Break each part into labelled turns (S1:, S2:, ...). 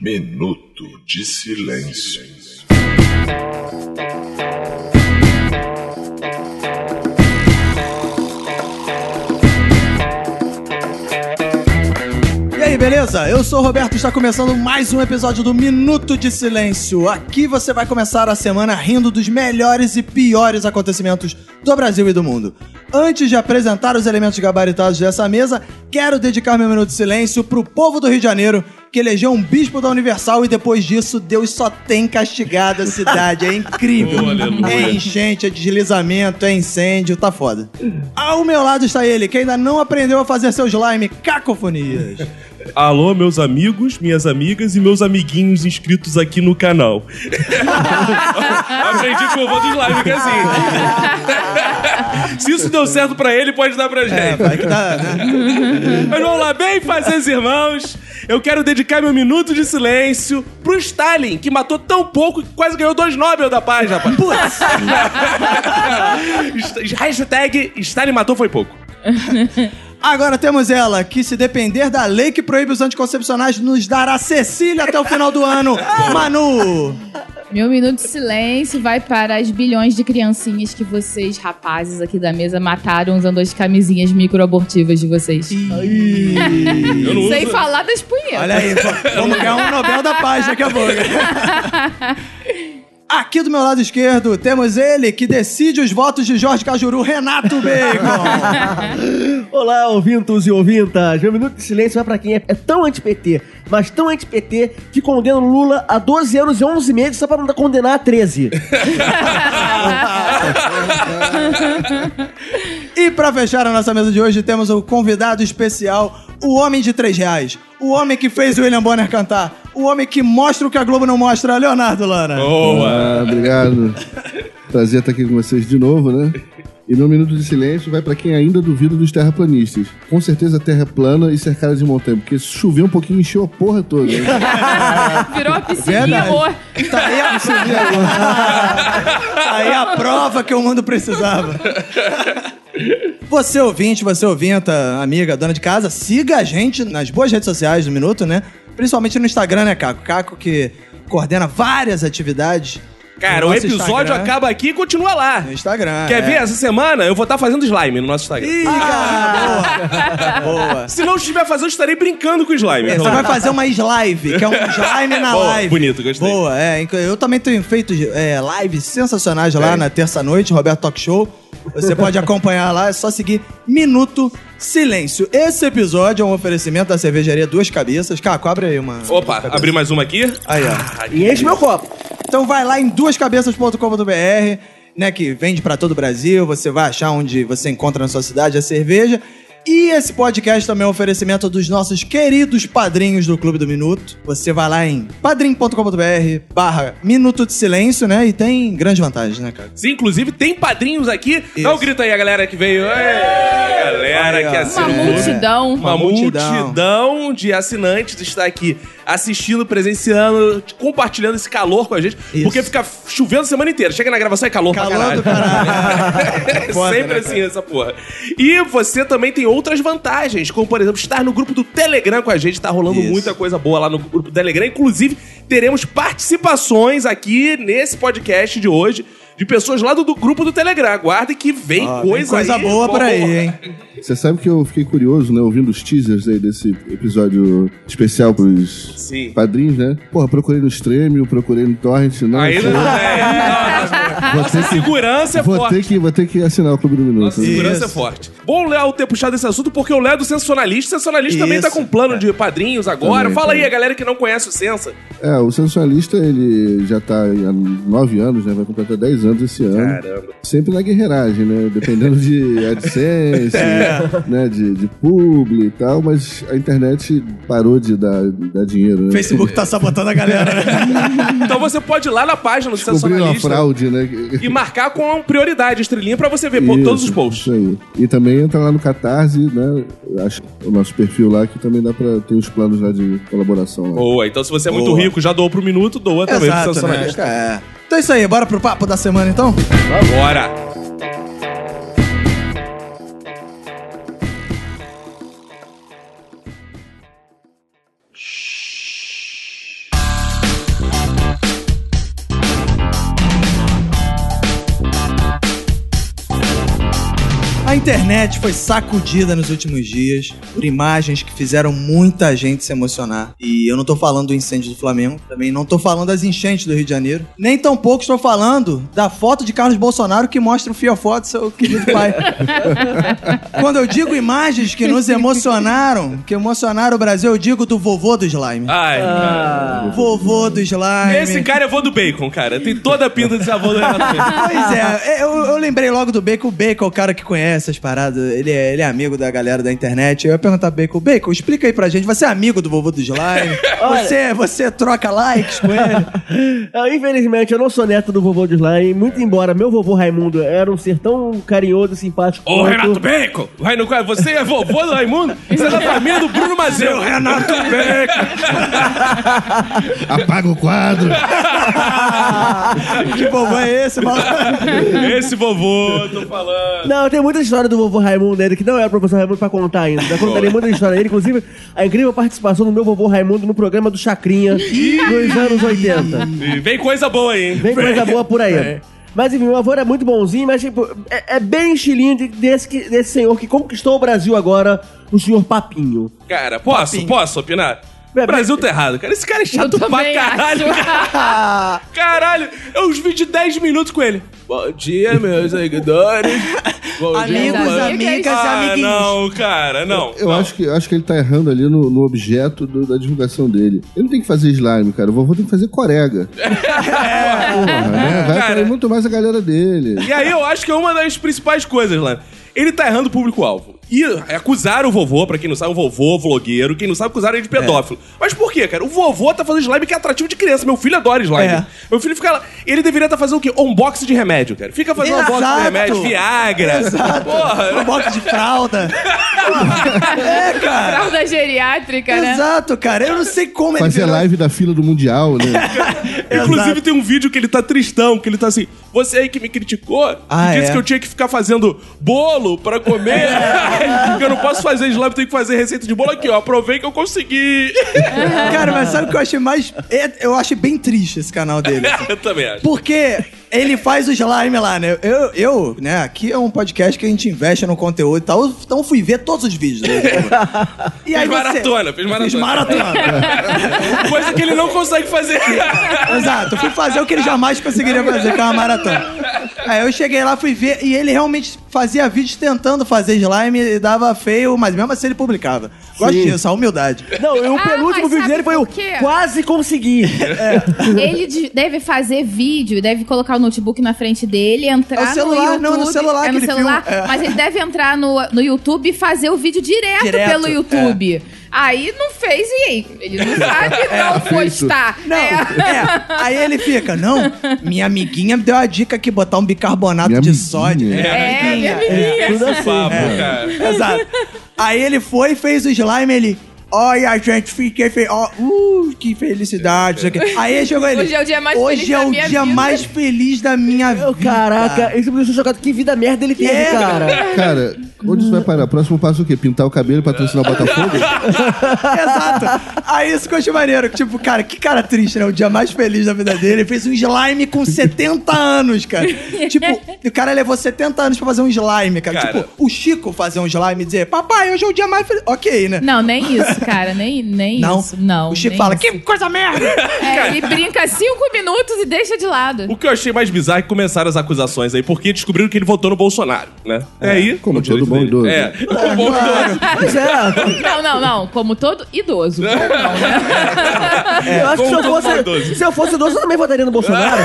S1: Minuto de Silêncio.
S2: E aí, beleza? Eu sou o Roberto e está começando mais um episódio do Minuto de Silêncio. Aqui você vai começar a semana rindo dos melhores e piores acontecimentos do Brasil e do mundo. Antes de apresentar os elementos gabaritados dessa mesa, quero dedicar meu Minuto de Silêncio pro povo do Rio de Janeiro que elegeu um bispo da Universal e depois disso Deus só tem castigado a cidade. É incrível.
S3: Oh, aleluia.
S2: é enchente, é deslizamento, é incêndio, tá foda. Ao meu lado está ele, que ainda não aprendeu a fazer seu slime, Cacofonias.
S3: Alô, meus amigos, minhas amigas e meus amiguinhos inscritos aqui no canal. Aprendi com o vô dos live, que é assim. Se isso deu certo pra ele, pode dar pra gente.
S2: Vai que dá, né?
S3: Mas vamos lá, bem fazeres irmãos. Eu quero dedicar meu minuto de silêncio pro Stalin, que matou tão pouco que quase ganhou dois Nobel da paz, rapaz. Putz. Hashtag Stalin matou foi pouco.
S2: Agora temos ela, que se depender da lei que proíbe os anticoncepcionais, nos dará Cecília até o final do ano. Manu!
S4: Meu minuto de silêncio vai para as bilhões de criancinhas que vocês, rapazes aqui da mesa, mataram usando as camisinhas microabortivas de vocês.
S3: Eu não
S4: Sem
S3: uso-
S4: falar das punhetas.
S2: Olha aí, v- vamos ganhar um Nobel da Paz daqui a pouco. Aqui do meu lado esquerdo temos ele que decide os votos de Jorge Cajuru, Renato Bacon.
S5: Olá, ouvintos e ouvintas. Meu minuto de silêncio vai pra quem é, é tão anti-PT, mas tão anti-PT que condena o Lula a 12 anos e 11 meses só pra não condenar a 13.
S2: E pra fechar a nossa mesa de hoje temos o convidado especial, o homem de três reais, o homem que fez o William Bonner cantar, o homem que mostra o que a Globo não mostra, Leonardo Lana.
S3: Boa.
S6: Ah, obrigado. Prazer estar aqui com vocês de novo, né? E meu minuto de silêncio vai para quem ainda duvida dos terraplanistas. Com certeza a terra é plana e cercada de montanha, porque se chover um pouquinho encheu a porra toda. né?
S4: Virou a piscininha.
S2: Verdade.
S4: horror.
S2: Tá aí, a... Tá aí a prova que o mundo precisava. Você ouvinte, você ouvinta, amiga, dona de casa, siga a gente nas boas redes sociais do Minuto, né? Principalmente no Instagram, né, Caco? Caco que coordena várias atividades.
S3: Cara,
S2: no
S3: o
S2: nosso
S3: episódio
S2: Instagram.
S3: acaba aqui e continua lá.
S2: No Instagram.
S3: Quer
S2: é.
S3: ver? Essa semana eu vou estar fazendo slime no nosso Instagram. Ah,
S2: Ih, cara, Ah, boa. boa.
S3: Se não estiver fazendo, eu estarei brincando com slime.
S2: É, você vai fazer uma live, que é um slime na
S3: Boa,
S2: live.
S3: bonito, gostei.
S2: Boa, é. inclu- Eu também tenho feito é, lives sensacionais
S3: É.
S2: lá na terça-noite, Roberto Talk Show. Você pode acompanhar lá, é só seguir Minuto Silêncio. Esse episódio é um oferecimento da cervejaria Duas Cabeças. Caco, abre aí uma.
S3: Opa, abri mais uma aqui.
S2: Aí, ó.
S5: e enche meu copo.
S2: Então vai lá em duascabeças.com.br, né, que vende pra todo o Brasil, você vai achar onde você encontra na sua cidade a cerveja. E esse podcast também é um oferecimento dos nossos queridos padrinhos do Clube do Minuto. Você vai lá em padrim.com.br barra Minuto de Silêncio, né? E tem grandes vantagens, né, cara?
S3: Sim, inclusive tem padrinhos aqui. Dá
S2: Isso.
S3: um grito aí a galera que veio. Ei, galera
S2: Olha,
S3: que
S2: ó.
S3: assinou.
S4: Uma multidão.
S3: Uma
S2: Uma multidão.
S3: multidão de assinantes está aqui assistindo, presenciando, compartilhando esse calor com a gente.
S2: Isso.
S3: Porque fica chovendo a semana inteira. Chega na gravação é calor pra
S2: Calor
S3: caralho.
S2: do caralho.
S3: É
S2: Foda,
S3: sempre
S2: né,
S3: assim essa porra. E você também tem outras vantagens, como por exemplo estar no grupo do Telegram com a gente, tá rolando
S2: Isso.
S3: muita coisa boa lá no grupo do Telegram. Inclusive, teremos participações aqui nesse podcast de hoje de pessoas lá do, do grupo do Telegram. Aguardem que vem
S2: Ó, tem
S3: coisa
S2: coisa
S3: aí,
S2: boa por aí, hein?
S6: Você sabe que eu fiquei curioso, né? Ouvindo os teasers aí desse episódio especial pros
S3: Sim.
S6: padrinhos, né? Porra, procurei no Stremio, procurei no Torrent, não.
S3: Ainda
S6: achei.
S3: não né? tem.
S6: vou, ter que,
S3: Segurança é
S6: vou, ter
S3: forte.
S6: que, vou ter que assinar o Clube do Minuto.
S3: Nossa,
S6: né?
S3: segurança é
S2: Isso.
S3: forte. Bom o Léo ter puxado esse assunto, porque o Léo é do Sensacionalista. O Sensacionalista também tá
S2: Isso.
S3: com plano de padrinhos agora.
S6: Também,
S3: Fala aí,
S6: também.
S3: a galera que não conhece o Sensa.
S6: É, o sensualista, ele já tá aí há nove anos, né? Vai completar 10 anos esse ano.
S3: Caramba.
S6: Sempre na guerreiragem, né? Dependendo de AdSense,
S3: É.
S6: né? De, de publi e tal, mas a internet parou de dar, dar dinheiro, né?
S2: Facebook tá sabotando a galera, né?
S3: Então você pode ir lá na página do
S6: Descobriram a
S3: Sensacionalista
S6: fraude, né?
S3: e marcar com prioridade, estrelinha, pra você ver pô,
S6: Isso,
S3: todos os posts.
S6: Isso aí. E também entra lá no Catarse, né? Acho o nosso perfil lá que também dá pra. Tem os planos lá de colaboração. Lá.
S3: Boa, então se você é muito
S2: Boa.
S3: rico, já doou pro minuto, doa também pro
S2: Exato, né?
S3: Sensacionalista.
S2: É. Então é isso aí, bora pro papo da semana, então?
S3: Bora!
S2: A internet foi sacudida nos últimos dias por imagens que fizeram muita gente se emocionar. E eu não tô falando do incêndio do Flamengo, também não tô falando das enchentes do Rio de Janeiro, nem tampouco estou falando da foto de Carlos Bolsonaro que mostra o fiofó do seu querido pai. Quando eu digo imagens que nos emocionaram, que emocionaram o Brasil, eu digo do vovô do slime.
S3: Ai, cara.
S5: Ah.
S2: Vovô do slime.
S3: Esse cara é avô do bacon, cara. Tem toda a pinta de avô do Renato Bacon.
S2: Pois é, eu, eu lembrei logo do Bacon. O Bacon é o cara que conhece as paradas. Ele é, ele é amigo da galera da internet. Eu ia perguntar, Bacon, Bacon, explica aí pra gente. Você é amigo do vovô do slime?
S5: Olha-
S2: você, você troca likes com ele?
S5: Ah, Infelizmente, eu não sou neto do vovô de slime, muito embora meu vovô Raimundo era um ser tão carinhoso e simpático.
S3: Ô,
S5: quanto-
S3: Renato Bacon! Vai no quadro. Você é vovô do Raimundo? Você é da família do Bruno Mazeu. Renato Bacon!
S6: Apaga o quadro.
S2: que vovô é esse? Fala.
S3: Esse vovô, tô falando.
S5: Não, tem muita história do vovô Raimundo ainda, que não era o professor Raimundo pra contar ainda. Eu contarei muita história dele, inclusive a incrível participação do meu vovô Raimundo no programa do Chacrinha dos anos 80.
S3: E vem coisa boa aí, hein?
S5: Vem coisa boa por aí. Mas enfim, meu avô era muito bonzinho, mas tipo, é, é bem estilinho de- desse, que- desse senhor que conquistou o Brasil agora, o senhor Papinho.
S3: Cara, posso? Posso opinar?
S5: Bem,
S3: O Brasil tá errado, cara. Esse cara é chato
S4: Eu
S3: pra
S4: também
S3: caralho.
S4: acho.
S3: cara. Caralho, eu os vi de 10 minutos com ele. Bom dia, meus seguidores. Bom
S2: Amigos,
S4: Amigos,
S2: amigas,
S3: ah,
S2: amiguinhos.
S3: não, cara, não.
S6: Eu
S3: não.
S6: acho que, acho que ele tá errando ali no, no objeto do- da divulgação dele. Ele não tem que fazer slime, cara. O vovô tem que fazer corega. Porra, né? Vai
S3: É. Cara.
S6: atrair muito mais a galera dele.
S3: E aí eu acho que é uma das principais coisas lá. Ele tá errando o público-alvo. E acusaram o vovô, pra quem não sabe, o vovô, vlogueiro, quem não sabe, acusaram ele de pedófilo.
S2: É.
S3: Mas por quê, cara? O vovô tá fazendo slime que é atrativo de criança. Meu filho adora slime.
S2: É.
S3: Meu filho fica lá. Ele deveria estar tá fazendo o quê? Unboxing de remédio, cara. Fica fazendo
S2: Exato.
S3: unboxing de remédio, Viagra.
S2: Uma
S3: Porra. né?
S2: bota de fralda. é, cara.
S4: Fralda geriátrica, né?
S2: Exato, cara. Eu não sei como ele
S6: Fazer
S2: virou-
S6: live da fila do Mundial, né?
S3: Inclusive
S2: Exato.
S3: tem um vídeo que ele tá tristão, que ele tá assim: você aí que me criticou,
S2: Ah,
S3: que disse
S2: é?
S3: que eu tinha que ficar fazendo bolo pra comer, que eu não posso fazer slime, tenho que fazer receita de bolo aqui, ó. Provei que eu consegui.
S2: Cara, mas sabe o que eu achei mais. é- Eu achei bem triste esse canal dele. assim.
S3: eu também acho.
S2: Porque ele faz o slime lá, né? Eu, eu, né? Aqui é um podcast que a gente investe no conteúdo e tal. Então fui ver todos os vídeos dele. e
S3: Fiz maratona, fiz maratona.
S2: Fiz maratona.
S3: Coisa que ele não consegue fazer.
S2: Exato. Fui fazer o que ele jamais conseguiria fazer, que é uma maratona. Aí eu cheguei lá, fui ver, e ele realmente fazia vídeos tentando fazer slime e dava feio, mas mesmo assim ele publicava. Gosto
S5: Sim.
S2: disso, a humildade.
S5: Não, e o
S4: Ah,
S5: penúltimo
S4: mas
S5: vídeo
S4: sabe
S5: dele foi o
S4: por quê?
S5: Quase Consegui.
S4: Ele de- deve fazer vídeo, deve colocar o notebook na frente dele, entrar
S2: É o celular,
S4: no YouTube.
S2: não, é no celular
S4: É
S2: que
S4: no
S2: ele
S4: celular,
S2: filma, é.
S4: mas ele deve entrar no, no YouTube e fazer o vídeo direto,
S2: Direto, é.
S4: pelo YouTube. Aí não fez e aí? Ele não sabe não postar.
S2: É, Não,
S4: É.
S2: é. Aí ele fica, não, minha amiguinha me deu a dica aqui, botar um bicarbonato
S6: Minha
S2: de
S6: amiguinha.
S2: sódio.
S6: É,
S4: É, minha menina.
S3: Esse
S5: Tudo assim.
S3: papo, cara.
S2: Exato. Aí ele foi e fez o slime, ele. Olha, gente, fiquei feliz. Ó, uh, que felicidade. isso aqui. Aí chegou ele.
S4: Hoje é o dia mais
S2: "Hoje
S4: feliz
S2: é
S4: da
S2: o
S4: minha
S2: dia
S4: vida."
S2: mais feliz da minha
S5: Eu,
S2: vida.
S5: caraca, isso me deixou chocado. Que vida merda ele teve,
S2: É.
S5: cara.
S6: Cara, onde isso vai parar? Próximo passo é o quê? Pintar o cabelo e patrocinar o Botafogo?
S2: Exato. Aí isso que eu achei maneiro. que, Tipo, cara, que cara triste, né? O dia mais feliz da vida dele. Ele fez um slime com 70 anos, cara. Tipo, o cara levou 70 anos pra fazer um slime, cara.
S3: Cara.
S2: Tipo, o Chico fazer um slime e dizer, papai, hoje é o dia mais feliz. Ok, né?
S4: Não, nem isso, cara. Nem, nem
S2: Não.
S4: isso. Não.
S2: O Chico
S4: nem
S2: fala,
S4: isso.
S2: que coisa merda!
S4: É, ele brinca cinco minutos e deixa de lado.
S3: O que eu achei mais bizarro é que começaram as acusações aí, porque descobriram que ele votou no Bolsonaro, né? É, aí.
S6: como
S3: o direito
S6: todo bom
S3: dele.
S6: idoso.
S3: É, como bom idoso.
S5: Pois é.
S4: Não, não, não. Como todo idoso.
S5: eu acho que se eu,
S3: como todo
S5: fosse,
S3: idoso.
S5: se eu fosse idoso, eu também votaria no Bolsonaro.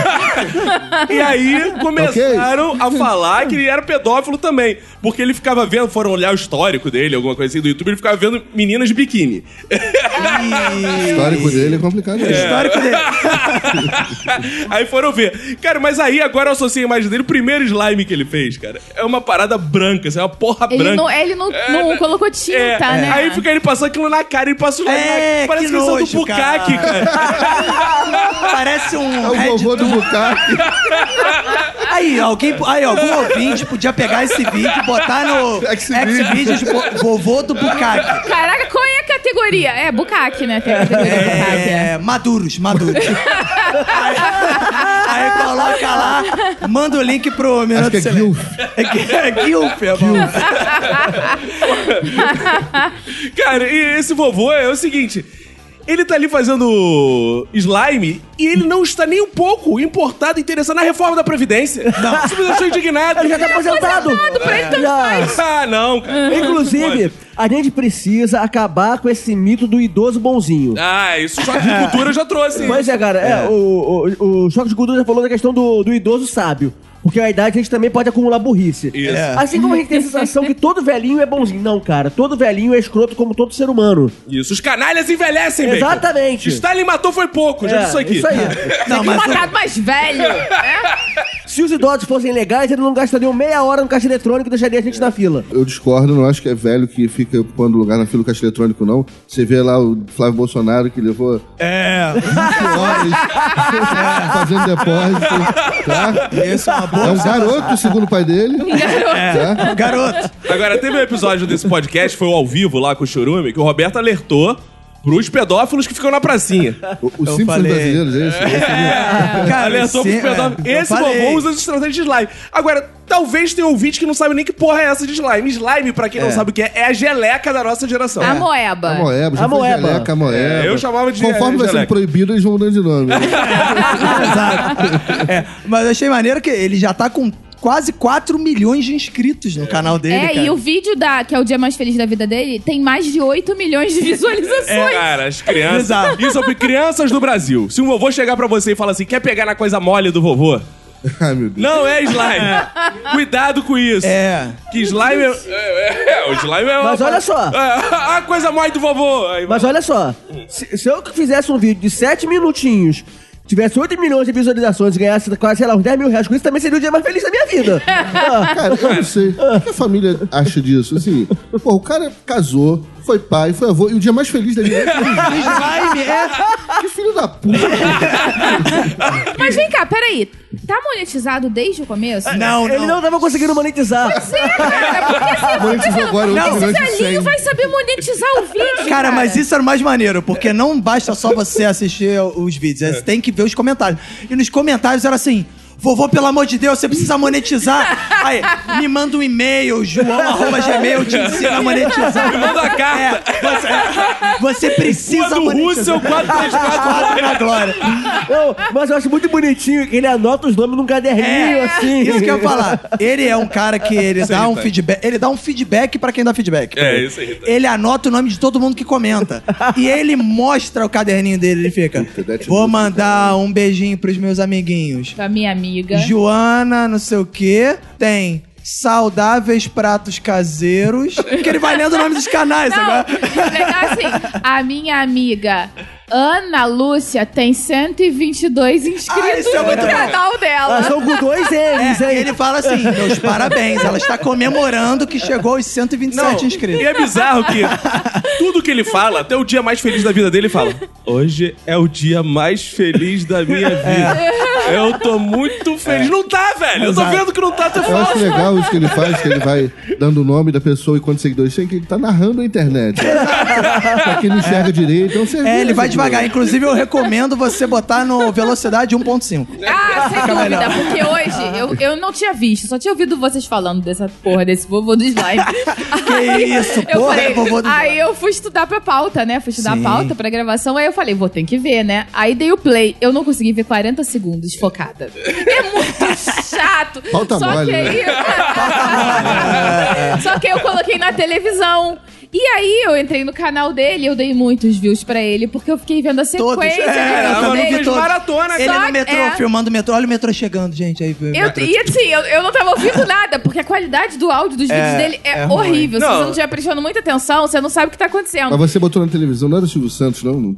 S3: E aí começaram a falar que ele era pedófilo também. Porque ele ficava vendo, foram olhar o histórico dele, alguma coisa assim do YouTube, ele ficava vendo meninas de biquíni.
S6: O histórico dele é complicado.
S2: O
S6: né?
S2: histórico dele.
S3: aí foram ver. Cara, mas aí agora eu associei a imagem dele. O primeiro slime que ele fez, cara, é uma parada branca, assim, é uma porra
S4: Ele
S3: branca.
S4: não, ele não, não colocou tinta,
S3: É,
S4: né?
S3: Aí fica ele passando aquilo na cara, ele passa o slime
S2: É,
S3: na Parece
S2: que
S3: que eles são do
S2: nojo,
S3: bucaque, cara.
S2: Parece um
S6: É o
S2: Red
S6: vovô do
S2: Bull.
S6: Bucaque.
S2: Aí, alguém, aí, algum ouvinte podia pegar esse vídeo e botar no
S6: Xvideos.
S2: Xvideos vo- vovô do Bukaki.
S4: Caraca, cueca categoria. É, bucaque, né? Tem a categoria bucaque. é.
S2: É, maduros, maduros. aí, aí coloca lá, manda o link pro Minuto
S6: Acho que é
S2: Silêncio.
S6: Guilf.
S2: É Gui- é Guilf, é bom.
S3: Cara, e esse vovô é o seguinte. Ele tá ali fazendo slime e ele não está nem um pouco importado, interessado na reforma da Previdência. Não. Isso me deixou indignado.
S5: Ele já Uhum. tá aposentado.
S4: pra ele tanto
S5: Já.
S3: Ah, não, cara.
S5: Inclusive, a gente precisa acabar com esse mito do idoso bonzinho.
S3: Ah, isso o choque de cultura já trouxe. hein?
S5: Pois é, cara, é, O, o, o Choque de Cultura já falou da questão do, do idoso sábio. Porque a idade a gente também pode acumular burrice.
S3: Isso.
S2: É.
S5: Assim como a gente tem a sensação que todo velhinho é bonzinho. Não, cara, todo velhinho é escroto como todo ser humano.
S3: Isso, os canalhas envelhecem, bacon.
S5: Exatamente.
S3: Stalin matou foi pouco, já
S5: É,
S3: disse isso aqui.
S5: Isso aí.
S2: Não, mas
S4: Matado mais velho. né?
S5: Se os idosos fossem legais, eles não gastariam meia hora no caixa eletrônico e deixariam a gente na fila.
S6: Eu discordo, não acho que é velho que fica ocupando lugar na fila do caixa eletrônico, não. Você vê lá o Flávio Bolsonaro que levou
S2: é,
S6: 20 horas fazendo depósito. Tá?
S2: isso é uma
S6: É
S2: boa.
S6: um garoto, segundo o pai dele.
S2: Garoto,
S3: Agora, teve um episódio desse podcast, foi o ao vivo lá com o Churume, que o Roberto alertou pros pedófilos que ficam na pracinha.
S6: O, o
S2: Eu
S6: Simpsons
S2: falei.
S6: brasileiros, é isso.
S2: cara,
S3: alertou
S2: sim,
S3: pros pedófilos.
S2: é, eu
S3: Esse
S2: falei.
S3: vovô usa as estratégias de slime. Agora, talvez tenha ouvinte que não sabe nem que porra é essa de slime. Slime, pra quem não sabe o que é, é a geleca da nossa geração.
S4: A moeba.
S6: A moeba, já
S5: A
S6: foi
S5: moeba.
S6: geleca, a moeba.
S3: É, eu chamava de
S6: Conforme vai sendo
S3: geleca.
S6: proibido, eles vão mudando de nome.
S2: Exato. É, mas eu achei maneiro que ele já tá com quase 4 milhões de inscritos no canal dele.
S4: é,
S2: cara.
S4: e o vídeo da, que é o dia mais feliz da vida dele, tem mais de 8 milhões de visualizações.
S3: É, cara, as crianças.
S2: Exato.
S3: E sobre crianças do Brasil. Se um vovô chegar pra você e falar assim, quer pegar na coisa mole do vovô?
S6: Ai, meu Deus.
S3: Não é slime. É. Cuidado com isso.
S2: É.
S3: Que slime é... é, é, o slime é... uma-
S5: Mas olha só.
S3: É, a coisa mole do vovô. Aí,
S5: Mas olha só, se, se eu fizesse um vídeo de 7 minutinhos, tivesse 8 milhões de visualizações e ganhasse quase, sei lá, uns 10 mil reais com isso, também seria o dia mais feliz da minha vida. Ah,
S6: Cara, eu não sei. O que a família acha disso? Assim, pô, o cara casou, foi pai, foi avô, e o dia mais feliz da vida é Que filho da puta.
S4: Mas vem cá, peraí. Tá monetizado desde o começo?
S2: É, Não,
S5: ele não
S2: não. é.
S5: tava conseguindo monetizar.
S4: Sim, cara, porque assim,
S6: Monetizou agora,
S4: não,
S6: oito milhões e
S4: esse velhinho
S6: cem.
S4: vai saber monetizar o vídeo. Cara,
S2: Cara, mas isso era mais maneiro, porque não basta só você assistir os
S3: É.
S2: vídeos, é, você tem que ver os comentários. E nos comentários era assim. Vovô, pelo amor de Deus, você precisa monetizar. Aí, me manda um e-mail, joão.gmail, te ensina a monetizar.
S3: Me manda a carta.
S2: É, você, você
S3: Rua
S2: precisa
S3: do
S2: monetizar.
S3: Russell 434.
S2: Quatro na glória.
S5: Eu- mas eu acho muito bonitinho que ele anota os nomes num caderninho,
S2: É,
S5: assim.
S2: Isso que eu ia falar. Ele é um cara que ele dá um
S3: irritante.
S2: feedback. Ele dá um feedback pra quem dá feedback.
S3: É, isso é irritante.
S2: Ele anota o nome de todo mundo que comenta. e ele mostra o caderninho dele. Ele fica.
S6: that
S2: Vou
S6: is-
S2: mandar um beijinho pros meus amiguinhos.
S4: Pra minha amiga.
S2: Joana, não sei o quê, tem. Saudáveis pratos caseiros. Porque ele vai lendo o nome dos canais
S4: Não,
S2: agora.
S4: legal assim, a minha amiga Ana Lúcia tem 122
S2: Ah,
S4: inscritos
S2: isso é
S4: no
S2: muito bom.
S4: canal dela.
S5: Ah, são com dois L's,
S2: É,
S5: hein?
S2: ele fala assim: meus parabéns, ela está comemorando que chegou aos 127 inscritos.
S3: E é bizarro que tudo que ele fala, até o dia mais feliz da vida dele, ele fala: Hoje é o dia mais feliz da minha vida. Eu tô muito feliz. Não tá, velho. Eu tô
S2: Exato.
S3: vendo que não tá, tu
S6: Eu acho
S3: fala.
S6: legal isso que ele faz, que ele vai dando o nome da pessoa e quantos seguidores tem, que ele tá narrando a internet. pra quem não enxerga direito, é um serviço.
S2: É, ele vai devagar. Inclusive, eu recomendo você botar no velocidade 1.5.
S4: Ah, sem dúvida,
S2: melhor.
S4: porque hoje eu, eu não tinha visto, só tinha ouvido vocês falando dessa porra, desse vovô do slime.
S2: Que isso,
S4: Eu
S2: porra,
S4: falei-
S2: é vovô do
S4: Aí eu fui estudar pra pauta, né? Fui estudar
S2: Sim.
S4: a pauta pra gravação, aí eu falei, vou ter que ver, né? Aí dei o play, eu não consegui ver 40 segundos focada. É muito chato.
S6: Pauta
S4: Só
S6: mole,
S4: que aí...
S2: né?
S4: Só que eu coloquei na televisão. E aí eu entrei no canal dele, eu dei muitos views pra ele, porque eu fiquei vendo a
S2: Todos. É,
S4: sequência. do
S2: eu
S3: ela
S4: vídeo
S2: também
S3: fez
S2: vi
S4: dele.
S2: todos.
S3: maratona,
S2: Ele
S4: Só-
S2: no metrô,
S4: é.
S2: filmando o metrô. Olha o metrô chegando, gente. Aí,
S4: Eu, e assim, eu, eu não tava ouvindo nada, porque a qualidade do áudio dos vídeos
S2: É,
S4: dele é,
S2: é ruim.
S4: horrível. Se
S3: Não.
S4: você não estiver prestando muita atenção, você não sabe o que tá acontecendo.
S6: Mas você botou na televisão, não era o Silvio Santos, não? não.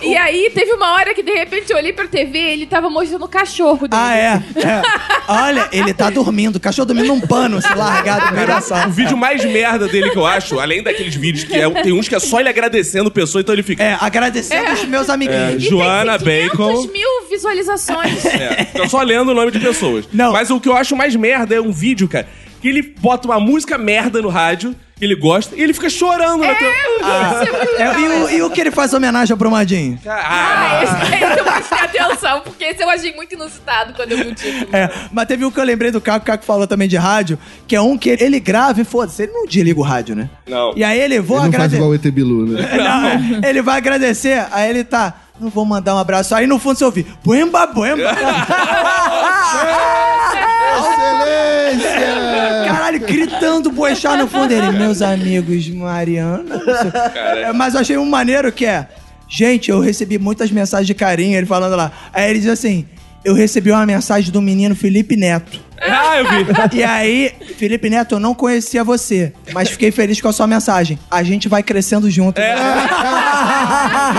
S4: E aí, teve uma hora que, de repente, eu olhei pra TV e ele tava mostrando o cachorro dele.
S2: Ah, é, é. Olha, ele tá dormindo. O cachorro dormindo num pano, se largado no meio da
S3: O
S2: sala.
S3: vídeo mais merda dele que eu acho, além daqueles vídeos que é- tem uns que é só ele agradecendo pessoa, então ele fica.
S2: É, agradecendo os meus
S3: É,
S2: amiguinhos.
S4: E
S3: Joana
S4: tem 500
S3: Bacon.
S4: mil visualizações.
S3: É, fica só lendo o nome de pessoas.
S2: Não.
S3: Mas o que eu acho mais merda é um vídeo, cara, que ele bota uma música merda no rádio que ele gosta, e ele fica chorando na tela.
S2: É, e, o, e o que ele faz homenagem ao Brumadinho?
S3: Caralho.
S1: Ah, esse
S4: é
S1: aí eu prestei atenção, porque esse eu achei muito inusitado quando eu vi o título.
S2: É, mas teve um que eu lembrei do Caco, o Caco falou também de rádio, que é um que ele grava e foda-se, ele não desliga o rádio, né?
S3: Não.
S2: E aí ele, vou
S6: Ele não faz
S2: agradecer.
S6: igual o ET Bilu, né?
S2: Não, ele vai agradecer, aí ele tá. Não vou mandar um abraço. Aí no fundo você ouve, Buemba, Buemba.
S6: Excelência!
S2: Caralho, gritando Boechat no fundo dele. Meus amigos, Mariana. não sei. É, Mas eu achei um maneiro que é. Gente, eu recebi muitas mensagens de carinho, ele falando lá. Aí ele diz assim: Eu recebi uma mensagem do menino Felipe Neto.
S3: Ah, eu vi.
S2: E aí, Felipe Neto, eu não conhecia você, mas fiquei feliz com a sua mensagem. A gente vai crescendo junto.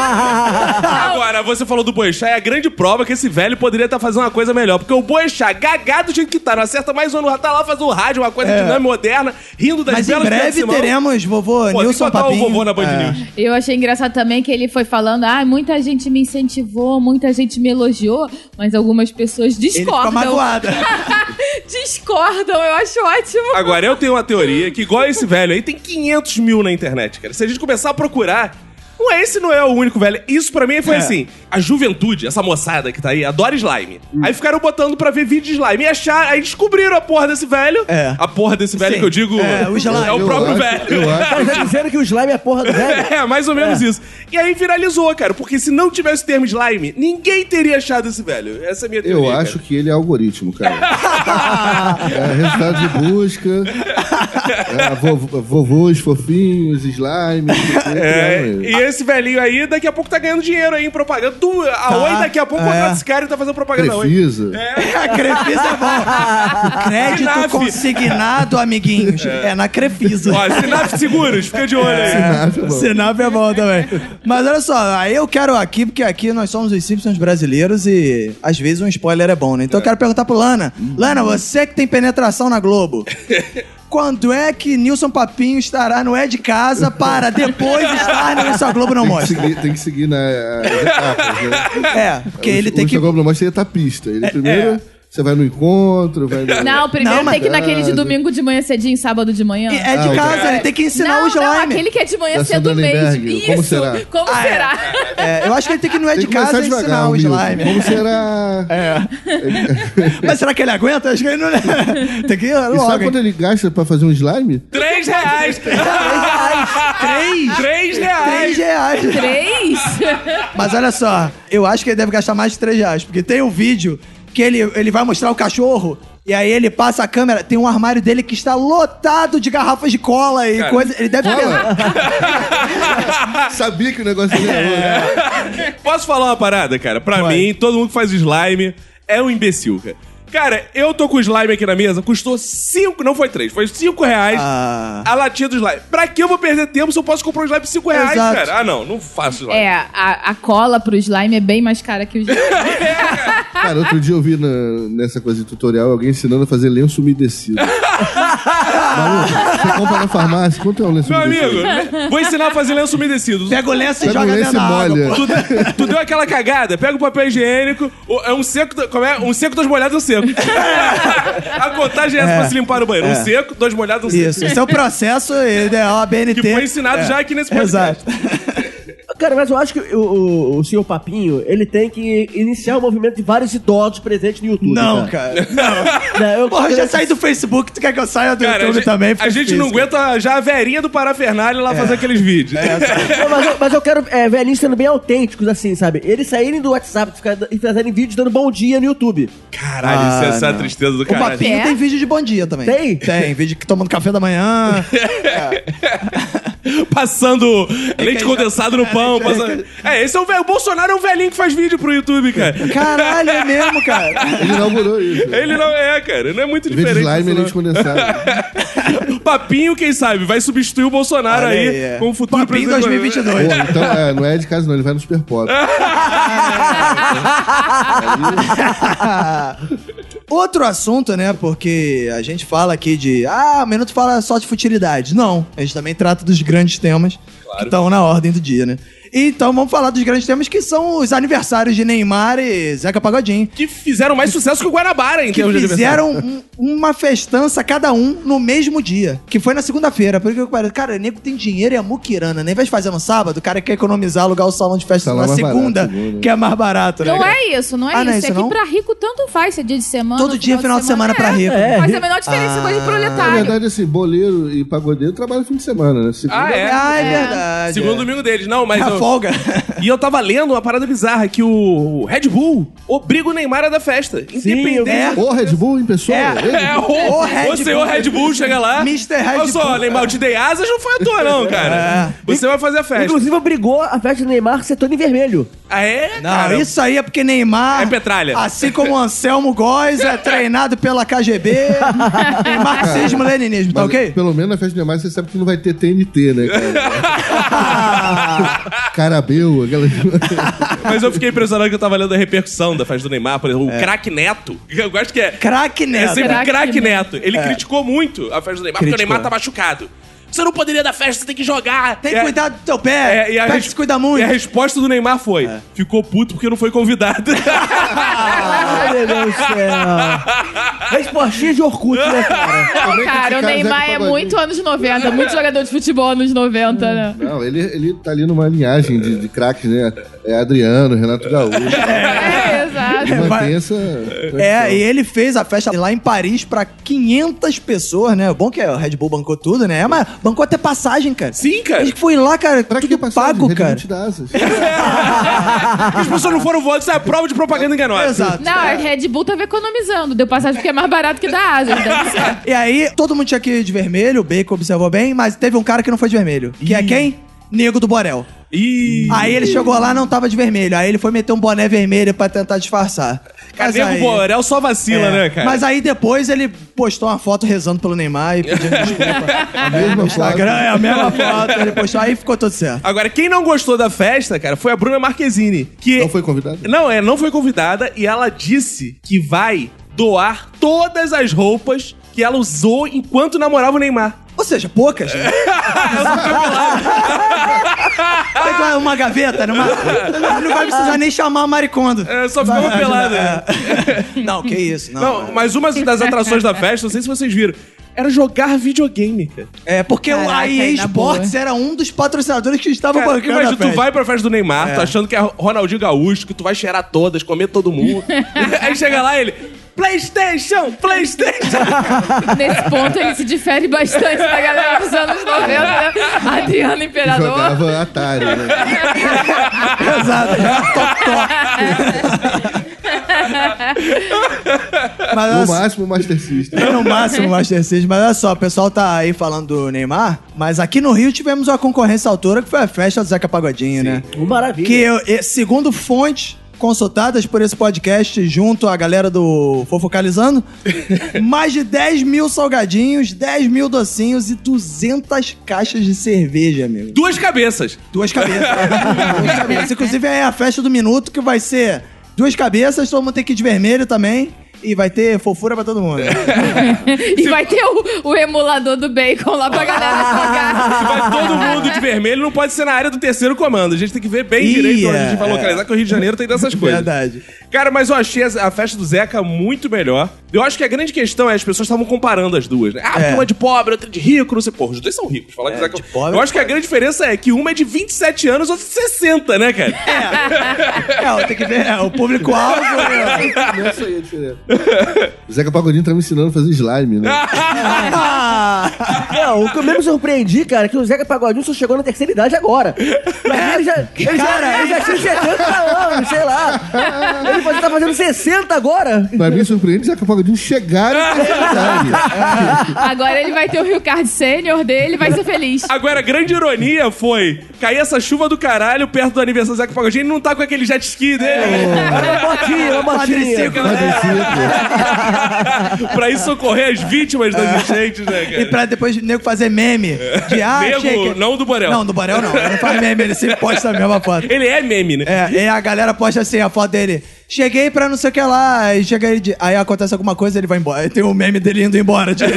S3: Agora, você falou do Boechat, é a grande prova que esse velho poderia estar fazendo uma coisa melhor. Porque o Boechat, gagado do jeito que tá, não acerta mais um ano, tá lá fazendo um rádio, uma coisa dinâmica, moderna, rindo das
S2: É. Mas em
S3: belas piadas de
S2: breve
S3: Simão.
S2: teremos vovô
S3: Pô, tem que
S2: Nilson
S3: botar o
S2: Papinho.
S3: vovô na Band
S2: É.
S3: News.
S4: Eu achei engraçado também que ele foi falando: ah, muita gente me incentivou, muita gente me elogiou, mas algumas pessoas
S2: Ele ficou
S4: discordam.
S2: magoado.
S1: Discordam, eu acho ótimo.
S3: Agora, eu tenho uma teoria que, igual esse velho aí, tem 500 mil na internet, cara. Se a gente começar a procurar. Não é, esse não é o único, velho. Isso pra mim
S2: É.
S3: foi assim: a juventude, essa moçada que tá aí, adora slime.
S2: Hum.
S3: Aí ficaram botando pra ver vídeo de slime e achar, aí descobriram a porra desse velho.
S2: É.
S3: A porra desse velho
S2: Sim.
S3: que eu digo
S2: É, o slime.
S3: o
S6: Eu
S3: próprio
S6: acho-
S3: velho.
S6: eu acho
S5: Tá dizendo que o slime é a porra do velho?
S3: É, mais ou menos isso. E aí viralizou, cara, porque se não tivesse o termo slime, ninguém teria achado esse velho. Essa é a minha teoria.
S6: Eu acho que ele é algoritmo, cara. é resultado de busca. É, vovô- vovôs fofinhos, slime. não sei o quê.
S3: É,
S6: Não,
S3: e esse velhinho aí, daqui a pouco tá ganhando dinheiro aí em propaganda. Do, a Oi, daqui a pouco,
S2: é.
S3: contrata esse cara e tá fazendo propaganda da Oi.
S6: Precisa.
S2: A Crefisa é bom. Crédito
S3: Sinaf.
S2: consignado, amiguinhos. É, na Crefisa.
S3: Ó, Sinaf Seguros, fica de olho aí.
S6: Sinaf é bom.
S2: Sinaf é bom também. Mas olha só, aí eu quero aqui, porque aqui nós somos os Simpsons brasileiros e às vezes um spoiler é bom, né? Então eu quero perguntar pro Lana. Lana, você que tem penetração na Globo. Quando é que Nilson Papinho estará no É de Casa para depois estar no Isso a Globo Não
S6: Tem que,
S2: Mostra?
S6: seguir, tem que seguir na, as etapas, né?
S2: É, porque
S6: O-
S2: ele tem
S6: o
S2: que... É,
S6: Instagram não mostra, ele tá pista. Ele primeiro, você vai no encontro, vai no...
S4: Não, primeiro
S2: Não, mas-
S4: tem que ir naquele de domingo de manhã cedinho, sábado de manhã.
S2: E É
S6: Ah,
S2: de
S6: ok.
S2: casa, ele tem que ensinar
S1: não,
S2: o slime.
S1: não, aquele que é de manhã
S6: Da
S1: cedo mesmo.
S6: Sandalenberg,
S1: Isso.
S6: como será?
S1: Como
S2: Ah, é.
S1: será?
S2: É, eu acho que ele tem que ir no É
S6: Tem
S2: de
S6: que começar
S2: Casa e ensinar
S6: devagar,
S2: o
S6: Wilson.
S2: slime.
S6: Como será?
S2: É, Mas será que ele aguenta? Acho que ele não. é. Tem que ir
S6: E sabe
S2: logo.
S6: quando ele gasta pra fazer um slime?
S3: Três reais.
S2: Três?
S3: Três
S2: Três
S3: reais.
S2: reais.
S1: Três?
S2: Mas olha só, eu acho que ele deve gastar mais de três reais, porque tem um vídeo que ele, ele vai mostrar o cachorro. E aí ele passa a câmera, tem um armário dele que está lotado de garrafas de cola e
S3: Cara.
S2: coisa. Ele deve ter. Ah!
S6: Sabia que o negócio dele era bom, né?
S3: Posso falar uma parada, cara? Pra
S2: Vai.
S3: mim, todo mundo que faz slime é um imbecil, cara. Cara, eu tô com slime aqui na mesa, custou cinco, não foi três, foi cinco reais
S5: é.
S2: Ah.
S3: a latinha do slime. Pra que eu vou perder tempo se eu posso comprar um slime por cinco reais,
S2: Exato.
S3: cara? Ah, não, não faço slime.
S4: É, a, a cola pro slime é bem mais cara que o slime.
S6: Cara, outro dia eu vi na- nessa coisa de tutorial alguém ensinando a fazer lenço umedecido. Maluco, você compra na farmácia, quanto é um lenço
S3: Meu
S6: umedecido?
S3: amigo, né? vou ensinar a fazer lenço umedecido.
S2: Pega o lenço e
S6: Pega um
S2: joga
S6: lenço
S2: dentro da
S6: e
S2: água.
S6: molha.
S2: pô.
S3: Tu, tu deu aquela cagada, pega o papel higiênico, o- é um seco, do- como é? Um seco, dois molhados, um seco. a contagem é essa pra se limpar o banheiro. Um seco, dois molhados, um seco.
S2: É. Isso, esse é o processo ideal, a BNT.
S3: Que foi ensinado
S2: É.
S3: já aqui nesse podcast.
S2: Exato.
S5: Cara, mas eu acho que o, o, o senhor Papinho, ele tem que iniciar o movimento de vários idosos presentes no YouTube.
S2: Não, cara.
S5: Não, eu-
S2: Porra, eu já saí do Facebook, tu quer que eu saia do
S3: Cara, a
S2: YouTube
S3: gente,
S2: Então, também? É.
S3: a gente não aguenta já a verinha do Parafernália lá fazer aqueles vídeos.
S5: Não, mas, eu, mas eu quero é, velhinhos sendo bem autênticos, assim, sabe? Eles saírem do WhatsApp e ficar- e fazerem vídeos dando bom dia no YouTube.
S3: Caralho,
S2: Ah,
S3: isso é essa
S2: não.
S3: tristeza do
S2: O
S3: caralho.
S2: papinho
S4: É?
S2: tem vídeo de bom dia também.
S5: Tem?
S2: Tem, vídeo que tomando café da manhã.
S3: Passando leite condensado no pão. Passando... É, esse é o velho. O Bolsonaro é um velhinho que faz vídeo pro YouTube, cara.
S2: Caralho, é mesmo, cara.
S6: Ele inaugurou isso.
S3: Ele não é, cara. Não é muito
S6: Em vez de
S3: diferente.
S6: slime,
S3: disso,
S6: ele
S3: não.
S2: né?
S6: condensado.
S3: Papinho, quem sabe, vai substituir o Bolsonaro
S2: Olha
S3: aí,
S2: aí, é.
S3: com o futuro
S2: Papinho
S3: presidente.
S6: Pô,
S2: 2022.
S6: então, é, não é de casa não, ele vai no Super Pop.
S2: Ah. Outro assunto, né? Porque a gente fala aqui de. Ah, o minuto fala só de futilidade. Não, a gente também trata dos grandes temas que estão na ordem do dia, né? Então vamos falar dos grandes temas que são os aniversários de Neymar e Zeca Pagodinho.
S3: Que fizeram mais sucesso que é o Guarabara, em
S2: Que é
S3: termos de aniversário.
S2: fizeram um- uma festança cada um no mesmo dia. Que foi na segunda-feira. Porque eu parei, cara, nego tem dinheiro e é muquirana. Nem vai fazer no sábado, o cara quer economizar, alugar o salão de festa
S6: Salão
S2: na
S6: mais barato,
S2: segunda,
S6: segunda.
S2: que é mais barato, né?
S7: Não
S2: cara?
S7: é isso, não é
S2: Ah,
S7: isso.
S2: não é isso,
S7: é que
S2: não?
S7: pra rico tanto faz, se é dia de semana.
S2: Todo dia, final de semana, pra rico. Ah.
S7: É,
S5: É,
S7: não faz a menor diferença, coisa de
S6: Na
S7: proletário.
S6: verdade, assim, boleiro e pagodeiro trabalham fim de semana, né? Segunda,
S3: Ah, é?
S2: Ah, é verdade.
S3: Segundo domingo deles, não,
S2: é
S3: mas.
S2: a
S3: eu-
S2: folga.
S3: E eu tava lendo uma parada bizarra que o Red Bull obriga o Neymar a dar festa. Independente.
S2: é.
S6: Ô, Red Bull em pessoa?
S2: É.
S6: Ele?
S3: É, o,
S2: O
S3: o,
S2: Red
S3: senhor
S2: Bull.
S3: Red Bull chega lá. assim,
S2: Mr. Red
S3: Olha só,
S2: Bull. É.
S3: Neymar, eu te dei asas, não foi à toa, não, cara. Você vai fazer a festa.
S5: Inclusive, obrigou a festa do Neymar ser toda em vermelho.
S3: Ah, é?
S2: Não,
S3: cara?
S2: isso aí é porque Neymar.
S3: É petralha.
S2: Assim como o Anselmo Góes é treinado pela KGB em marxismo-leninismo, tá
S6: Mas,
S2: ok?
S6: Pelo menos na festa de Neymar você sabe que não vai ter TNT, né, cara? Carabeu, aquela...
S3: Mas eu fiquei impressionado que eu tava lendo a repercussão da festa do Neymar, por exemplo, o craque Neto. Eu gosto que é.
S2: Crack
S3: É
S2: É. Neto. É.
S3: sempre o
S7: Craque
S3: craque Neto. Ele criticou muito a festa do Neymar, porque o
S2: Criticou.
S3: Neymar tá machucado. Você não poderia dar festa, você tem que jogar.
S2: Tem
S3: É-
S2: que cuidar do teu pé.
S3: É, e a
S2: Pé que
S3: res-
S2: se cuida muito. É.
S3: E a resposta do Neymar foi: ficou puto porque não foi convidado.
S5: Ah, meu Deus do céu.
S2: É
S5: Respostinha de Orkut, né, cara?
S6: Também
S4: Cara, o
S6: criticaram
S4: Neymar
S6: Zeca
S4: é
S6: Pagodinho.
S4: muito anos 90, muito jogador de futebol anos 90, né?
S6: Não, ele, ele tá ali numa linhagem de, de craques, né? É Adriano, Renato Gaúcho.
S4: É, exato.
S6: Ele
S2: Vai-
S6: mantém essa...
S2: É, e ele fez a festa lá em Paris pra 500 pessoas, né? O bom que o Red Bull bancou tudo, né? Mas bancou até passagem, cara.
S3: Sim, cara.
S2: Ele foi lá, cara,
S6: Pra que
S2: tudo
S6: passagem?
S2: pago,
S6: Red Bull
S2: cara.
S6: te dá asas.
S3: As pessoas não foram voando, isso é prova de propaganda enganosa.
S2: Exato.
S4: Não, a Red Bull tava economizando. Deu passagem porque é mais barato que da Então, Asa. deve ser.
S2: E aí, todo mundo tinha que ir de vermelho, o Bacon observou bem, mas teve um cara que não foi de vermelho. Que é quem? Nego do Borel.
S3: Ih.
S2: Aí ele chegou lá, não tava de vermelho. Aí ele foi meter um boné vermelho pra tentar disfarçar.
S3: Cara,
S2: Mas
S3: Nego
S2: aí-
S3: Borel só vacila,
S2: É.
S3: né, cara?
S2: Mas aí depois ele postou uma foto rezando pelo Neymar e pedindo desculpa.
S6: A mesma
S2: Instagram
S6: foto.
S2: é a mesma foto, ele postou, aí ficou tudo certo.
S3: Agora, quem não gostou da festa, cara, foi a Bruna Marquezine. Que
S6: Não foi convidado?
S3: Não, é, não foi convidada e ela disse que vai doar todas as roupas que ela usou enquanto namorava o Neymar.
S2: Ou seja, poucas. Né? Faz uma- é uma gaveta, numa... não vai precisar nem chamar a Maricondo.
S3: É, só ficou
S2: Vai-
S3: pelada.
S2: É. Não, que isso, não.
S3: Não, mas uma das atrações da festa, não sei se vocês viram, era jogar videogame, cara.
S2: É, porque o a
S4: Caraca,
S2: EA
S4: aí na boa.
S2: Sports era um dos patrocinadores que estava
S3: Cara,
S2: bancando a
S3: imagina, tu
S2: festa.
S3: vai pra festa do Neymar, tu achando que é Ronaldinho Gaúcho, que tu vai cheirar todas, comer todo mundo. Aí chega lá ele, Playstation, Playstation.
S4: Nesse ponto ele se difere bastante da galera dos anos 90, né? Adriano Imperador.
S6: Jogava Atari, né?
S2: Exato, já totó. Mas
S6: No
S2: olha só,
S6: máximo, Master System.
S2: é no máximo Master System, mas olha só, o pessoal tá aí falando do Neymar, mas aqui no Rio tivemos uma concorrência à altura que foi a festa do Zeca Pagodinho, né?
S5: Maravilha.
S2: Que eu- e- segundo fontes consultadas por esse podcast junto à galera do Fofocalizando, mais de 10 mil salgadinhos, 10 mil docinhos e 200 caixas de cerveja, amigo.
S3: Duas cabeças.
S2: Duas cabeças. duas cabeças. Inclusive é a festa do minuto que vai ser duas cabeças, todo mundo tem que ir de vermelho também. E vai ter fofura pra todo mundo. É
S4: E vai ter o, o emulador do bacon lá pra galera jogar.
S3: Vai todo mundo de vermelho, não pode ser na área do terceiro comando. A gente tem que ver bem
S2: Ih,
S3: direito onde a gente
S2: é.
S3: vai localizar, que o Rio de Janeiro tem dessas coisas.
S2: Verdade.
S3: Cara, mas eu achei a a festa do Zeca muito melhor. Eu acho que a grande questão é as pessoas estavam comparando as duas, né? Ah,
S2: É.
S3: uma é de pobre, outra de rico, não sei. Porra, os dois são ricos. Falar que o Zeca...
S2: de pobre
S3: eu acho que a grande diferença é que uma é de 27 anos, outra de 60, né, cara?
S2: É, tem que ver. É, o público-alvo. é.
S6: Não é isso aí a diferença. Zeca Pagodinho tá me ensinando a fazer slime, né?
S2: Ah,
S5: Não, o que eu mesmo surpreendi, cara, é que o Zeca Pagodinho só chegou na terceira idade agora. Mas ele já, ele já, ele já tinha 70 anos, sei lá. Ele pode estar fazendo 60 agora.
S6: Pra mim, surpreende Zeca Pagodinho chegar e ter
S4: Agora ele vai ter o Rio Card Sênior dele, vai ser feliz.
S3: Agora, a grande ironia foi cair essa chuva do caralho perto do aniversário do Zeca Pagodinho e não tá com aquele jet ski
S2: É,
S3: dele. né?
S5: É Uma botinha, uma botinha.
S2: Padre
S6: slime.
S3: pra ir socorrer as vítimas das enchentes, né, cara?
S2: e pra depois o nego fazer meme. De, ah,
S3: Nego,
S2: achei que-
S3: É. não do Borel.
S2: Não, do Borel não. Ele não faz meme, ele sempre posta a mesma foto.
S3: Ele é meme, né?
S2: É, e a galera galera posta assim a foto dele. Cheguei pra não sei o que lá. E chega ele de... Aí acontece alguma coisa ele vai embora. Aí Tem o meme dele indo embora. tipo.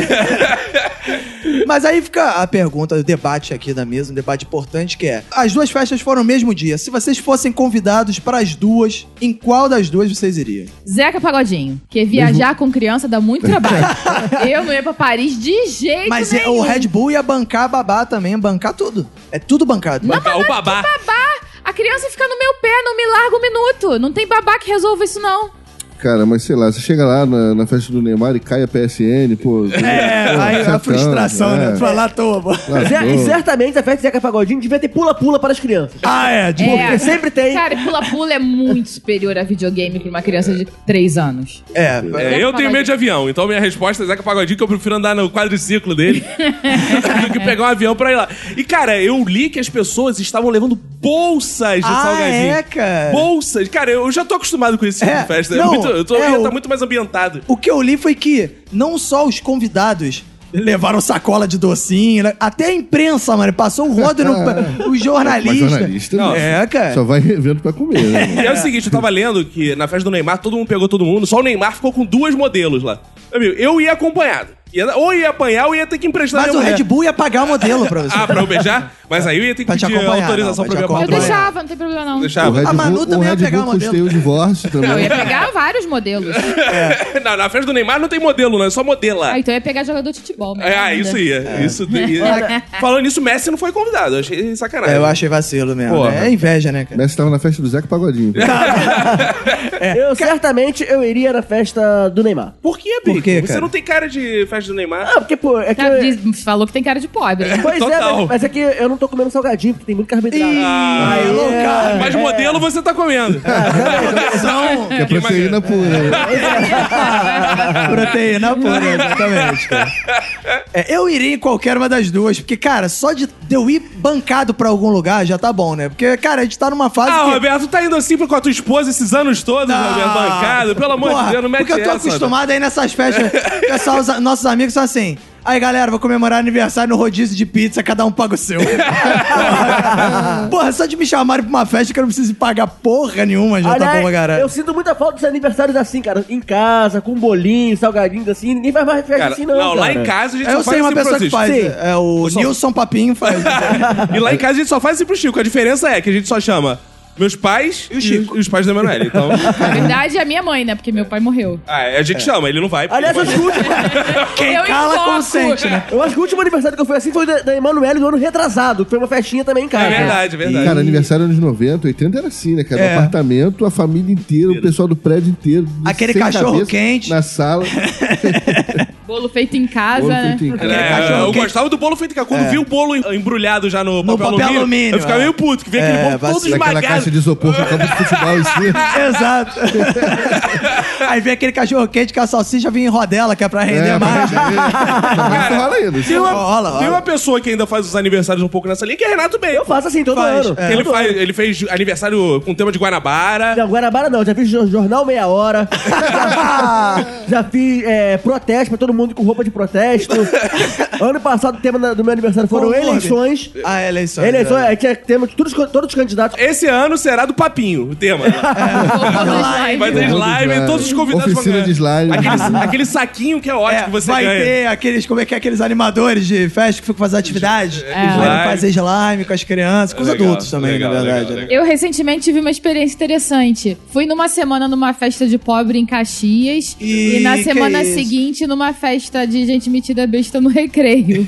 S2: Mas aí fica a pergunta, o debate aqui da mesa, um debate importante que é: as duas festas foram no mesmo dia. Se vocês fossem convidados para as duas, em qual das duas vocês iriam?
S4: Zeca Pagodinho, que viajar com criança dá muito trabalho. eu não ia pra Paris de jeito
S2: Mas é-
S4: nenhum.
S2: o Red Bull ia bancar babá também, ia bancar tudo. É tudo bancado.
S3: Bancar Tá, o babá.
S7: Babá, a criança fica no meu pé, não me larga um minuto. Não tem babá que resolva isso, não.
S6: Cara, mas sei lá, você chega lá na, na festa do Neymar e cai a PSN, pô.
S2: É,
S6: pô,
S2: aí a
S6: chatão,
S2: frustração,
S6: é.
S2: né? é, Falar à toa. pô.
S6: Largou.
S5: Zé- E certamente a festa de Zeca Pagodinho devia ter pula-pula para as crianças.
S2: Ah, é, de bobeira.
S5: Porque sempre tem.
S4: Cara, pula-pula é muito superior a videogame pra uma criança de 3 anos.
S2: É,
S3: É, eu tenho medo de avião, então minha resposta é Zeca Pagodinho, que eu prefiro andar no quadriciclo dele do que pegar um avião pra ir lá. E, cara, eu li que as pessoas estavam levando bolsas de
S2: Ah,
S3: salgadinho.
S2: é, cara?
S3: Bolsas. Cara, eu já tô acostumado com esse tipo
S2: É,
S3: de festa.
S2: não,
S3: é muito, eu tô,
S2: é
S3: eu ia
S2: o-
S3: tá muito mais ambientado.
S2: O que eu li foi que não só os convidados levaram sacola de docinho, né? até a imprensa, mano, passou o rodo no os
S6: Mas
S2: jornalistas.
S6: jornalista,
S3: Não,
S6: não.
S2: É, cara.
S6: Só vai em evento pra comer, né? mano?
S3: E é o seguinte, eu tava lendo que na festa do Neymar todo mundo pegou todo mundo, só o Neymar ficou com duas modelos lá. Meu Amigo, eu ia acompanhado. Ia- ou ia apanhar ou ia ter que emprestar
S2: Mas
S3: minha
S2: o
S6: né?
S3: mulher.
S2: Red Bull ia pagar o modelo pra você.
S3: Ah, pra eu beijar? Mas aí eu ia ter que
S2: Pra te
S3: pedir
S2: acompanhar,
S3: autorização
S2: não, pra
S3: pra
S2: te acompanhar.
S3: minha patroa.
S7: Eu
S2: Droga.
S7: deixava, não tem problema não.
S6: O
S3: Deixava.
S6: Red
S2: A Manu
S6: Bull, o
S2: também ia
S6: Red
S2: pegar
S6: Bull
S2: uma dela.
S6: custeia o divórcio também.
S4: Eu ia pegar vários modelos.
S2: É.
S3: Não, na festa do Neymar não tem modelo, não. É só modela.
S4: Ah, então eu ia pegar jogador de futebol.
S3: É,
S4: melhor
S3: Ah,
S4: ainda.
S3: isso ia. Isso ia. Falando nisso, o Messi não foi convidado. Eu achei sacanagem.
S2: É, eu achei vacilo mesmo.
S3: Porra.
S2: É inveja, né, cara?
S6: Messi tava na festa do Zeca Pagodinho.
S2: Ah,
S5: Eu certamente eu iria na festa do Neymar.
S3: Por que, Bico?
S2: Por quê,
S3: Você
S2: cara?
S3: não tá- tem cara de festa do Neymar?
S5: Ah, porque, pô, é que.
S4: Tá, diz- falou que tem cara de pobre. né?
S5: Pois é,
S3: Total.
S5: mas, mas é que eu não tô comendo salgadinho, porque tem muito carboidrato.
S3: Ah,
S2: Ih, alô, cara.
S3: Mas modelo você tá comendo.
S2: É, São
S6: Que é proteína
S2: tá
S6: pura.
S2: proteína pura, exatamente. cara. É, eu iria em qualquer uma das duas, porque, cara, só de de eu ir bancado pra algum lugar já tá bom, né? Porque, cara, a gente tá numa fase
S3: Ah,
S2: que...
S3: Roberto, tá indo assim com a tua esposa esses anos todos, Roberto, bancado. Pelo amor
S2: Ah, Porra,
S3: de Deus, não mete
S2: Porque eu tô
S3: essa,
S2: acostumado aí nessas festas. O Pessoal, os- nossos amigos são assim. Aí, galera, vou comemorar aniversário no rodízio de pizza, cada um paga o seu. porra, só de me chamarem pra uma festa que eu não preciso pagar porra nenhuma, já tá
S5: Aliás,
S2: bom, pra caralho.
S5: eu sinto muita falta dos aniversários assim, cara. Em casa, com bolinhos, salgadinhos assim. Ninguém faz mais festa
S3: Cara,
S5: assim, não.
S3: não, lá
S5: cara.
S3: em casa a gente
S2: Eu
S3: só faz
S2: sei uma
S3: assim pro
S2: pessoa que
S3: Francisco.
S2: faz.
S5: Sim.
S2: É o Nilson Papinho faz. né?
S3: E lá em casa a gente só faz assim pro Chico. A diferença é que a gente só chama meus pais e, e os pais da Emanuele. Então,
S4: Na verdade, é a minha mãe, né? Porque meu pai morreu.
S3: ah, a
S2: É.
S3: gente chama, ele não vai. porque
S5: Aliás, eu
S3: ele
S5: acho,
S3: vai-
S5: que o último,
S2: Quem
S1: Eu
S2: cala
S1: invoco.
S2: consente, né?
S5: eu acho que o último aniversário que eu fui assim foi da, da Emanuele do ano retrasado. que Foi uma festinha também em casa.
S3: É verdade, é verdade.
S6: Cara, aniversário anos 90, 80 era assim, né, cara? No
S2: É.
S6: apartamento, a família inteira, o pessoal do prédio inteiro.
S2: Aquele
S6: sem
S2: cachorro
S6: cabeça,
S2: quente.
S6: Na sala.
S4: Bolo feito em casa,
S6: bolo
S4: né?
S6: feito em casa.
S3: É,
S2: cachorro
S3: eu
S2: quente. É.
S3: gostava do bolo feito em casa. Quando vi o bolo embrulhado já no,
S2: No
S3: papel,
S2: papel
S3: alumínio,
S2: alumínio,
S3: eu ficava
S2: é.
S3: meio puto, que vem
S2: É,
S3: aquele bolo todo
S2: vacilo.
S6: Naquela
S3: esmagado.
S6: caixa de isopor com campo de futebol em cima.
S2: Exato. Aí vem aquele cachorro quente com a salsicha vem em rodela, que é pra render
S6: É,
S2: mais.
S6: mas mas rola ainda.
S3: Tem é uma,
S2: Rola, rola.
S3: tem uma pessoa que ainda faz os aniversários um pouco nessa linha, que é Renato Bem.
S5: Eu faço assim todo
S2: Faz,
S5: ano.
S2: é.
S3: ele,
S5: Todo
S3: faz, ele fez aniversário com tema de Guanabara.
S5: Não, Guanabara um não, já fiz jo- jornal meia hora. já fiz é, protesto pra todo mundo com roupa de protesto. ano passado o tema da- do meu aniversário foram
S2: Concordo.
S5: eleições.
S2: Ah, eleição.
S5: Eleições, é, aí tinha tema de todos, os can- todos os candidatos.
S3: Esse ano será do Papinho, o tema. Vai ter slime,
S2: É.
S6: Slime.
S3: todos os convidados
S6: Oficina
S3: vão ganhar.
S6: de slime.
S3: Aquele, aquele saquinho que é ótimo, que você
S2: vai
S3: ganha.
S2: ter aqueles, como é que é, aqueles animadores de festa que ficam fazendo atividades. É.
S3: Slime.
S2: fazer slime com as crianças, com os
S3: Legal,
S2: adultos também,
S3: legal,
S2: na verdade.
S3: legal,
S2: né?
S4: Eu recentemente tive uma experiência interessante. Fui numa semana numa festa de pobre em Caxias
S2: Ih,
S4: e na
S2: que é
S4: semana
S2: isso.
S4: seguinte numa festa de gente metida besta no recreio.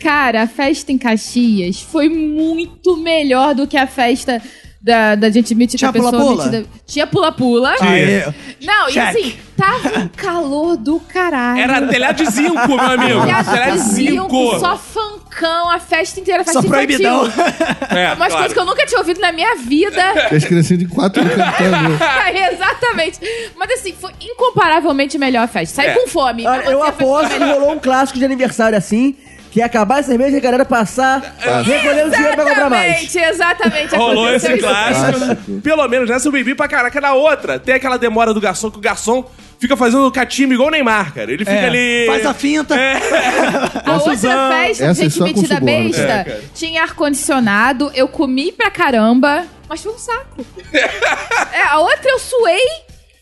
S4: Cara, a festa em Caxias foi muito melhor do que a festa da, da gente metida
S2: Tinha
S4: pessoa
S2: pula-pula?
S4: metida. Tinha pula-pula.
S2: Aí,
S4: Não,
S2: Check.
S4: e assim, tava um calor do caralho.
S3: Era telhado de zinco, meu amigo. telhado de zinco.
S4: Só fancão, a festa inteira, a festa
S2: só
S4: infantil.
S2: proibidão.
S3: É,
S4: Umas coisas que eu nunca tinha ouvido na minha vida.
S6: E as criancinhas de quatro anos cantando.
S4: Exatamente. Mas assim, foi incomparavelmente melhor a festa. Sai
S3: É.
S4: com fome.
S5: Ah,
S4: Pra você
S5: Eu
S4: foi
S5: aposto que rolou um clássico de aniversário assim, que ia acabar a cerveja e a galera passar recolhendo dinheiro pra comprar mais.
S4: Exatamente, exatamente.
S7: Tá
S3: Rolou
S4: Aconteceu
S3: esse
S4: isso.
S3: clássico.
S6: Clássico.
S3: Pelo menos nessa eu bebi pra caraca. Na outra, tem aquela demora do garçom, que o garçom fica fazendo catimba igual o Neymar, cara. Ele fica
S2: É,
S3: ali...
S2: Faz a finta.
S4: A outra
S3: Confusão.
S4: festa,
S6: Essa é
S4: gente
S6: só com
S4: metida
S3: É.
S6: suborno,
S4: besta,
S3: cara.
S4: tinha ar-condicionado, eu comi pra caramba.
S7: Mas foi um saco. é, a outra eu suei,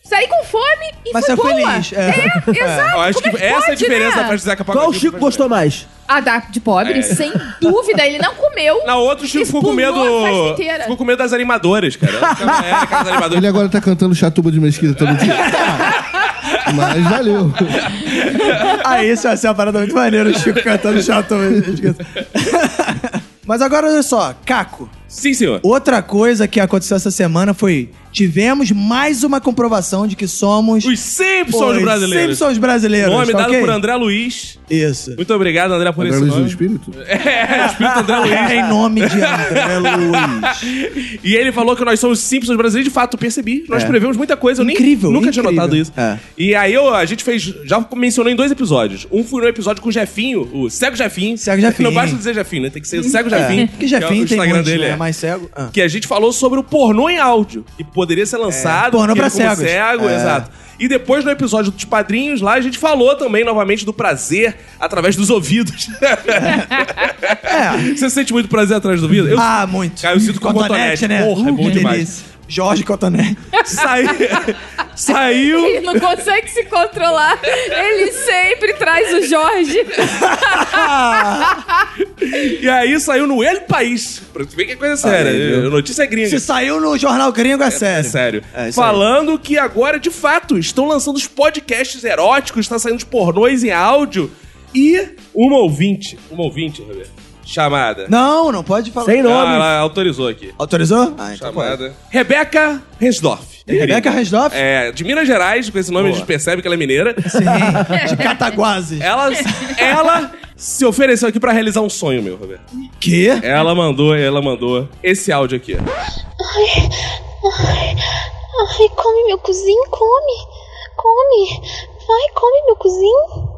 S7: saí com fome e fui
S2: Mas você é
S7: boa.
S2: feliz, é.
S7: exato.
S3: Eu acho
S7: Como é
S3: que
S7: que
S3: essa é a
S7: pode,
S3: diferença
S7: né?
S3: da festa de Zeca Pagodinho.
S5: Qual o Chico
S3: pra-
S5: gostou mais?
S7: Ah, da, de
S3: É.
S7: pobre, sem dúvida. Ele não comeu.
S3: Na outra, o Chico ficou com medo.
S7: Espumou a festa inteira.
S3: Ficou com medo das animadoras, cara. É, aquelas animadoras.
S6: Ele agora tá cantando chatuba de mesquita todo dia. Mas valeu.
S2: Ah, isso vai ser uma parada muito maneira, o Chico cantando chato. Mas agora olha só, Caco.
S3: Sim, senhor.
S2: Outra coisa que aconteceu essa semana foi: tivemos mais uma comprovação de que somos
S3: Os Simpsons
S2: os
S3: brasileiros.
S2: Simpsons brasileiros.
S3: Nome
S2: tá
S3: dado
S2: ok?
S3: por André Luiz.
S2: Isso.
S3: Muito obrigado, André, por
S6: Agora
S3: esse
S6: Luiz do
S3: nome.
S6: Espírito?
S3: É, o espírito André Luiz.
S2: É em nome de André Luiz.
S3: E ele falou que nós somos Simpsons brasileiros, de fato, percebi. Nós prevemos muita coisa, eu nem,
S2: É. Incrível,
S3: nunca
S2: incrível.
S3: tinha notado isso.
S2: É.
S3: E aí eu- a gente fez, já mencionou em dois episódios. Um foi no episódio com o Jefinho, o Cego Jefinho.
S2: Cego Jefinho.
S3: Não basta dizer Jefinho, né? Tem que ser o Cego Jefinho.
S2: É. Que Jefim
S3: é o
S2: tem
S3: Instagram
S2: muitos,
S3: dele.
S2: né?
S3: é.
S2: mais cego. Ah.
S3: Que a gente falou sobre o pornô em áudio, que poderia ser lançado.
S2: É, pornô
S3: porque
S2: pra
S3: ele como
S2: cegos.
S3: cego,
S2: É.
S3: exato. E depois, no episódio dos padrinhos, lá a gente falou também novamente do prazer através dos ouvidos.
S2: É.
S3: Você sente muito prazer através do ouvido? Eu
S2: Ah, muito.
S3: Cara, eu sinto com cotonete.
S2: né?
S3: Porra, é bom
S2: que
S3: demais.
S2: delícia. Jorge Cotonete.
S3: saí. Saiu.
S7: Ele não consegue se controlar. Ele sempre traz o Jorge.
S3: E aí saiu no El País. Pra tu ver que é coisa séria.
S2: Aí, viu?
S3: é notícia gringa.
S2: Se saiu no jornal gringo, é
S3: É
S2: sério.
S3: sério.
S2: É, isso aí.
S3: Falando que agora, de fato, estão lançando os podcasts eróticos, tá saindo os pornôs em áudio. E uma ouvinte, uma ouvinte, Roberto, chamada.
S2: Não, não pode falar.
S5: Sem
S3: Ah,
S5: nome.
S3: ela autorizou aqui.
S2: Autorizou? Ah, então pode.
S3: Chamada. Rebeca Resdorf.
S2: Rebeca Resdorf?
S3: É, de Minas Gerais, com esse nome a gente percebe que ela é mineira.
S2: Sim. De tá. Cataguases.
S3: Ela, ela se ofereceu aqui pra realizar um sonho meu, Roberto.
S2: Que?
S3: Ela mandou, ela mandou esse áudio aqui.
S8: Ai, ai, ai, come meu cozinho, come, come, vai, come meu cozinho.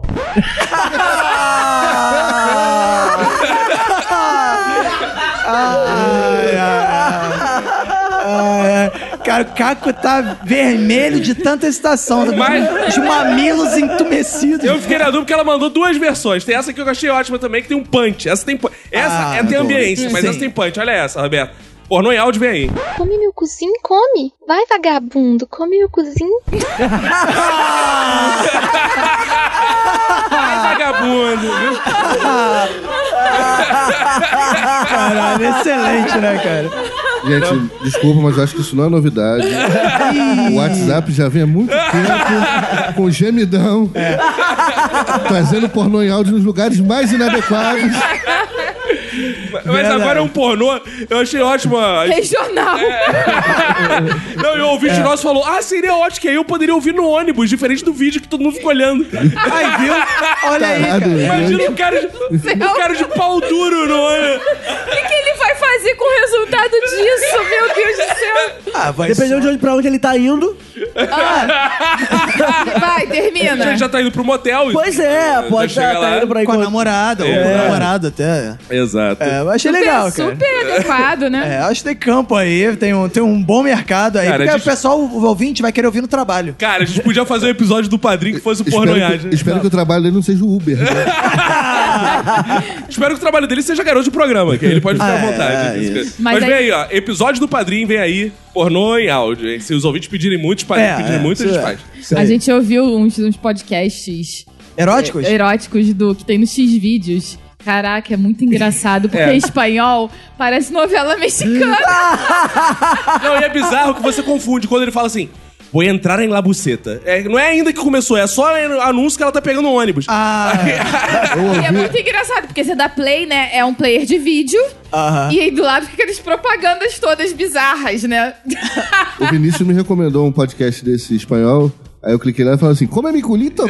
S2: Ah, Cara, o Caco tá vermelho de tanta excitação.
S3: Mas-
S2: Os mamilos entumecidos.
S3: Eu fiquei na dúvida porque ela mandou duas versões. Tem essa que eu achei ótima também, que tem um punch. Essa tem punch. Essa
S2: Ah,
S3: é tem
S2: boa.
S3: ambiência, mas
S2: Sim.
S3: essa tem punch. Olha essa, Roberto. Pornô em áudio vem aí.
S8: Come meu cozinho, come, vai, vagabundo, come meu cozinho.
S2: Ah.
S3: Ai, vagabundo. viu?
S2: Caralho, Ah, excelente, né, cara?
S3: É,
S6: Gente, desculpa, mas eu acho que isso não é novidade. O WhatsApp já vem há muito tempo com gemidão,
S3: É.
S6: trazendo pornô em áudio nos lugares mais inadequados.
S3: Mas agora é um pornô. Eu achei ótimo. a-
S7: Regional.
S3: É. Não, e o ouvinte
S2: É.
S3: nosso falou: Ah, seria ótimo, que aí eu poderia ouvir no ônibus, diferente do vídeo que todo mundo fica olhando.
S2: Aí, viu? Olha aí, cara.
S6: Caralho, gente.
S3: Imagina um cara de, um cara de pau duro no ônibus.
S7: O que, que ele vai fazer com o resultado disso, meu Deus do céu?
S2: Ah, vai
S5: Dependendo de onde pra onde ele tá indo.
S7: Vai,
S3: A
S2: Né.
S7: termina.
S3: gente já tá indo pro motel.
S5: Pois é, pode
S3: chegar
S5: estar tá,
S3: lá.
S5: indo pra É. aí.
S2: com a
S5: com-
S2: namorada, ou com o namorado até.
S3: Exato.
S2: É, eu achei legal, cara.
S7: Super adequado, né?
S2: É, acho que tem campo aí, tem um, tem um bom mercado aí.
S3: Cara,
S2: porque
S3: a gente-
S2: o pessoal, o ouvinte, vai querer ouvir no trabalho.
S3: Cara, a gente podia fazer um episódio do padrinho que fosse o pornô em
S6: Espero,
S3: áudio.
S6: que, espero que o trabalho dele não seja o Uber. né?
S3: Espero que o trabalho dele seja garoto de programa, que ele pode ficar
S2: Ah,
S3: à vontade.
S2: é,
S3: Mas,
S7: Mas aí-
S3: vem aí, ó. Episódio do Padrim, vem aí. Pornô em áudio. hein? Se os ouvintes pedirem muito, os padrinhos
S2: É,
S3: pedirem
S2: é,
S3: muito, a
S2: isso
S3: gente
S2: é.
S3: faz.
S4: A gente ouviu uns, uns podcasts
S2: Eróticos?
S5: É,
S4: eróticos do que tem no X vídeos. Caraca, é muito engraçado, porque
S3: É.
S4: em espanhol parece novela
S2: Ah,
S4: mexicana.
S3: Não, e é bizarro que você confunde quando ele fala assim... Vou entrar em La Buceta. É, não é ainda que começou, é só anúncio que ela tá pegando um ônibus.
S2: Ah,
S6: Eu
S7: E é
S6: ouvi-
S7: muito engraçado, porque você dá play, né? É um player de vídeo.
S2: aham.
S7: E aí do lado fica aquelas propagandas todas bizarras, né?
S6: O Vinícius me recomendou um podcast desse espanhol. Aí eu cliquei lá e falei assim: Como é miculito?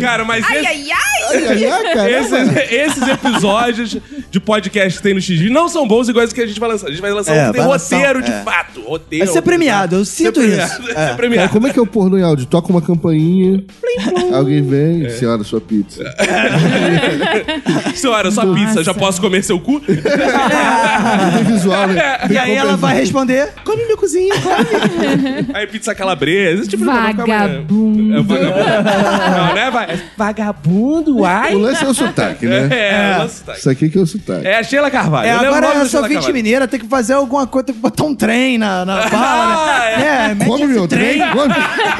S3: Cara, mas
S7: Ai,
S3: esse-
S7: ai, ai!
S6: ah,
S2: É
S3: esses, esses episódios de podcast que tem no XG não são bons iguais que a gente vai lançar. A gente vai lançar
S2: É,
S3: um que tem
S2: vai lançar-
S3: roteiro de
S2: é.
S3: fato. Roteiro.
S2: Vai ser premiado, eu
S3: Ser
S2: sinto isso.
S3: é premiado, ser premiado.
S6: Como é que é o porno em áudio? Toca uma campainha, alguém vem,
S2: É.
S6: senhora, sua pizza.
S3: Senhora, sua pizza, já posso comer seu cu?
S6: Tem visual, né? Tem
S2: E aí ela vai responder: come um meu cozinho, come.
S3: Aí pizza calabresa, esse tipo de coisa.
S4: Vagabundo.
S3: É vagabundo. Não, né? Vai. Vagabundo, Uruguai?
S6: O lance é o sotaque, né?
S3: É, o lance tá aí.
S6: Isso aqui que é o sotaque.
S3: É a Sheila Carvalho.
S2: É,
S3: Eu lembro o
S2: agora
S3: nome da
S2: eu sou
S3: Sheila
S2: 20
S3: Carvalho.
S2: mineira, tem que fazer alguma coisa, tem que botar um trem na, na
S3: Ah,
S2: bala, né? É, mete
S6: Come
S2: esse
S6: meu trem, come.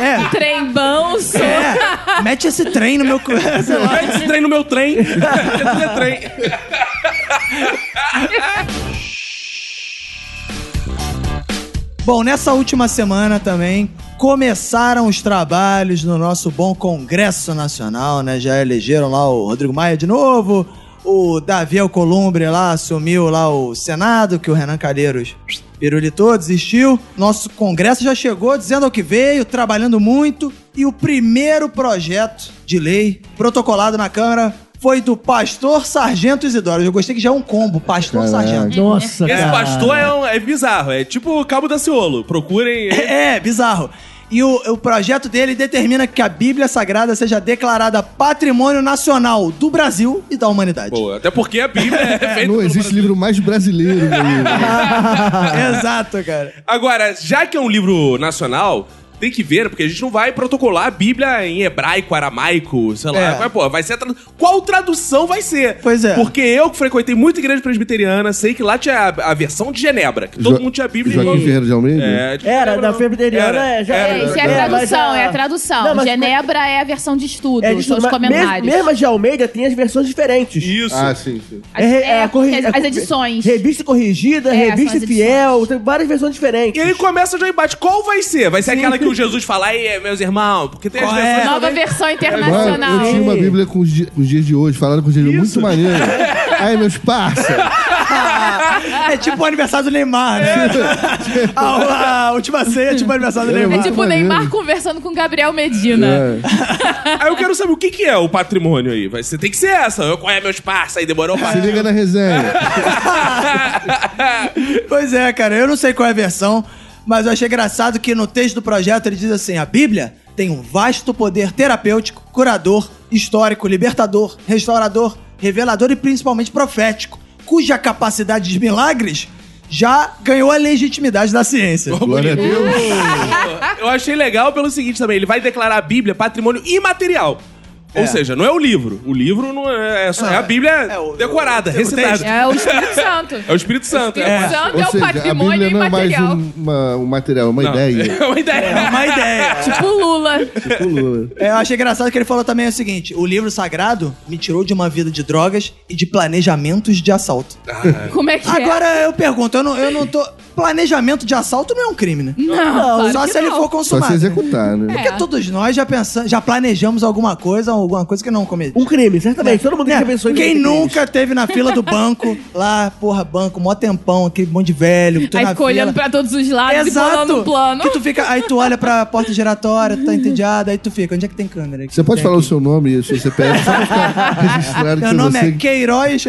S2: É,
S7: Trembão, sou.
S2: é, mete esse trem no meu... cu- Sei lá.
S3: Pega esse trem no meu trem. Tudo é trem.
S2: Bom, nessa última semana também começaram os trabalhos no nosso bom Congresso Nacional, né? Já elegeram lá o Rodrigo Maia de novo, o Davi Alcolumbre lá assumiu lá o Senado, que o Renan Calheiros pirulitou, desistiu. Nosso Congresso já chegou dizendo ao que veio, trabalhando muito, e o primeiro projeto de lei protocolado na Câmara foi do Pastor Sargento Isidoro. Eu gostei que já é um combo, Pastor Sargento.
S5: Nossa,
S3: Esse
S5: cara.
S3: pastor é, um- é bizarro. É tipo o Cabo da Ciolo. Procurem. ele.
S2: É, é, bizarro. E o, o projeto dele determina que a Bíblia Sagrada seja declarada patrimônio nacional do Brasil e da humanidade.
S3: Pô, até porque a Bíblia é feita
S6: Não
S3: pelo
S6: existe livro mais brasileiro, meu amigo.
S2: Exato, cara.
S3: Agora, já que é um livro nacional, tem que ver, porque a gente não vai protocolar a Bíblia em hebraico, aramaico, sei lá.
S2: É.
S3: Mas, pô, vai ser a tradu- Qual tradução vai ser?
S2: Pois é.
S3: Porque eu que frequentei muito igreja presbiteriana, sei que lá tinha a, a versão de Genebra, que todo
S6: Jo-
S3: mundo tinha a Bíblia
S6: Joaquim
S3: igual-
S6: Ferreira de Almeida?
S3: É, de
S5: Era,
S3: Genebra
S5: da
S3: não.
S5: presbiteriana, é, já
S7: É, isso é
S5: É,
S7: a tradução,
S5: mas a-
S7: é a tradução.
S5: Não, mas-
S7: Genebra é a versão de estudo,
S5: É,
S7: os
S5: de tudo,
S7: seus
S5: mas
S7: comentários.
S5: Mesmo, mesmo as de Almeida tem as versões diferentes.
S3: Isso.
S6: Ah, sim, sim.
S7: As-
S5: re-
S7: é,
S5: a corri-
S7: as-
S5: a-
S7: as edições.
S5: Revista corrigida,
S7: É, são
S5: revista
S7: as
S5: fiel,
S7: edições.
S5: tem várias versões
S3: E
S5: diferentes.
S3: aí começa já o embate. Qual vai ser? Vai ser aquela que o Jesus fala, "Ei, meus irmãos, porque tem as
S2: Qual é?
S3: versões...
S7: Nova versão
S6: Mano,
S7: internacional.
S6: eu tinha uma Bíblia com os, di- com os dias de hoje, falaram com os dias de hoje, muito maneiro. Ai, meus parça.
S2: É tipo o aniversário do Neymar, né? A, a última ceia é tipo o aniversário do
S6: É,
S2: Neymar.
S7: É tipo o
S6: Maneiro.
S7: Neymar conversando com Gabriel Medina.
S6: É.
S3: Aí eu quero saber o que, que é o patrimônio aí. Vai ser, tem que ser essa. Eu, Qual é, meus parça? Aí demorou pra...
S6: Se liga na resenha.
S2: Pois é, cara, eu não sei qual é a versão, mas eu achei engraçado que no texto do projeto ele diz assim: a Bíblia tem um vasto poder terapêutico, curador, histórico, libertador, restaurador, revelador e principalmente profético, cuja capacidade de milagres já ganhou a legitimidade da ciência.
S6: Glória a Deus.
S3: Eu achei legal pelo seguinte também, ele vai declarar a Bíblia patrimônio imaterial. Ou seja, não é o livro. O livro não é, é só, é a Bíblia
S2: Ah, o-
S3: decorada,
S2: o
S3: recitada.
S2: texto.
S7: É o Espírito Santo.
S3: É o Espírito Santo.
S7: Espírito
S3: É.
S7: Santo
S6: Ou
S7: é o
S6: seja, a
S7: patrimônio
S6: Bíblia não é mais
S7: imaterial.
S6: um, uma- um material, é uma
S3: Não,
S6: ideia.
S3: É uma ideia.
S2: É uma ideia.
S7: Tipo Lula.
S6: Tipo Lula.
S2: É, eu achei engraçado que ele falou também o seguinte: o livro sagrado me tirou de uma vida de drogas e de planejamentos de assalto.
S7: Como é que é?
S2: Agora eu pergunto, eu não, eu não tô. Planejamento de assalto não é um crime, né?
S7: Não,
S2: Só
S7: claro
S2: se
S7: que
S2: ele
S7: não. É.
S2: for
S6: Só se
S2: consumado.
S6: executar, né?
S2: Porque todos nós já pensamos, já planejamos alguma coisa, alguma coisa que não
S5: Um
S2: cometemos.
S5: crime,
S3: né?
S5: certamente. Todo mundo que um pensou em
S2: Quem
S5: crimes.
S2: nunca teve na fila do banco, lá, porra, banco, mó tempão, aquele monte de velho, tu
S7: Aí
S2: na
S7: ficou
S2: fila.
S7: olhando pra todos os lados e bolando
S2: Exato.
S7: um plano.
S2: Que tu fica, aí tu olha pra porta giratória, tá entediado, aí tu fica, onde é que tem câmera? aqui?
S6: Você pode
S2: Tem
S6: falar o
S2: aqui.
S6: seu nome e o seu CPF, só pra ficar registrado
S2: Meu
S6: que
S2: nome
S6: você...
S2: é Queiroz.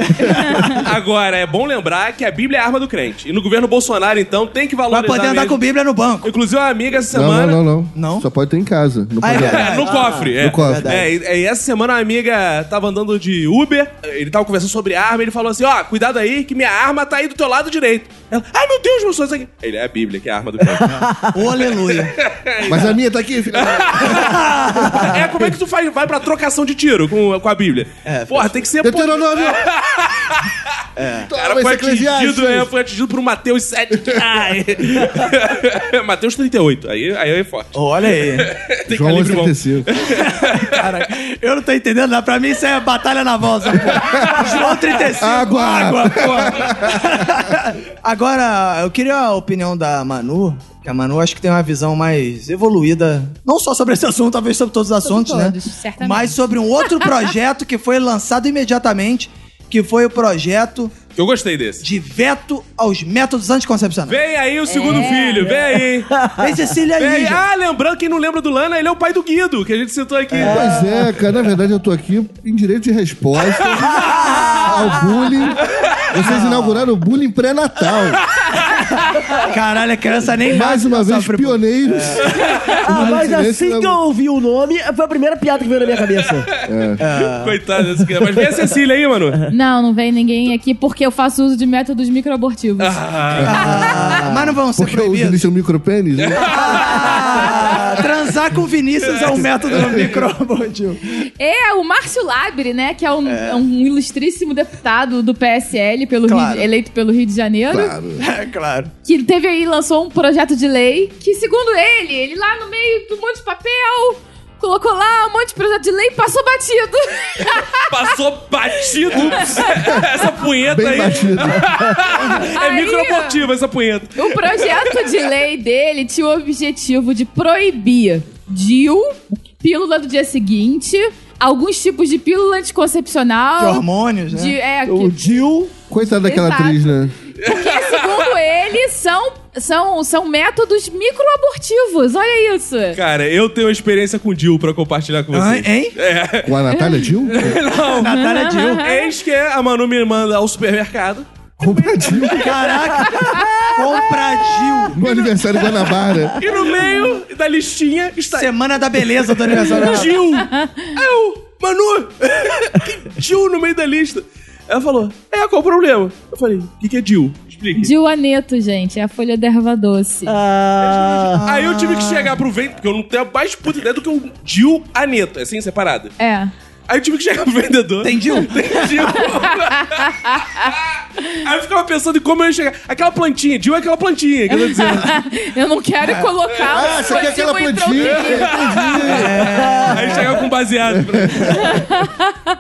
S3: Agora, é bom lembrar que a Bíblia é a arma do crente. E no governo Bolsonaro, então, tem que
S2: Vai
S3: valorizar
S2: poder andar
S3: mesmo.
S2: com Bíblia no banco.
S3: Inclusive, uma amiga essa
S6: Não,
S3: semana...
S6: não, não, não.
S2: Não?
S6: Só pode ter em casa. Não
S2: Ah, é
S6: pode andar.
S2: verdade.
S3: É, no cofre, é.
S6: No cofre.
S3: É, e- e essa semana uma amiga tava andando de Uber, ele tava conversando sobre arma, ele falou assim, ó, cuidado aí que minha arma tá aí do teu lado direito. Ela, ai meu Deus, meu sonho isso aqui. Ele, é a Bíblia, que é a arma do crente.
S2: Ô, aleluia.
S6: Mas a minha tá aqui, filha.
S3: é, como é que tu faz, vai pra trocação de tiro com, com a Bíblia?
S2: É,
S3: Porra, tem que ser...
S6: Deuteronômio!
S3: Cara, foi atingido, é, foi atingido por um Mateus 7. que- Ai. Mateus 38, aí, aí é forte.
S2: Olha aí.
S3: Tem
S6: João
S3: calibre bom.
S6: 85.
S2: Cara, eu não tô entendendo, não. pra mim isso é batalha naval, essa porra. João 35,
S6: Água.
S2: água,
S3: Ah,
S2: porra. Agora, eu queria a opinião da Manu, que a Manu acho que tem uma visão mais evoluída, não só sobre esse assunto, talvez sobre todos os assuntos,
S4: todos,
S2: né?
S4: certamente.
S2: Mas sobre um outro projeto que foi lançado imediatamente, que foi o projeto
S3: Eu gostei desse.
S2: de veto aos métodos anticoncepcionais.
S3: Vem aí o segundo filho, vem aí.
S2: Vem, Cecília
S3: Vem aí.
S2: aí.
S3: Ah, lembrando, quem não lembra do Lana, ele é o pai do Guido, que a gente citou aqui.
S6: Pois é, cara, na verdade eu tô aqui em direito de resposta ao bullying. Vocês inauguraram o bullying pré-natal.
S2: Caralho, a criança nem
S6: Mais
S2: nasce,
S6: uma vez,
S2: sofre-
S6: pioneiros.
S5: Ah, mas
S6: Silêncio
S5: assim
S6: não-
S5: que eu ouvi o nome, foi a primeira piada que veio na minha cabeça.
S3: Coitado desse criança. Mas vem a Cecília aí, mano.
S4: Não, não vem ninguém aqui porque eu faço uso de métodos microabortivos.
S2: Ah, mas não vão ser
S6: Porque eu uso
S2: proibidos.
S6: lixo micropênis. Né?
S2: Ah, Transar com Vinícius é um método microabortivo.
S4: É, o Márcio Labre, né? Que é um, é um ilustríssimo deputado do PSL, pelo
S2: Claro.
S4: Rio- eleito pelo Rio de Janeiro.
S6: Claro.
S2: É claro.
S4: Que teve aí, lançou um projeto de lei que, segundo ele, ele lá no meio do monte de papel, colocou lá um monte de projeto de lei e passou batido.
S3: Passou batido essa punheta
S6: Bem
S3: aí.
S6: batido.
S3: É microabortiva essa punheta.
S4: O projeto de lei dele tinha o objetivo de proibir DIU, pílula do dia seguinte, alguns tipos de pílula
S2: De
S4: anticoncepcional.
S2: hormônios, né?
S4: Então, de, é, que-
S5: O Jill.
S6: Coitada daquela
S4: Exato.
S6: atriz, né?
S4: Porque, segundo ele, são, são, são métodos microabortivos. Olha isso.
S3: Cara, eu tenho uma experiência com o Jill pra compartilhar com
S2: Ah,
S3: vocês.
S2: hein?
S6: Com a Natália Jill?
S3: Não.
S2: Natália Dill.
S3: Eis que a Manu me manda ao supermercado.
S6: Compradinho.
S2: Caraca! Compradil!
S6: No aniversário Guanabara.
S3: E no meio da listinha está
S2: Semana da beleza do aniversário dela.
S3: Gil. Aí eu, Manu, que Gil no meio da lista. Ela falou, é, qual o problema? Eu falei, o que, que é Gil? Explique.
S4: DIU aneto, gente, é a folha da erva doce.
S5: Ah,
S3: Aí eu tive que chegar pro vendedor, porque eu não tenho a mais puta ideia do que um Gil Aneta, assim, separada.
S4: É.
S3: Aí eu tive que chegar pro vendedor.
S2: Tem Dill?
S3: Tem Gil. Aí eu ficava pensando em como eu ia chegar. Aquela plantinha, Gil é aquela plantinha, que eu tô dizendo.
S4: Eu não quero colocar um
S6: Ah, isso aqui é aquela
S4: dispositivo
S6: plantinha.
S4: introduzido.
S3: Aí chegava com um baseado. pra mim.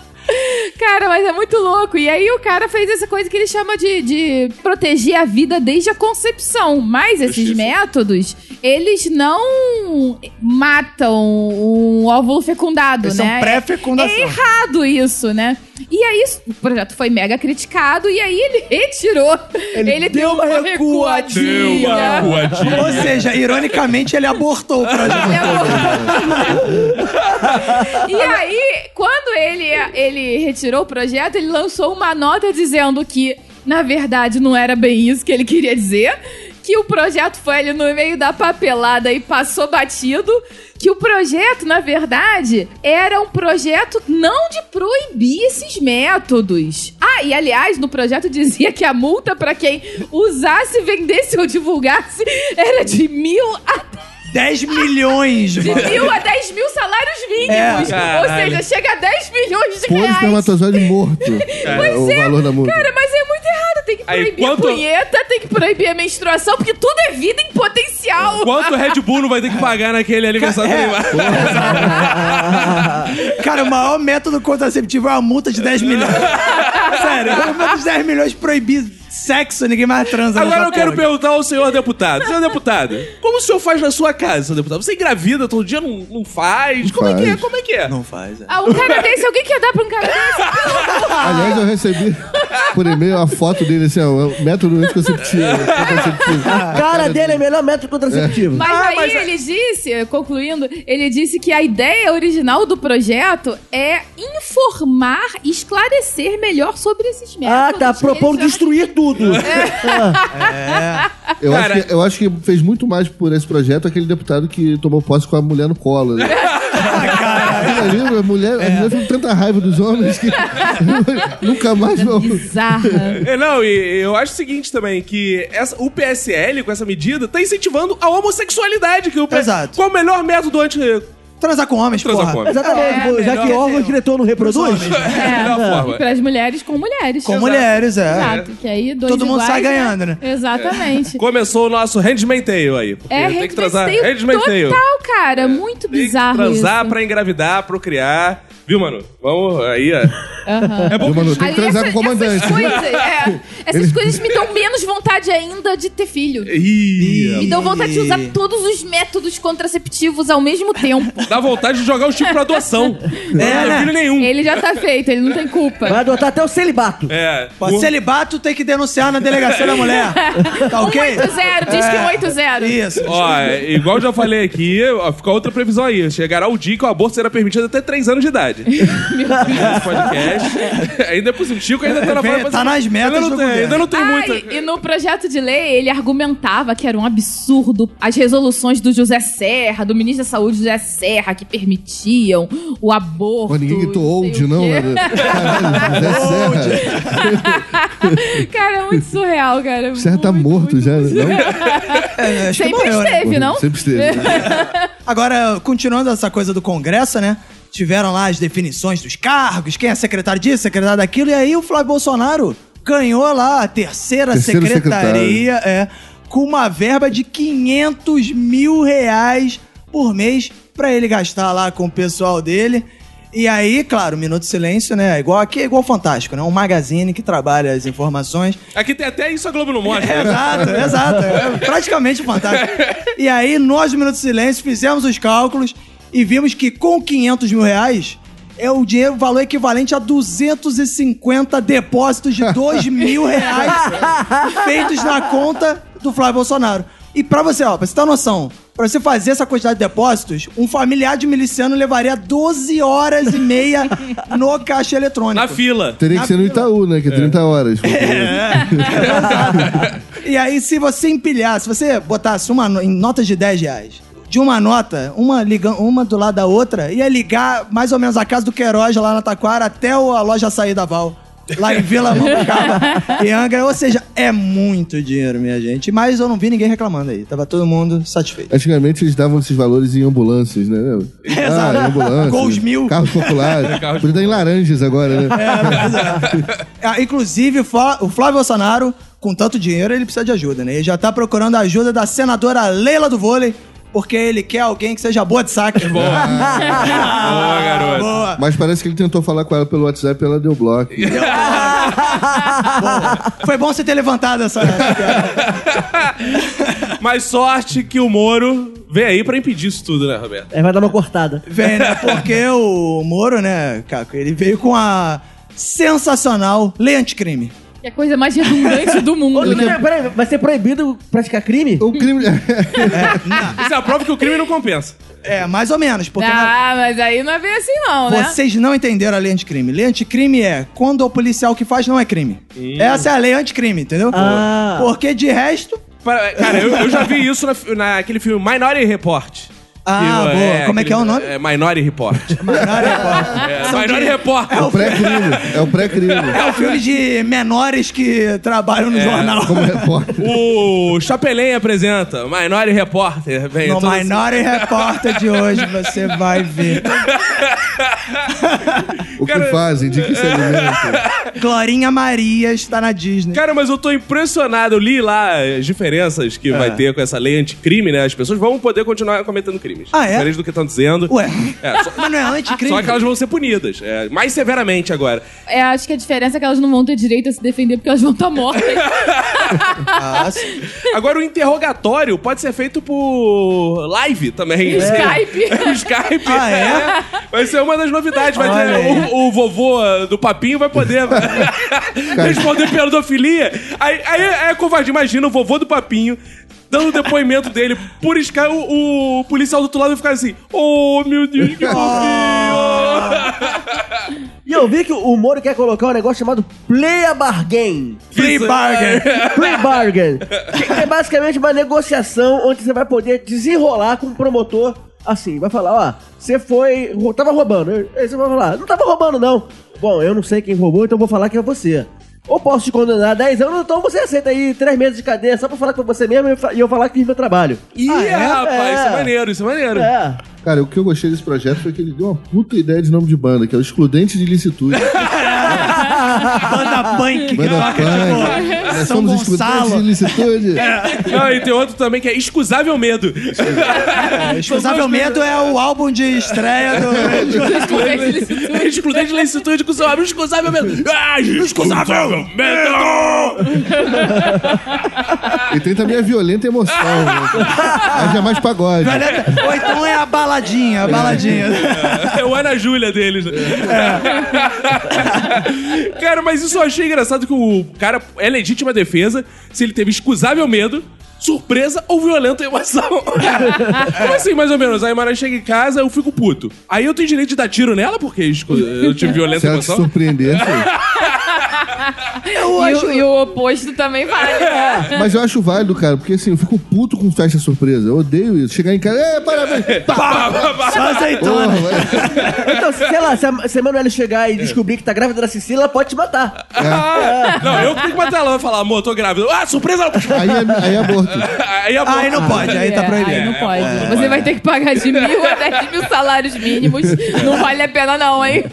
S4: Cara, mas é muito louco. E aí o cara fez essa coisa que ele chama de, de proteger a vida desde a concepção. Mas esses
S3: Justiça.
S4: métodos, eles não matam o óvulo fecundado,
S2: Eles são
S4: né?
S2: pré-fecundação.
S4: É errado isso, né? E aí o projeto foi mega criticado e aí ele retirou. Ele,
S2: deu uma
S3: Deu uma ruadinha.
S2: Ou seja, ironicamente, ele abortou o projeto.
S4: E aí, quando ele, ele retirou o projeto, ele lançou uma nota dizendo que, na verdade, não era bem isso que ele queria dizer. Que o projeto foi ali no meio da papelada e passou batido. Que o projeto, na verdade, era um projeto não de proibir esses métodos. Ah, e aliás, no projeto dizia que a multa pra quem usasse, vendesse ou divulgasse era de mil a
S2: 10 milhões,
S4: de
S2: mano.
S4: mil a 10 mil salários
S2: É,
S4: mínimos. Ou
S3: caralho.
S4: seja, chega a 10 milhões de
S6: Por
S4: reais.
S6: espermatozoide morto. É, o valor da multa.
S4: Cara, mas é muito errado. Tem que
S3: Aí,
S4: proibir
S3: quanto-
S4: a punheta, tem que proibir a menstruação, porque tudo é vida em potencial.
S3: Quanto Red Bull não vai ter que pagar naquele aniversário do
S2: é.
S3: Neymar?
S2: Cara, o maior método contraceptivo é uma multa de 10 milhões. Sério, uma multa de 10 milhões proibir sexo, ninguém mais transa.
S3: Agora
S2: nessa
S3: eu quero
S2: porra.
S3: perguntar ao senhor deputado. Senhor deputado, como o senhor faz na sua casa, senhor deputado? Você engravida todo dia, não, não faz? Como é que é?
S6: faz.
S3: Como é que é?
S2: Não faz, é.
S4: Ah, um cara desse, alguém quer dar pra um cara desse?
S6: Aliás, eu recebi por e-mail a foto dele, assim, ó, o método anticonceptivo. contraceptivo.
S5: a cara dele é o melhor método contraceptivo.
S4: Mas
S3: Ah,
S4: aí
S3: mas-
S4: ele disse, concluindo, ele disse que a ideia original do projeto é informar e esclarecer melhor sobre esses
S5: Ah,
S4: métodos. é
S5: tá
S4: que
S5: propondo
S4: eles-
S5: destruir tudo.
S6: Eu,
S3: Cara.
S6: acho que, eu acho que fez muito mais por esse projeto aquele deputado que tomou posse com a mulher no colo. Né? Aquilo ali, a mulher, a mulher ficou com tanta raiva dos homens que nunca mais vão.
S4: Bizarra.
S3: É, não, e eu acho o seguinte também, que essa- o PSL, com essa medida, tá incentivando a homossexualidade. Que o P-
S2: Exato.
S3: Qual o melhor método anti...
S4: É.
S2: Transar com homens,
S3: Transar
S2: porra.
S3: com homens.
S5: Exatamente, pô, já que órgão diretor não reproduz.
S3: melhor
S4: E
S3: forma.
S4: para as mulheres com mulheres.
S2: Com mulheres, é.
S4: Exato, que aí dois
S2: Todo mundo
S4: iguais,
S2: sai ganhando, né?
S4: Exatamente.
S3: Começou o nosso Handmaid's Tale aí. porque
S4: É,
S3: tem que transar.
S4: Handmaid's Tale
S3: Handmaid's Tale.
S4: total, cara. Muito
S3: É. Tem que
S4: bizarro
S3: transar
S4: isso.
S3: pra engravidar, procriar. Viu, mano? Vamos aí, ó.
S4: Aham.
S3: É bom
S6: Viu, Manu? Tem que
S4: Aí
S6: transar
S4: essa-
S6: com o comandante.
S2: né?
S4: Essas, coisas, é, essas coisas me dão menos vontade ainda de ter filho.
S3: Ih,
S4: Me dão vontade de usar todos os métodos contraceptivos ao mesmo tempo.
S3: dá vontade de jogar o chip pra adoção. Não
S2: É,
S3: tem
S2: né?
S3: filho nenhum.
S4: Ele já tá feito, ele não tem culpa.
S5: Vai adotar até o celibato.
S3: É.
S2: Pode
S3: o-
S2: Celibato tem que denunciar na delegacia da mulher. Tá ok? É.
S4: 8-0, Um diz que 8-0.
S2: Isso.
S3: Ó, é, igual eu já falei aqui, ó, fica outra previsão aí. Chegará o dia que o aborto será permitido até 3 anos de idade. idade. Esse podcast. ainda é possível. Chico ainda tá na
S2: Vem,
S3: fase-
S2: tá nas metas
S3: Ainda
S2: do
S3: não tem,
S2: governo.
S3: ainda não tem
S4: Ai,
S3: muita.
S4: E no projeto de lei, ele argumentava que era um absurdo as resoluções do José Serra, do ministro da Saúde José Serra, que permitiam o aborto.
S6: Pô, ninguém gritou old, não? Era... Caralho, Zé Serra.
S4: Cara, é muito surreal, cara.
S6: O Serra tá morto né? já. Não?
S2: É, acho que
S4: Sempre
S2: morreu, né?
S4: esteve, não? É,
S6: Sempre esteve.
S2: Agora, continuando essa coisa do Congresso, né? Tiveram lá as definições dos cargos, quem é secretário disso, secretário daquilo, e aí o Flávio Bolsonaro ganhou lá a terceira
S6: Terceiro
S2: secretaria, é, com uma verba de 500 mil reais por mês pra ele gastar lá com o pessoal dele. E aí, claro, Minuto de Silêncio, né? Igual aqui, é igual Fantástico, né? Um magazine que trabalha as informações.
S3: Aqui tem até isso a Globo não mostra.
S2: É, Exato, é, exato. É praticamente fantástico. E aí, nós do Minuto de Silêncio fizemos os cálculos e vimos que com 500 mil reais é o dinheiro, o valor equivalente a 250 depósitos de 2 mil reais feitos na conta do Flávio Bolsonaro. E pra você, ó, pra você ter uma noção, pra você fazer essa quantidade de depósitos, um familiar de miliciano levaria 12 horas e meia no caixa eletrônico.
S3: Na fila.
S6: Teria que ser no Itaú, né? Que é 30 horas.
S4: É.
S2: E aí, se você empilhar, se você botasse uma no- em notas de 10 reais, de uma nota, uma, liga, uma do lado da outra, ia ligar mais ou menos a casa do Queiroz lá na Taquara até o- a loja sair da Val. Lá em Vila Mambucaba e Angra. Ou seja, é muito dinheiro, minha gente. Mas eu não vi ninguém reclamando aí. Tava todo mundo satisfeito.
S6: Antigamente eles davam esses valores em ambulâncias, né?
S2: Exato.
S6: Ah, em ambulância.
S2: Gols mil.
S6: Carros populares.
S3: É, Carros
S6: Podia dar em laranjas agora, né?
S2: Ah, inclusive, o Flá- o Flávio Bolsonaro, com tanto dinheiro, ele precisa de ajuda, né? Ele já tá procurando a ajuda da senadora Leila do Vôlei, porque ele quer alguém que seja boa de saque.
S3: Boa. Boa, garoto.
S2: Ah,
S4: É.
S2: Boa.
S6: Mas parece que ele tentou falar com ela pelo WhatsApp e ela deu bloco.
S2: Foi bom você ter levantado essa.
S3: Mas sorte que o Moro vem aí pra impedir isso tudo, né, Roberto?
S5: Aí É, vai dar uma cortada.
S2: Vem, né? Porque o Moro, né, Caco, ele veio com a sensacional lei anticrime.
S4: Que é a coisa mais redundante do
S5: Ô,
S4: mundo, né?
S5: peraí, peraí, vai ser proibido praticar crime?
S6: O crime.
S3: Isso é a prova que o crime não compensa.
S2: É, mais ou menos, porque. né,
S4: Ah, mas aí não é bem assim, não, né?
S2: Vocês não entenderam a lei anticrime. Lei anticrime é quando o policial que faz não é crime. Essa é a lei anticrime, entendeu?
S5: Ah.
S2: Porque de resto.
S3: Pra- Cara, eu, eu já vi isso na- naquele filme Minority Report.
S2: Ah, boa. Como é que é o nome?
S3: É Minority Report.
S2: Minority Report.
S3: É,
S2: São
S3: Minority
S2: de-
S3: Report.
S6: É o pré-crime. É o pré-crime.
S2: É o filme de menores que trabalham no jornal.
S6: Como é? repórter.
S3: O Chapelém apresenta Minority Repórter. Vem
S2: No
S3: todo-
S2: Minority Repórter de hoje você vai ver.
S6: O que
S3: Cara- é.
S6: fazem? De que se alimentam?
S2: Glorinha Maria está na Disney.
S3: Cara, mas eu tô impressionado. Eu li lá as diferenças
S2: É.
S3: que vai ter com essa lei anticrime, né? As pessoas vão poder continuar cometendo crimes.
S2: Ah, é?
S3: Diferente do que estão dizendo.
S2: Ué,
S3: É, só,
S2: mas não é anticrime?
S3: só que elas vão ser punidas. é, mais severamente agora.
S4: É, acho que a diferença é que elas não vão ter direito a se defender porque elas vão estar mortas.
S2: Ah, sim.
S3: Agora, o interrogatório pode ser feito por live também. assim.
S4: Skype.
S3: É, o Skype.
S2: Ah, é?
S3: Vai ser uma das novidades. Vai
S2: Olha
S3: ter-
S2: aí.
S3: o, o vovô eh, do papinho vai poder responder pedofilia. Aí, aí é covarde. Imagina o vovô do papinho dando o depoimento dele por Skype. O, o policial do outro lado vai ficar assim, oh, meu Deus, que
S2: Ah,
S3: fofinho.
S5: E eu vi que o Moro quer colocar um negócio chamado Play a Bargain.
S2: Free
S3: Isso,
S2: bargain.
S5: Play Bargain. Que é basicamente uma negociação onde você vai poder desenrolar com o promotor assim. Vai falar, ó, você foi... rou- Tava roubando. Aí você vai falar, não tava roubando não. Bom, eu não sei quem roubou, então vou falar que é você. Ou posso te condenar a 10 anos, ou então você aceita aí 3 meses de cadeia só pra falar que foi você mesmo e eu fa- e eu falar que fiz meu trabalho.
S3: Ih,
S5: Ah, é?
S3: rapaz, isso é
S5: É.
S3: maneiro, isso é maneiro.
S5: É.
S6: Cara, o que eu gostei desse projeto foi que ele deu uma puta ideia de nome de banda, que é o Excludente de Licitude.
S2: Banda punk.
S6: Banda
S2: Tipo,
S6: Punk. Nós
S2: São
S6: somos Excludentes de
S2: Gonçalo.
S6: Licitude.
S3: Não, e tem outro também que é Excusável Medo.
S2: É, Excusável Medo é o álbum de estreia do...
S3: Excludente de licitude com seu amigo, excusável medo. Ah, excusável medo!
S6: E tem também a violenta emoção. né? Haja mais pagode.
S2: Ou então é a baladinha, a baladinha.
S3: É o Ana Júlia deles. né? é Cara, mas isso eu achei engraçado que o cara é legítima defesa se ele teve excusável medo. surpresa ou violenta emoção. Como assim, mais ou menos? Aí a Mara chega em casa, eu fico puto. Aí eu tenho direito de dar tiro nela, porque esco- eu tive violenta
S6: Se
S2: é
S6: ela te
S3: emoção.
S6: surpreender, É foi.
S4: E, o- e o oposto também vale. né?
S6: Mas eu acho válido, cara, porque assim, eu fico puto com festa surpresa. Eu odeio isso. Chegar em casa, é, parabéns! Pá,
S3: Pá, pá,
S2: Só
S3: pá.
S6: porra,
S2: azeitona.
S6: vai.
S5: Então, sei lá, se a, se a Emanuele
S3: É.
S5: chegar e descobrir que tá grávida da Cecília, ela pode te matar.
S3: Ah, Não, eu que tenho que matar ela. Vai falar, amor, tô grávida. Ah, surpresa!
S6: Aí é, aí é aborto.
S3: Aí a
S2: Aí não pode, aí tá
S4: É, Aí
S2: proibido.
S4: não pode. Você vai ter que pagar de mil a dez mil salários mínimos. Não vale a pena, não, hein?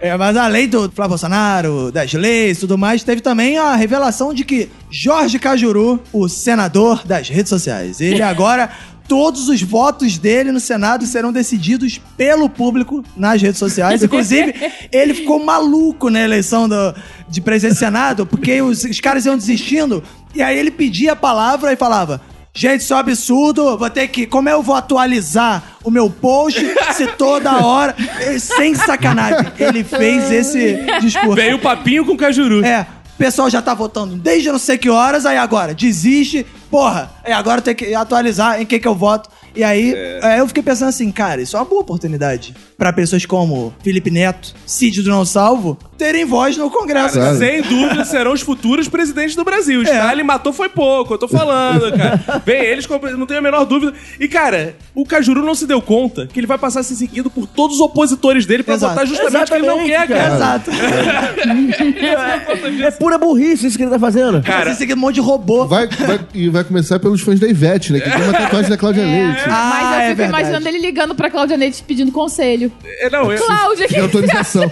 S2: É, mas além do Flávio Bolsonaro, das leis e tudo mais, teve também a revelação de que Jorge Cajuru, o senador das redes sociais, ele agora. Todos os votos dele no Senado serão decididos pelo público nas redes sociais. Inclusive, ele ficou maluco na eleição do- de presidente do Senado, porque os, os caras iam desistindo. E aí ele pedia a palavra e falava: Gente, isso é um absurdo. Vou ter que. Como é eu vou atualizar o meu post se toda hora. eh, Sem sacanagem. Ele fez esse discurso.
S3: Veio o papinho com cajuru.
S2: É. O pessoal já tá votando desde não sei que horas, aí agora desiste, porra, aí agora tem que atualizar em quem que eu voto. E aí eh, eu fiquei pensando assim, cara, isso é uma boa oportunidade pra pessoas como Felipe Neto, Cid do Não Salvo, terem voz no Congresso.
S6: Claro.
S3: Sem dúvida serão os futuros presidentes do Brasil. Stalin matou foi pouco, eu tô falando, cara. Bem, eles compre- não tenho a menor dúvida. E, cara, o Cajuru não se deu conta que ele vai passar a ser seguido por todos os opositores dele pra
S2: Exato.
S3: votar tá justamente o que ele não quer,
S5: Exatamente,
S3: cara.
S2: Exato.
S5: É pura burrice isso que ele tá fazendo.
S3: Cara,
S2: Esse aqui é um monte de robô.
S6: Vai, vai- e vai começar pelos fãs da Ivete, né? Que tem uma tatuagem da Cláudia Leite.
S2: Ah,
S4: Mas eu
S2: é
S4: fico
S2: verdade.
S4: imaginando ele ligando pra Cláudia Neite pedindo conselho.
S3: é, não, eu,
S4: Cláudia, o que
S6: De autorização.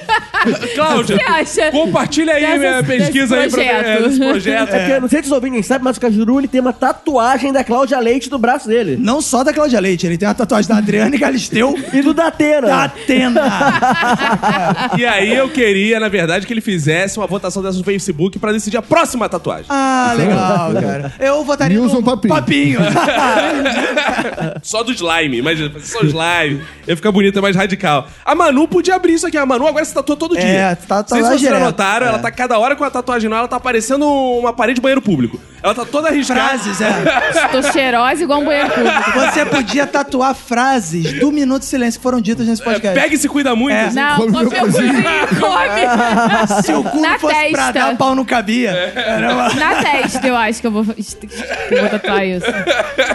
S3: Cláudia,
S4: você acha?
S3: compartilha aí
S4: Dessas-
S3: minha pesquisa aí
S4: é. desse
S3: pra, é,
S4: projeto.
S3: desse projeto.
S5: É que eu não sei se os ouvintes nem sabem, mas o Cajuru ele tem uma tatuagem da Cláudia Leite no braço dele.
S2: Não só da Cláudia Leite, ele tem uma tatuagem da Adriane Galisteu
S5: E do
S2: da
S5: Datena.
S2: Atena.
S3: E aí eu queria, na verdade, que ele fizesse uma votação dessa no Facebook pra decidir a próxima tatuagem.
S2: Ah, legal, cara. Eu votaria
S6: é Nilson
S2: no
S6: Papinho.
S2: Papinho.
S3: Só do slime, imagina, só slime. Ia ficar bonita, mais radical. A Manu podia abrir isso aqui. A Manu agora se tatua todo dia.
S2: É, tá- tá
S3: Não sei se
S2: lá
S3: vocês
S2: direto,
S3: notaram,
S2: é.
S3: ela tá cada hora com a tatuagem nova, ela tá parecendo uma parede de banheiro público. Ela tá toda arriscada.
S2: frases, é.
S4: Tô cheirosa igual um banheiro público.
S2: Você podia tatuar frases do Minuto de Silêncio que foram ditas nesse podcast.
S3: Pega e se cuida muito.
S2: É.
S3: assim.
S4: Não,
S6: Come
S4: come
S6: meu
S4: meu cozinho, come.
S2: Se o cu
S4: na
S2: fosse pra
S4: testa.
S2: dar pau, não cabia. Era uma-
S4: Na testa, eu acho que eu vou, que eu vou tatuar isso.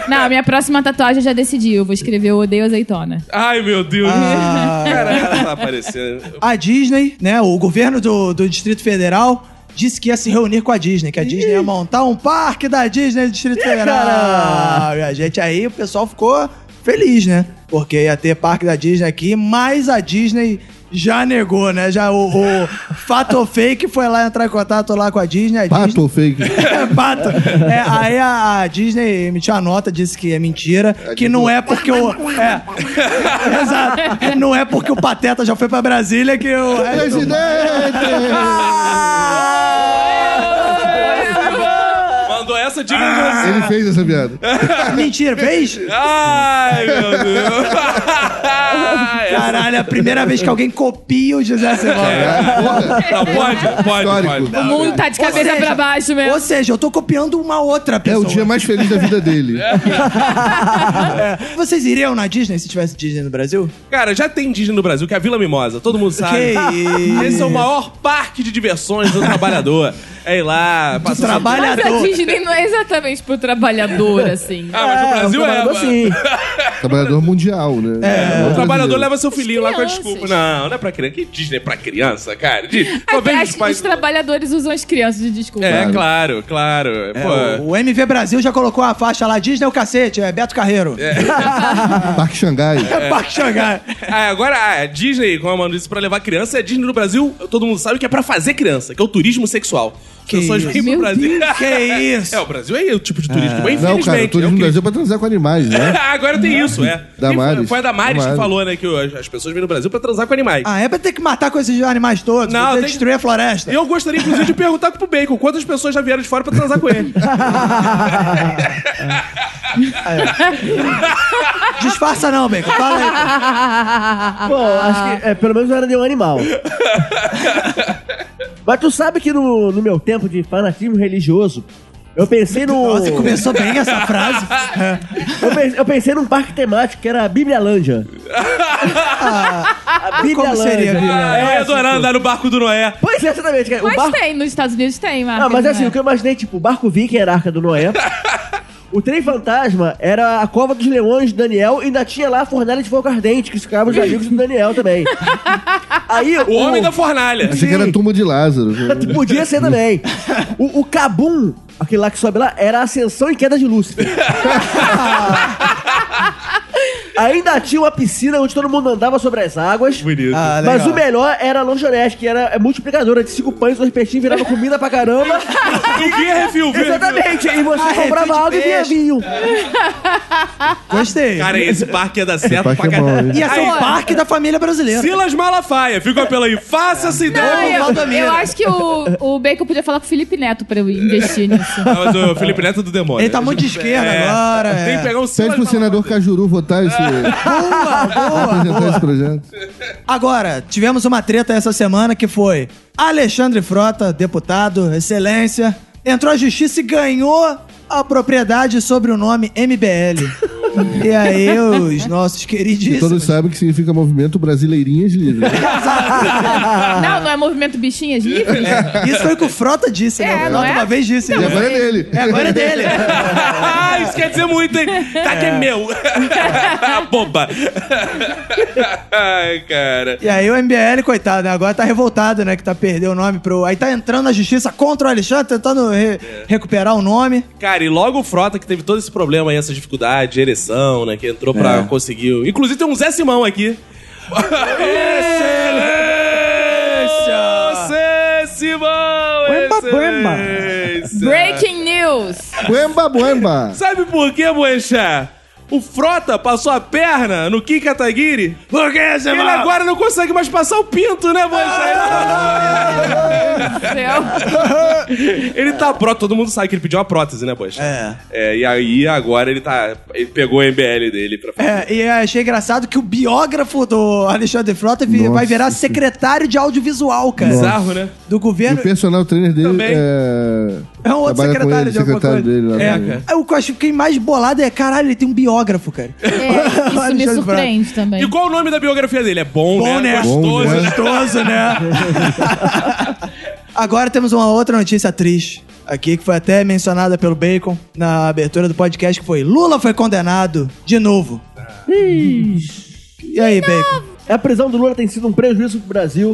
S4: Não, minha próxima tatuagem eu já decidi. Eu vou escrever Eu Odeio Azeitona.
S3: Ai, meu Deus.
S2: Ah.
S3: Caralho, ela tá aparecendo.
S2: A Disney, né, o governo do, do Distrito Federal disse que ia se reunir com a Disney, que a Disney ia montar um parque da Disney do Distrito Federal. E a gente aí, o pessoal ficou feliz, né? Porque ia ter parque da Disney aqui, mas a Disney já negou, né? Já o, o Fato ou Fake foi lá entrar em contato lá com a Disney. A
S6: Pato
S2: Disney...
S6: ou Ah, fake?
S2: É, pato. É, aí a, a Disney emitiu a nota, disse que é mentira, que não é porque o. É. Exato. Não é porque o Pateta já foi pra Brasília que o. resto-
S6: Presidente!
S2: Ah!
S3: Mandou essa digna de você.
S6: Ele fez essa piada.
S2: Mentira, fez?
S3: Ai, meu Deus. Ai,
S2: Caralho, é a primeira vez que alguém copia o José Cebola.
S3: essa- Não, pode, pode,
S6: É Histórico.
S3: pode.
S4: O mundo tá de cabeça
S2: seja,
S4: pra baixo
S2: Ou
S3: É.
S4: mesmo.
S2: seja, eu tô copiando uma outra
S6: É
S2: pessoa.
S6: o dia mais feliz da vida dele.
S2: É. Vocês iriam na Disney se tivesse Disney no Brasil?
S3: Cara, já tem indígena no Brasil, que é a Vila Mimosa, todo mundo sabe.
S2: Que
S3: Esse é o maior parque de diversões do trabalhador. É ir lá,
S2: Do
S3: passar.
S4: Mas a
S2: trabalhador.
S4: Disney não é exatamente pro trabalhador, assim.
S3: Ah, mas no Brasil é.
S5: trabalhador,
S3: mano.
S5: sim.
S6: Trabalhador mundial,
S2: É,
S6: né?
S3: O trabalhador leva seu filhinho lá com a
S4: crianças.
S3: desculpa. Não, não é pra criança. Que Disney é pra criança, cara? Disney.
S4: Acho que
S3: Talvez os
S4: os
S3: pais.
S4: trabalhadores usam as crianças de desculpa.
S3: É, claro, claro. Pô,
S2: É, o, o MV Brasil já colocou a faixa lá, Disney é o cacete, é Beto Carreiro. É,
S6: Parque Xangai.
S3: é.
S2: Parque Xangai.
S3: Ah, agora, ah, a Disney, como a Manu disse, pra levar criança, a Disney no Brasil, todo mundo sabe que é pra fazer criança, que é o turismo sexual. As
S2: Que
S3: pessoas
S2: isso.
S3: vêm pro
S4: Meu
S3: Brasil.
S2: Que isso?
S3: É, o Brasil é o tipo de turismo. Bem,
S6: Não,
S3: Infelizmente.
S6: cara, o
S3: é o
S6: turismo
S3: que-
S6: Brasil é pra transar com animais, né?
S3: Agora tem isso, é.
S6: Damares.
S3: Tem- Foi a Damares,
S6: Damares.
S3: que falou, né, que as- as pessoas vêm no Brasil pra transar com animais.
S2: Ah, é pra ter que matar com esses animais todos,
S3: Não,
S2: pra ter
S3: tem-
S2: destruir a floresta.
S3: E Eu gostaria, inclusive, de perguntar pro Bacon quantas pessoas já vieram de fora pra transar com ele.
S2: Disfarça não, Bacon. Fala aí. tá.
S5: Bom, acho que é, pelo menos não era nenhum animal. Mas tu sabe que no, no meu tempo de fanatismo religioso, Eu pensei no.
S2: Nossa, começou bem essa frase.
S5: Eu pensei, eu pensei num parque temático que era a Biblialândia. a
S2: Como seria a é,
S3: Ah, eu ia
S5: Biblialândia?
S3: adorar andar no barco do Noé.
S5: Pois é, exatamente. cara. O
S4: Mas
S5: barco...
S4: tem, nos Estados Unidos tem, Marcos.
S5: Ah, mas
S4: não
S5: assim,
S4: é?
S5: o que eu imaginei, tipo, o barco viking era a Arca do Noé. O trem fantasma era a cova dos leões do Daniel e ainda tinha lá a fornalha de fogo ardente, que ficava os amigos do Daniel também. Aí
S3: O
S6: Oh.
S3: homem da fornalha.
S6: Achei que era a tumba de Lázaro.
S2: É, tipo,
S5: Podia ser também. O, o Kabum, aquele lá que sobe lá, era a ascensão e queda de Lúcifer. Ainda tinha uma piscina onde todo mundo andava sobre as águas.
S3: Bonito.
S2: Ah, legal.
S5: Mas o melhor era a lanchonete, que era é multiplicadora de cinco pães, dois peixinhos, virava comida pra caramba.
S3: E vinha refil, vinha refil.
S5: Exatamente. E você
S2: Ah, refil
S5: comprava
S2: de
S5: água e vinha
S2: peixe.
S5: vinho.
S2: Gostei.
S3: Cara, esse parque ia dar certo pra
S6: parque é bom,
S3: caralho.
S6: hein?
S2: Ia ser
S3: Aí,
S2: um parque da família brasileira.
S3: Silas Malafaia, fica pela aí. Faça-se
S4: Não,
S3: ideia.
S4: eu, eu acho que o, o Bacon podia falar com o Felipe Neto pra eu investir nisso.
S3: Ah, Mas o Felipe Neto é do demônio.
S2: Ele tá muito de esquerda
S3: É.
S2: agora.
S3: Tem
S2: é.
S3: que pegar um
S6: Pede pro senador Cajuru votar esse,
S2: Boa, boa,
S6: apresentar esse
S2: boa.
S6: projeto.
S2: Agora, tivemos uma treta essa semana que foi Alexandre Frota, deputado, excelência, entrou à justiça e ganhou a propriedade sobre o nome MBL. e aí, os nossos
S6: E todos
S2: queridíssimos.
S6: sabem que significa Movimento Brasileirinhas Livres.
S5: Ah.
S4: não, não é movimento bichinhas
S3: É,
S4: livres?
S2: Isso foi o que o Frota disse, né?
S4: É,
S2: O
S4: não
S2: Frota
S4: é?
S2: uma vez disse,
S6: E
S2: né?
S6: agora é dele.
S2: É, agora é dele.
S3: Ah, isso quer dizer muito, hein? Tá que é meu. Boba. Ai, cara.
S2: E aí o MBL, coitado, né? agora tá revoltado, né? Que tá perdendo o nome pro. Aí tá entrando na justiça contra o Alexandre, tentando re- recuperar o nome.
S3: Cara, e logo o Frota, que teve todo esse problema aí, essa dificuldade de ereção, né? Que entrou pra conseguir. Inclusive tem um Zé Simão aqui. Excelência! Zé Simão!
S5: Buemba, buemba.
S3: excelência.
S4: Breaking news!
S6: Buemba, buemba.
S3: Sabe por quê, Boechat? O Frota passou a perna no Kim Kataguiri. Por que,
S2: É
S3: Simão? Ele agora não consegue mais passar o pinto, né, Boechat?
S4: Céu.
S3: ele tá prótese, todo mundo sabe que ele pediu uma prótese, né, Boechat?
S2: É.
S3: É, e aí agora ele tá. Ele pegou o MBL dele pra fazer.
S2: É, e eu achei engraçado que o biógrafo do Alexandre Frota vi-
S6: Nossa,
S2: vai virar
S6: sim.
S2: secretário de audiovisual, cara.
S3: Bizarro, né?
S2: Do
S6: E
S2: governo.
S6: o personal trainer dele
S3: Também.
S6: é...
S2: É um outro
S6: trabalha com
S2: secretário
S6: ele,
S2: de alguma
S6: secretário
S2: coisa.
S6: dele lá.
S3: É,
S6: né?
S3: cara.
S2: É, O que eu acho que mais bolado é, caralho, ele tem um biógrafo, cara.
S4: É, isso me surpreende também.
S3: E qual o nome da biografia dele? É bom,
S2: Bom,
S3: né?
S2: né?
S3: Gostoso,
S6: Bom, né?
S3: né?
S2: Gostoso, né? Agora temos uma outra notícia triste aqui, que foi até mencionada pelo Bacon na abertura do podcast, que foi Lula foi condenado de novo. E aí, Bacon?
S5: É, A prisão do Lula tem sido um prejuízo pro Brasil.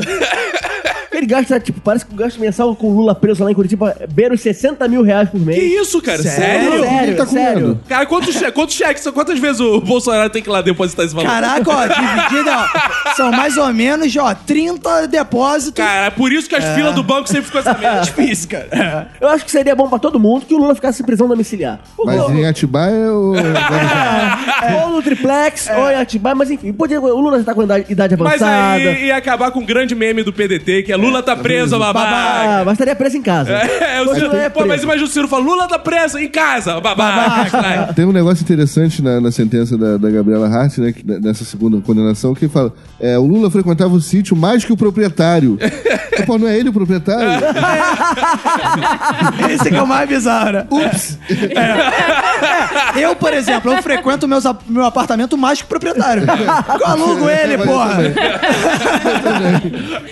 S5: Ele gasta, tipo, parece que o gasto mensal com o Lula preso lá em Curitiba é, beira os 60 mil reais por mês. É,
S3: Que isso, cara?
S2: Sério?
S3: Sério?
S5: Sério,
S6: tá com
S5: sério.
S6: medo?
S3: Cara, quantos, che quantos cheques, quantas vezes o Bolsonaro tem que ir lá depositar esse valor?
S2: Caraca, ó, dividida, ó, são mais ou menos, ó, 30 depósitos.
S3: Cara, é por isso que as filas do banco sempre ficam essa merda. É.
S2: difícil, cara.
S5: Eu acho que seria bom pra todo mundo que o Lula ficasse em prisão domiciliar.
S6: Mas em Atibaia ou...
S5: Ou no triplex, ou em Atibaia, mas enfim, podia, o Lula já tá com idade, idade
S3: Mas
S5: avançada.
S3: aí ia acabar com um grande meme do PDT, que é Lula tá preso, babaca.
S5: Ah, mas estaria preso em casa.
S3: É, o
S5: Mas
S3: Ciro,
S5: não é
S3: pô, mas
S5: preso.
S3: imagina o Ciro falando, Lula tá preso em casa, babaca. Né?
S6: Tem um negócio interessante na, na sentença da, da Gabriela Hart, né? que- Nessa segunda condenação, que fala: é, o Lula frequentava o sítio mais que o proprietário. Mas, Pô, não é ele o proprietário?
S2: Esse que é o mais bizarro, né? É.
S6: Ups!
S2: Eu, por exemplo, eu frequento meus, ap- meu apartamento mais que o proprietário. Eu alugo ele, porra.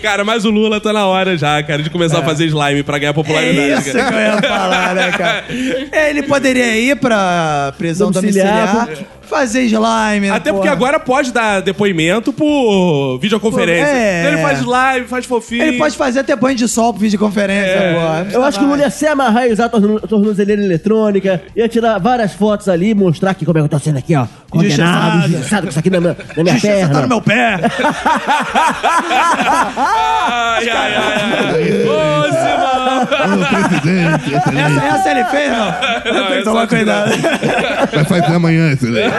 S3: Cara, mas o Lula tá na hora já, cara, de começar a fazer slime pra ganhar
S2: É
S3: popularidade.
S2: isso que
S3: cara.
S2: eu ia falar, né, cara? Ele poderia ir pra prisão domiciliar,
S5: Domiciliar,
S2: fazer slime.
S3: Até porque
S2: porra.
S3: agora pode dar depoimento por videoconferência.
S2: Pô, é.
S3: Então ele faz live, faz fofinho.
S2: Ele pode fazer até banho de sol pro videoconferência,
S3: É.
S2: porra.
S5: Eu acho que o Lula ia se amarrar e usar a torno- tornozeleira eletrônica, ia tirar várias fotos ali, mostrar aqui como é que eu tô sendo aqui, ó. Condenado,
S2: Injustiçado.
S5: injustiçado com isso aqui na minha, na
S3: é
S5: minha
S2: Justiça
S5: perna.
S2: tá no meu pé.
S3: Ai, ai, ai, ai. Ô, Simão.
S6: Ô, presidente, excelente.
S2: Essa, essa ele fez, não. Tem que tomar
S3: Essa aqui não.
S2: cuidado.
S6: Vai fazer amanhã, excelente.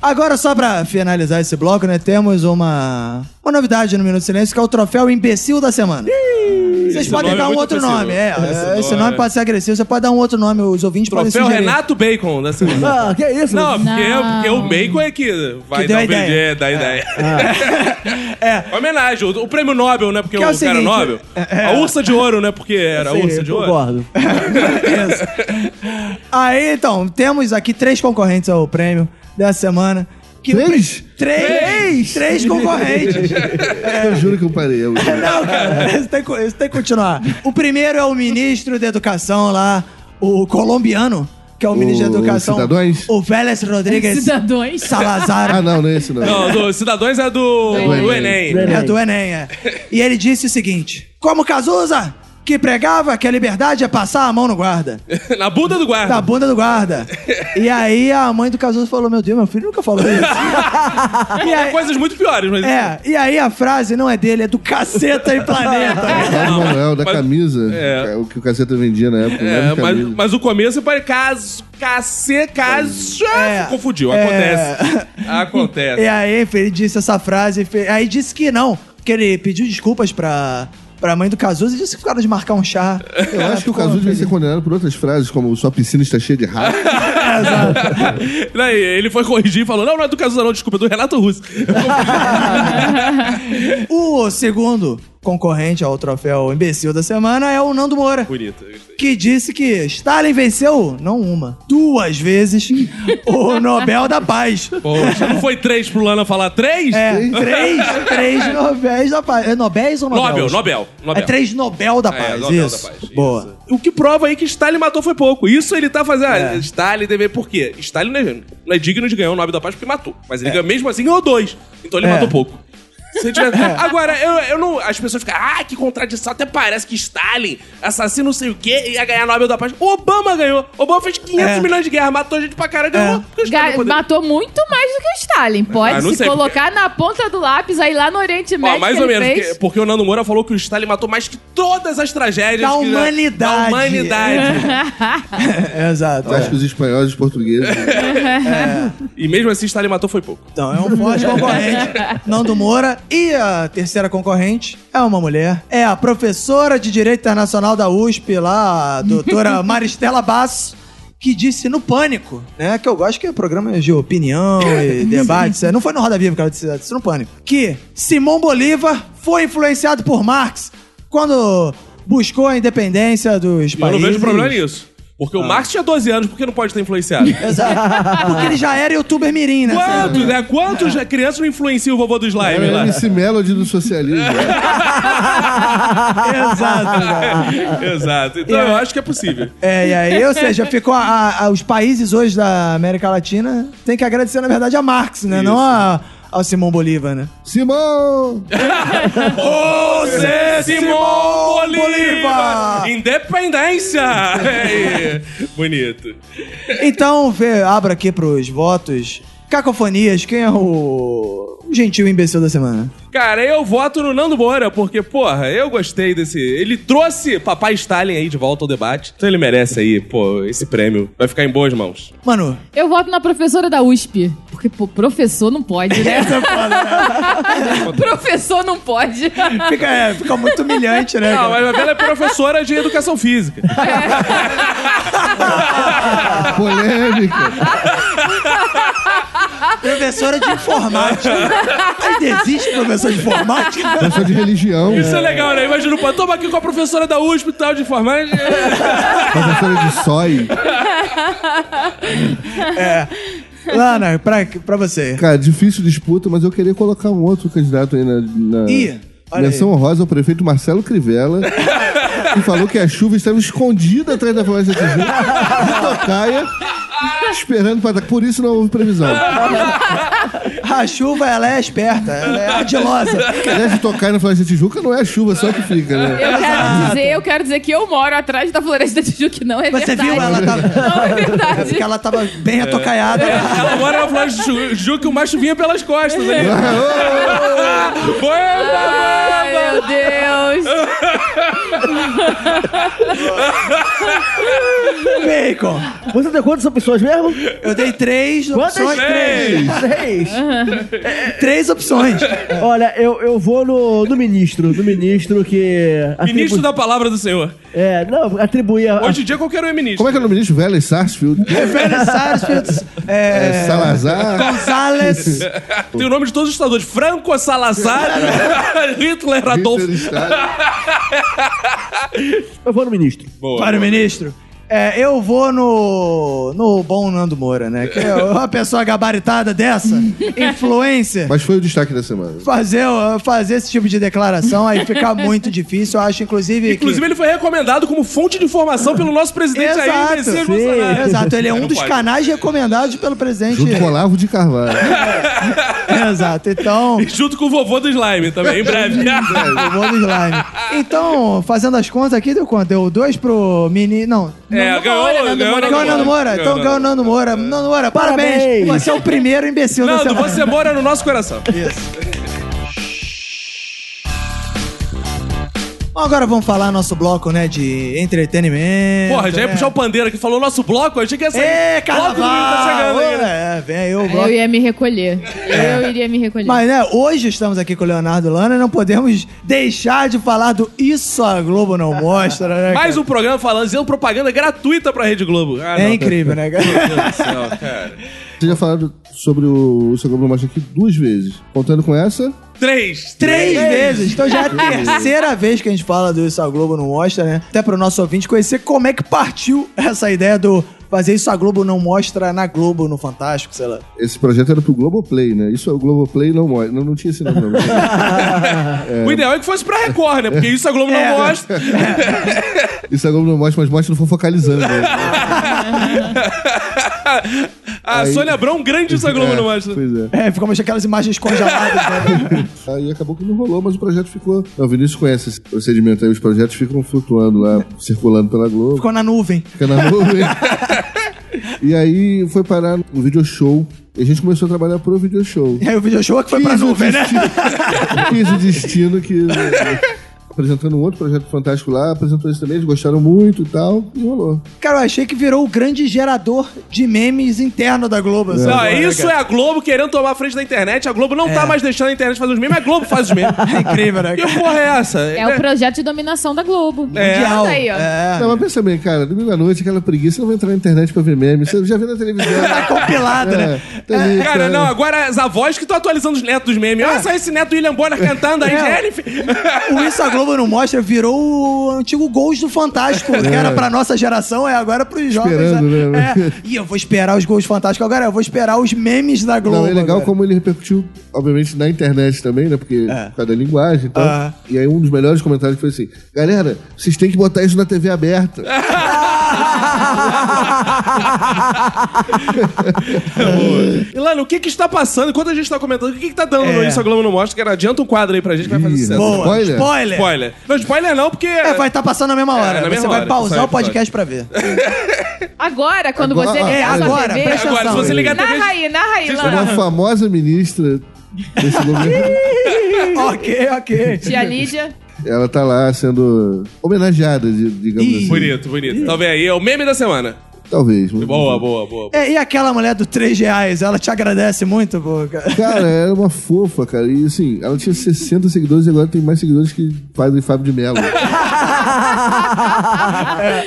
S2: Agora, só pra finalizar esse bloco, né? Temos uma, uma novidade no Minuto de Silêncio, que é o troféu imbecil da semana. Vocês
S3: Esse
S2: podem
S3: nome é
S2: dar um
S3: muito
S2: outro
S3: ofensivo.
S2: nome. É,
S3: Esse
S2: é, esse
S3: nome
S2: nome
S3: é.
S2: pode ser agressivo. Você pode dar um outro nome. Os ouvintes podem
S3: Troféu
S2: sugerir.
S3: Renato Bacon da semana.
S5: Ah, que isso?
S3: Não, porque,
S7: Não.
S3: porque o Bacon é que vai
S2: Que deu
S3: dar
S2: a
S3: o
S2: ideia.
S3: VG, dá a ideia.
S2: É.
S3: Homenagem, o, o prêmio Nobel, né? Porque
S2: Que
S3: o,
S2: é o
S3: cara
S2: seguinte, é,
S3: Nobel. A ursa de ouro, né? Porque era a
S5: Sim,
S3: ursa de ouro.
S5: Concordo.
S2: Isso. Aí, então, temos aqui três concorrentes ao prêmio dessa semana. Que
S6: Três?
S2: Três! Três concorrentes.
S3: É.
S6: Eu juro que eu parei. Eu...
S2: Não, cara, isso tem, que- isso tem que continuar. O primeiro é o ministro da Educação lá, o colombiano, que é o, ministro da
S6: O
S2: Educação.
S6: Cidadões?
S2: O Vélez Rodrigues
S7: Cidadões.
S2: Salazar.
S6: Ah, não, não é esse não.
S3: Não, do Cidadões é do,
S6: Enem.
S3: do Enem.
S5: Do
S2: É do Enem, é. E ele disse o seguinte: Como Cazuza, que pregava que a liberdade é passar a mão no guarda,
S3: Na bunda do guarda.
S2: da bunda do guarda. E aí a mãe do Cazuza falou: Meu Deus, meu filho nunca falou isso. e aí,
S3: Coisas muito piores, mas.
S2: é, e aí a frase não é dele, é do caceta e planeta.
S6: Papai do Manuel, da
S3: Mas-
S6: camisa.
S3: É.
S6: O que o Caceta vendia na época.
S3: É,
S6: É,
S3: mas, mas o começo é parece caso, cacê, caso.
S2: É.
S3: Confundiu,
S2: É.
S3: acontece. Acontece.
S2: E aí, enfim, ele disse essa frase. fe- Aí disse que não, que ele pediu desculpas pra, pra mãe do Cazuza e disse que ficaram de marcar um chá.
S6: Eu acho que o Cazu devia ser condenado por outras frases, como sua piscina está cheia de rato.
S3: Daí, ele foi corrigir e falou: não, não é do Cazuza, não, desculpa, é do Renato Russo.
S2: O segundo concorrente ao troféu imbecil da semana é o Nando Moura.
S3: Bonito. eu gostei.
S2: Que disse que Stalin venceu, não uma, duas vezes o Nobel da Paz.
S3: Poxa, não foi três pro Lana falar três?
S2: É, três, três Nobéis da Paz. É Nobéis ou Nobel?
S3: Nobel, Nobel, Nobel.
S2: É três Nobel da
S3: É,
S2: Paz,
S3: Nobel da
S2: isso.
S3: Paz, isso.
S2: Boa. É.
S3: O que prova aí que Stalin matou foi pouco. Isso ele tá fazendo. Ah, Stalin deve. Por quê? Stalin não é, não é digno de ganhar o Nobel da Paz porque matou. Mas ele ganhou- mesmo assim ganhou dois. Então ele
S2: É.
S3: matou pouco. Se ele tiver- Agora, eu, eu não. As pessoas ficam, ah, que contradição. Até parece que Stalin, assassino não sei o quê, ia ganhar Nobel da Paz. O Obama ganhou. O Obama fez 500
S2: É.
S3: milhões de guerras, matou gente pra caralho, ganhou. Por que o Stalin
S4: Ga-
S3: não poderia?
S4: Matou muito mais do que o Stalin. Pode
S3: Ah, não
S4: se
S3: sei,
S4: colocar na ponta do lápis aí lá no Oriente
S3: Ó,
S4: Médio.
S3: mais
S4: que
S3: ou
S4: ele
S3: menos,
S4: fez.
S3: porque, porque o Nando Moura falou que o Stalin matou mais que todas as tragédias
S2: Da
S3: que-
S2: humanidade.
S3: Da humanidade.
S2: É, exato.
S6: Acho que os espanhóis e os portugueses.
S3: É e mesmo assim, Stalin matou foi pouco.
S2: Então, é um forte concorrente, Nando Moura. E a terceira concorrente é uma mulher. É a professora de Direito Internacional da USP, lá, a doutora Maristela Basso, que disse no Pânico, né? Que eu gosto que é programa de opinião e debates. é, Não foi no Roda Viva que ela disse, ela disse no Pânico. Que Simão Bolívar foi influenciado por Marx quando buscou a independência dos
S3: Eu
S2: países.
S3: não vejo problema nisso. Porque o Marx tinha 12 anos, por que não pode ter influenciado?
S2: Exato. Porque ele já era youtuber mirim, né?
S3: Quantos, né? Quantos crianças não influenciam o vovô do
S6: É
S3: slime
S6: o
S3: lá?
S6: MC Melody do socialismo.
S2: Exato, cara.
S3: Exato. Então eu acho que é possível.
S2: É, e aí, ou seja, ficou a- a- os países hoje da América Latina tem que agradecer, na verdade, a Marx, né? Não a- ao Simão Bolívar, né?
S6: Simão!
S3: José Simão
S2: Bolívar!
S3: Bolívar! Independência! É. Bonito.
S2: Então, vê, abro aqui pros votos. Cacofonias, quem é o o gentil imbecil da semana?
S3: Cara, eu voto no Nando Moura, porque, porra, eu gostei desse. Ele trouxe Papai Stalin aí de volta ao debate. Então ele merece aí, pô, esse prêmio. Vai ficar em boas mãos.
S2: Manu.
S7: Eu voto na professora da USP. Porque, pô, professor não pode, né?
S2: é né?
S7: professor não pode.
S2: Fica, é, fica muito humilhante, né?
S3: Não,
S2: cara?
S3: mas ela é professora de educação física.
S6: Polêmica!
S2: Professora de informática. Ainda existe professor de informática?
S6: Professor de religião.
S3: Isso é legal, né? Imagina, pô, toma aqui com a professora da USP e tal, de informática.
S6: Professora de sói.
S2: Lana, pra, pra você.
S6: Cara, difícil disputa, mas eu queria colocar um outro candidato aí na. na...
S2: Ih, olha
S6: Menção honrosa ao prefeito Marcelo Crivella, que falou que a chuva estava escondida atrás da floresta de Tijuca, de tocaia, esperando para. Por isso não houve previsão.
S2: A chuva, ela é esperta, ela é ardilosa.
S6: Aliás, de tocaia na floresta de Tijuca não é a chuva só que fica, né?
S7: Eu quero dizer, eu quero dizer que eu moro atrás da Floresta de Tijuca, não é
S2: Mas você
S7: verdade.
S2: viu? Ela tava,
S7: Não é verdade.
S2: porque ela tava bem atocaiada.
S3: Ela mora na Floresta de Ju- Ju, que o macho vinha pelas costas né? é ali.
S7: Ai, meu Deus.
S2: Bem, bacon.
S5: Você tem quantas opções mesmo?
S2: Eu dei três
S5: Quantas?
S2: opções. Três.
S5: Três.
S2: Três opções.
S5: Olha, eu, eu vou no, no ministro. No ministro que. atribu-
S3: Ministro da palavra do Senhor.
S5: É, não, atribuir a.
S3: Hoje em dia qualquer um é ministro.
S6: Como é que é o nome disso? Vélez Sarsfield?
S3: É
S2: Vélez Sarsfield.
S6: É,
S2: É,
S6: Salazar?
S2: Gonzalez.
S3: Tem o nome de todos os ditadores. Franco Salazar, Hitler Adolfo.
S6: Peter Stalin.
S5: Eu vou no ministro.
S3: Boa.
S2: Para o ministro. É, eu vou no. no bom Nando Moura, né? Que é uma pessoa gabaritada dessa, influencer.
S6: Mas foi o destaque da semana.
S2: Fazer, fazer esse tipo de declaração aí fica muito difícil. Eu acho, inclusive. que-
S3: Inclusive, ele foi recomendado como fonte de informação pelo nosso presidente aí,
S2: Exato,
S3: Messias
S2: sim,
S3: Bolsonaro.
S2: exato. Ele é
S3: Não
S2: um dos
S3: pode.
S2: canais recomendados pelo presidente.
S6: Junto com Olavo de Carvalho.
S2: Exato. Então,
S3: E junto com o vovô do slime também, em breve. É,
S2: eu vou no slime. Então, fazendo as contas aqui, deu quanto? Deu dois pro mini. Não.
S3: é, ganhou, ganhou,
S2: Ganhou o Nando Moura? Então ganhou o Nando Moura. Nando Moura, parabéns!
S5: Parabéns.
S2: Você é o primeiro imbecil da
S3: Nando,
S2: semana.
S3: você mora no nosso coração.
S2: Bom, Agora vamos falar nosso bloco, né, de entretenimento.
S3: Porra, já ia
S2: né?
S3: puxar o pandeiro que falou nosso bloco, eu achei que ia sair.
S2: Ê,
S3: Logo o menino tá
S2: carnaval!
S3: chegando aí, né?
S2: É, vem aí o bloco.
S7: Eu ia me recolher. Eu iria me recolher.
S2: É. Mas, né, hoje estamos aqui com o Leonardo Lana e não podemos deixar de falar do Isso a Globo Não Mostra, né? cara?
S3: Mais um programa falando, fazendo propaganda gratuita pra Rede Globo. Ah,
S2: É
S3: não,
S2: incrível, né, cara?
S3: Meu Deus do céu, cara.
S6: Vocês já falaram sobre o seu Globo Mostra aqui duas vezes. Contando com essa,
S3: Três.
S2: Três vezes! Então já é a terceira vez que a gente fala do Isso a Globo Não Mostra, né? Até pro nosso ouvinte conhecer como é que partiu essa ideia do fazer Isso a Globo Não Mostra na Globo, no Fantástico, sei lá.
S6: esse projeto era pro Globoplay, né? Isso é o Globoplay não mostra. Não, não tinha esse nome. Não.
S3: O ideal é que fosse pra Record, né? Porque isso a Globo
S2: É.
S3: não mostra.
S6: Isso é Globo não mostra, mas mostra não for focalizando. Né?
S3: A
S6: Aí-
S3: Sônia Abrão, um grande isso a Globo
S6: É,
S3: não mostra.
S6: Pois é.
S2: É, ficamos aquelas imagens congeladas, né?
S6: Aí acabou que não rolou, mas o projeto ficou. Não, o Vinícius conhece esse procedimento aí, os projetos ficam flutuando lá, circulando pela Globo.
S2: Ficou na nuvem.
S6: Fica na nuvem. e aí foi parar no video show. E a gente começou a trabalhar pro video show.
S2: E aí o video show é que foi pra
S6: Quis o
S2: nuvem, né?
S6: destino- Quis o destino que. Apresentando um outro projeto fantástico lá, apresentou isso também, eles gostaram muito e tal, e rolou.
S2: Cara, eu achei que virou o grande gerador de memes interno da Globo. sabe?
S3: Não,
S2: Agora, né,
S3: isso é
S2: cara?
S3: a Globo querendo tomar a frente da internet. A Globo não tá mais deixando a internet fazer os memes, a Globo faz os memes.
S2: É incrível, né?
S3: que
S2: cara?
S3: porra é essa?
S7: É o projeto de dominação da Globo.
S4: é
S2: Mundial.
S4: Aí, ó.
S2: É.
S6: Não, mas pensa bem, cara, domingo à noite, aquela preguiça, eu não vai entrar na internet pra ver meme, você já viu na televisão.
S2: Tá compilado, né?
S6: É, tá ali,
S3: Cara, não, agora é as avós que estão atualizando os netos dos memes. Olha só esse neto William Bonner cantando aí,
S2: É.
S3: Jennifer.
S2: O Isso a Globo não mostra virou o antigo Gols do Fantástico, que era pra nossa geração, é agora pros jovens.
S6: Esperando,
S2: né?
S6: né?
S2: É. E eu vou esperar os Gols Fantásticos agora, eu vou esperar os memes da Globo.
S6: Não, é legal
S2: agora.
S6: como ele repercutiu, obviamente, na internet também, né? Porque por causa da linguagem e tal.
S2: É. Ah.
S6: E aí um dos melhores comentários foi assim: Galera, vocês têm que botar isso na TV aberta.
S3: Ilana, o que que está passando? Enquanto a gente tá comentando, o que que tá dando no Isso a Globo não mostra? Cara, adianta um quadro aí pra gente que vai fazer
S6: Ih,
S3: sucesso.
S2: Boa. Spoiler.
S6: Spoiler?
S3: Spoiler. Não, spoiler não, porque...
S2: É, vai estar passando na mesma hora.
S3: na mesma
S2: Você vai
S3: hora,
S2: pausar
S3: sai
S2: o podcast pra ver.
S4: Agora, quando
S6: Agora-
S4: você
S6: É,
S4: ligar sua
S2: agora,
S4: TV...
S2: presta
S3: Agora, se você ligar a TV...
S4: Narra aí, narra aí,
S6: Uma
S4: Lana.
S6: famosa ministra desse governo,
S2: ok, ok.
S4: Tia Lídia.
S6: ela tá lá sendo homenageada, de- digamos
S2: Ih.
S6: assim.
S3: Bonito, bonito. Talvez aí é o meme da semana.
S6: Talvez.
S3: Boa, boa, boa.
S2: É, e aquela mulher do 3 reais, ela te agradece muito, pô, cara.
S6: Cara, era uma fofa, cara. E assim, ela tinha 60 seguidores e agora tem mais seguidores que Padre Fábio de Mello.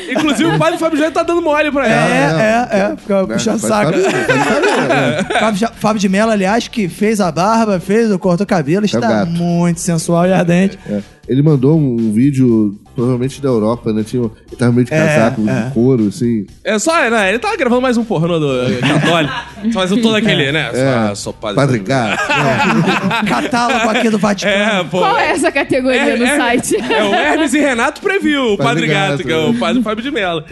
S3: Inclusive, o padre Fábio Júnior tá dando mole pra
S2: É,
S6: Ah,
S3: ela.
S2: é, é.
S6: Né,
S2: Fica puxando saco.
S6: Padre Fábio, né?
S2: Fábio, Ja- Fábio de Mello, aliás, que fez a barba, fez, cortou o cabelo, está
S6: É gato.
S2: muito sensual e ardente.
S6: É. Ele mandou um vídeo, provavelmente da Europa, né? Tinha, ele tava meio de casaco, de couro, assim.
S3: É só, né? Ele tá gravando mais um pornô do católico. Fazendo todo aquele, né?
S6: É.
S3: Só, sou padre.
S6: Padre Gato.
S2: Catálogo aqui do
S3: É,
S2: Vaticano.
S3: pô.
S7: Qual é essa categoria
S3: É,
S7: no
S3: é-
S7: site?
S3: É, o Hermes e Renato previu o Padre
S6: Padre
S3: Gato,
S6: Gato,
S3: que é o Padre Fábio de Mello.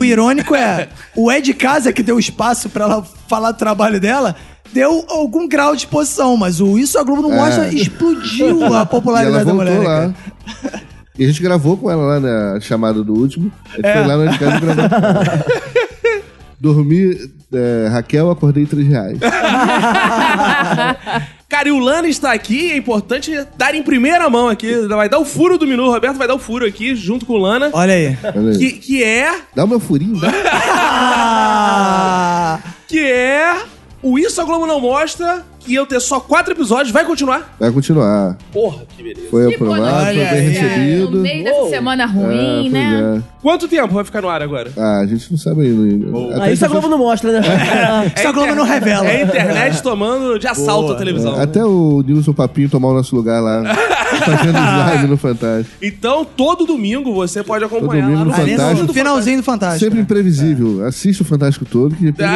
S2: O irônico é, o Ed Casa, que deu espaço pra ela falar do trabalho dela, deu algum grau de exposição, mas o Isso a Globo não
S6: É.
S2: mostra explodiu a
S6: E ela
S2: popularidade da
S6: voltou
S2: mulher. né,
S6: lá.
S2: cara?
S6: E a gente gravou com ela lá na chamada do último. A
S3: É.
S6: gente foi lá na casa e gravou. Dormi, é, Raquel, acordei 3 reais.
S3: Cara, e o Lana está aqui, é importante dar em primeira mão aqui. Vai dar o furo do Minu, o Roberto vai dar o furo aqui, junto com o Lana.
S2: Olha aí.
S6: Olha aí.
S3: Que, que é.
S6: Dá o meu furinho, dá.
S3: Que é. O Isso a Globo não mostra, que eu ter só quatro episódios, vai continuar.
S6: Vai continuar.
S3: Porra, que beleza.
S6: Foi
S4: Que boa
S6: aprovado, foi
S2: notícia.
S6: bem
S4: No
S6: recebido.
S4: meio dessa semana ruim,
S6: pois
S4: né?
S6: é.
S3: Quanto tempo vai ficar no ar agora?
S6: Ah, a gente não sabe ainda. Até
S2: tá
S5: Aí isso a
S6: gente-
S5: Globo não mostra, né?
S2: Isso a Globo
S3: É inter-
S2: não revela.
S3: É a internet tomando de assalto a televisão.
S6: É, Até o Nilson Papinho tomar o nosso lugar lá, fazendo slime no Fantástico.
S3: Então, todo domingo você pode acompanhar
S6: domingo
S3: lá no
S6: no
S2: Ali
S6: Fantástico.
S2: no finalzinho do Fantástico. É.
S6: Sempre imprevisível. Assiste o Fantástico todo, que depois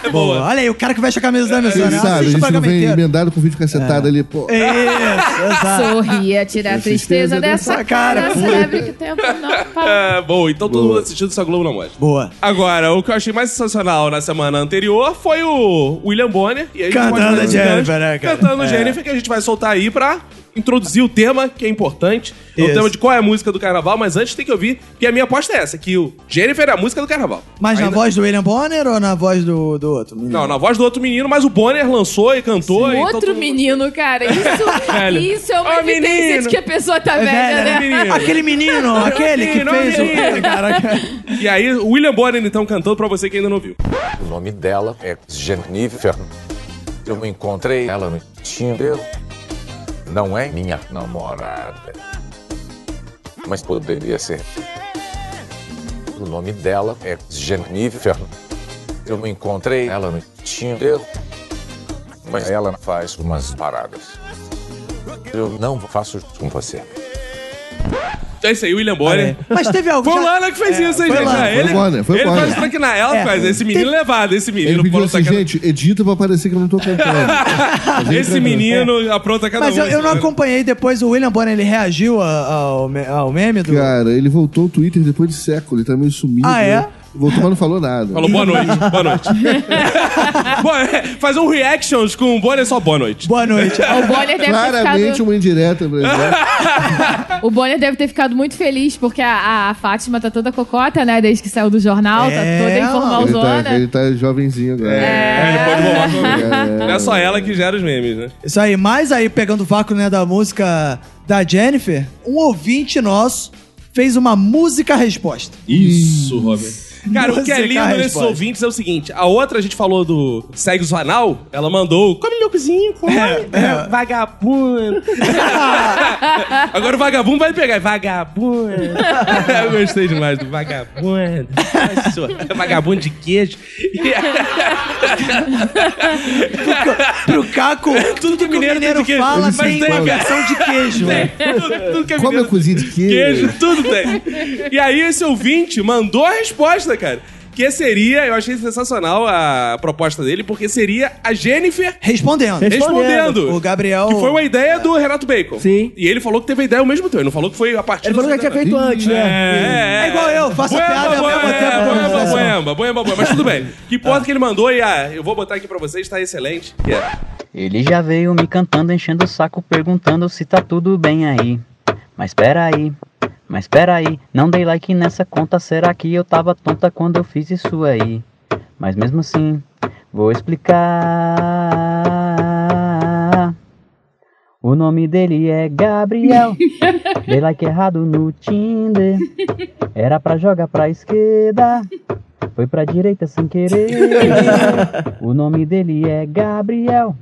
S3: É
S2: Boa.
S3: boa.
S2: Olha aí, o cara que veste a camisa da
S6: ele
S2: emissora. né?
S6: É, sabe, a
S2: Assiste o É.
S6: gente não
S2: programa
S6: vem
S2: inteiro.
S6: emendado com o vídeo cacetado ali, pô.
S2: Isso, exato.
S7: Sorria, é tirar a tristeza dessa
S2: cara,
S7: cara. Celebre que o tempo não para.
S3: É, boa. Então todo mundo assistindo essa Globo não mostra.
S2: Boa.
S3: Agora, o que eu achei mais sensacional na semana anterior foi o William Bonner. E aí
S2: Cantando
S3: pode fazer
S2: a
S3: os
S2: Jennifer,
S3: ganchos.
S2: né, cara?
S3: Cantando
S2: É.
S3: Jennifer, que a gente vai soltar aí pra introduzir o tema, que é importante. É o
S2: Isso.
S3: tema de qual é a música do carnaval, mas antes tem que ouvir, que a minha aposta é essa, que o Jennifer é a música do carnaval.
S2: Mas na
S3: Ainda-
S2: voz do William Bonner ou na voz do, do outro? menino?
S3: Não, na voz do outro menino, mas o Bonner lançou e cantou. e
S4: Outro menino, cara.
S3: Velho.
S4: Isso, isso é uma
S3: Ô,
S4: evidência
S3: menino.
S4: de que a pessoa tá
S2: É
S4: velha,
S2: velha, né?
S4: né?
S3: Menino.
S2: Aquele menino, aquele que
S3: menino,
S2: fez
S3: menino.
S2: o... Cara,
S3: E aí, o William Bonner, então, cantando pra você que ainda não viu.
S9: O nome dela é Jennifer. Eu encontrei ela no Tinder. Não é minha namorada, mas poderia ser. O nome dela é Jennifer. Eu encontrei ela no Tinder, mas ela faz umas paradas. Eu não faço com você.
S3: É isso aí, William Bonner.
S2: Mas teve algum...
S3: Foi o
S2: já- É,
S3: Lana que fez isso aí,
S2: foi
S3: gente.
S2: o Lana,
S3: Ah,
S6: foi o
S3: ele,
S6: Bonner, foi o
S3: ele
S6: Bonner.
S3: faz tranquilar. Ela
S2: É.
S3: faz. Esse menino levado, esse menino
S6: Ele pediu
S3: apronta
S6: assim,
S3: cada-
S6: gente, edita pra parecer que eu não tô cantando. A gente
S3: Esse
S6: cantando.
S3: menino apronta cada um.
S2: Mas eu, eu não
S3: música.
S2: acompanhei depois o William Bonner, ele reagiu a- ao, me- ao meme do...
S6: Cara, ele voltou ao Twitter depois de século, ele tá meio sumido.
S2: Ah, é?
S6: né? Voltou, mas não falou nada.
S3: Falou boa noite, boa noite. Bom, é, fazer um reactions com o Bonner só boa noite.
S2: Boa noite.
S7: O Bonner, deve ter
S6: Claramente
S7: ficado,
S6: uma indireta pra ele.
S7: o Bonner deve ter ficado muito feliz, porque a, a- a Fátima tá toda cocota, né? Desde que saiu do jornal,
S2: É,
S7: tá toda
S6: Ele tá,
S7: informalzona.
S6: ele tá jovenzinho agora.
S3: É, ele pode bombar com
S6: É.
S3: Não é só ela que gera os memes, né?
S2: Isso aí, mais aí pegando o vácuo né, da música da Jennifer, um ouvinte nosso fez uma música resposta.
S3: Isso, Robert. Cara, o que é
S2: Música
S3: lindo nesses
S2: resposta.
S3: ouvintes é o seguinte: a outra a gente falou do Segue os Anal, ela mandou come meu cozinho, come,
S2: É,
S3: né, vagabundo. Agora o vagabundo vai pegar, vagabundo. Eu gostei demais do vagabundo. Ai, senhor, vagabundo de queijo.
S2: Pro Caco, tudo que o
S3: mineiro
S2: mineiro,
S3: tem de queijo.
S2: fala
S6: Mas
S2: tem
S3: tem,
S2: uma
S3: cara.
S2: versão de queijo. né?
S3: tudo, tudo que é
S6: Come a
S3: mineiro-
S6: cozinha de queijo.
S3: queijo, tudo tem. E aí esse ouvinte mandou a resposta, cara. Que seria, eu achei sensacional a proposta dele, porque seria a Jennifer
S2: Respondendo.
S3: respondendo.
S2: O Gabriel-
S3: Que foi uma ideia do Renato Bacon.
S5: Sim.
S3: E ele falou que teve a ideia ao mesmo tempo. Ele não falou que foi a partir
S5: Ele falou que já tinha feito antes,
S3: é,
S5: né?
S2: É igual eu, faço a piada e ao mesmo tempo né? eu
S3: Boema,
S2: faço
S3: boema,
S2: essa.
S3: boema, boema, boema, mas tudo bem. Que importa que ele mandou e ah, eu vou botar aqui pra vocês, tá excelente. Que é.
S10: Ele já veio me cantando, enchendo o saco, perguntando se tá tudo bem aí. Mas peraí, mas peraí, não dei like nessa conta, será que eu tava tonta quando eu fiz isso aí? Mas mesmo assim, vou explicar. O nome dele é Gabriel. Dei like errado no Tinder. Era pra jogar pra esquerda. Foi pra direita sem querer. O nome dele é Gabriel.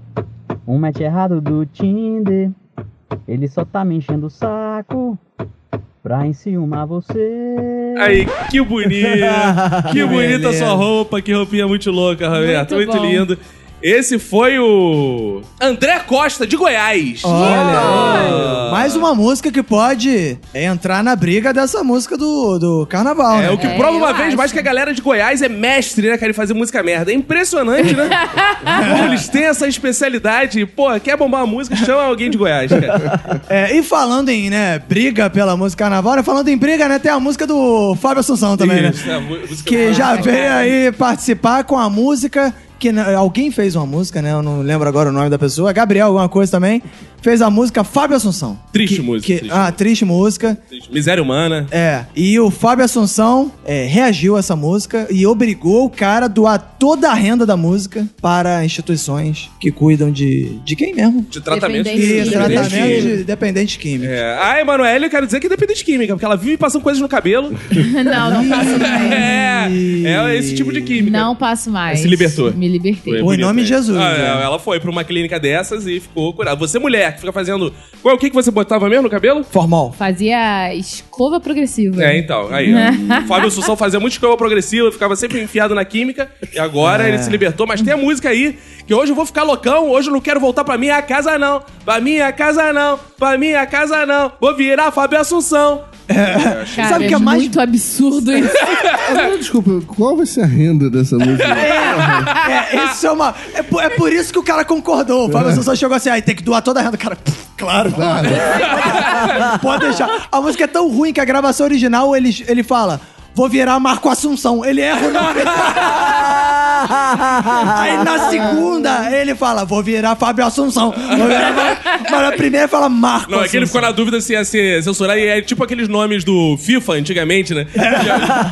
S10: Um match errado do Tinder. Ele só tá me enchendo o saco pra enciumar você.
S3: Aí, que bonito. que bonita
S2: beleza.
S3: sua roupa, que roupinha muito louca, Roberto. Muito,
S7: Muito bom.
S3: lindo. Esse foi o André Costa de Goiás.
S2: Olha, mais uma música que pode entrar na briga dessa música do, do carnaval,
S3: É
S2: né?
S3: o que
S7: É,
S3: prova uma
S7: eu
S3: vez
S7: acho.
S3: mais que a galera de Goiás é mestre, né, cara, em fazer música merda. É impressionante, né? Como eles têm essa especialidade. Pô, quer bombar a música, chama alguém de Goiás, cara.
S2: É, e falando em, né, briga pela música carnaval, né, falando em briga, né, tem a música do Fábio Assunção também, né?
S3: Isso, né, a mu- É, música
S2: Que
S3: do-
S2: já veio aí participar com a música que né, alguém fez uma música, né? Eu não lembro agora o nome da pessoa. Gabriel, alguma coisa também. Fez a música Fábio Assunção.
S3: Triste
S2: Que-
S3: música,
S2: que-
S3: triste
S2: ah, triste música.
S3: Miséria humana.
S2: É, e o Fábio Assunção é, reagiu a essa música e obrigou o cara a doar toda a renda da música para instituições que cuidam de, de quem mesmo?
S3: De tratamento.
S2: E
S3: de
S2: tratamento
S3: dependente.
S2: de dependente químico.
S3: É. A Emanuele, eu quero dizer que é dependente química, porque ela vive passando coisas no cabelo.
S7: Não, não faço mais.
S3: é, é esse tipo de química.
S7: Não passo mais.
S3: Se libertou.
S7: Me libertei.
S3: Foi
S2: Pô, em
S3: bonito,
S2: nome de
S3: né?
S2: Jesus,
S3: Ah,
S2: né?
S3: Ela foi pra uma clínica dessas e ficou curada. Você, mulher, que fica fazendo. Qual o que, que você botava mesmo no cabelo?
S2: Formal.
S7: Fazia escova progressiva.
S3: É, então, aí. ó. O Fábio Assunção fazia muita escola progressiva, ficava sempre enfiado na química, e agora
S2: É.
S3: ele se libertou. Mas tem a música aí, que hoje eu vou ficar loucão, hoje eu não quero voltar pra minha casa não, pra minha casa não, pra minha casa não, vou virar Fábio Assunção.
S7: Cara,
S2: Sabe o que é
S7: é
S2: mais-
S7: muito absurdo isso.
S6: Agora, desculpa, qual vai ser a renda dessa música?
S2: É, isso é uma. É, po- é por isso que o cara concordou. O Fábio Assunção chegou assim, aí tem que doar toda a renda. O cara, "Pff, claro.
S6: Claro.
S2: Pode deixar. A música é tão ruim que a gravação original ele, ele fala. Vou virar Marco Assunção. Ele erra o nome. Aí na segunda ele fala: Vou virar Fábio Assunção. Vou virar Fábio- Mas na primeira fala Marco.
S3: Não, é que ele ficou
S2: Assunção.
S3: na dúvida se ia ser censurado, e é tipo aqueles nomes do FIFA antigamente, né? Tinha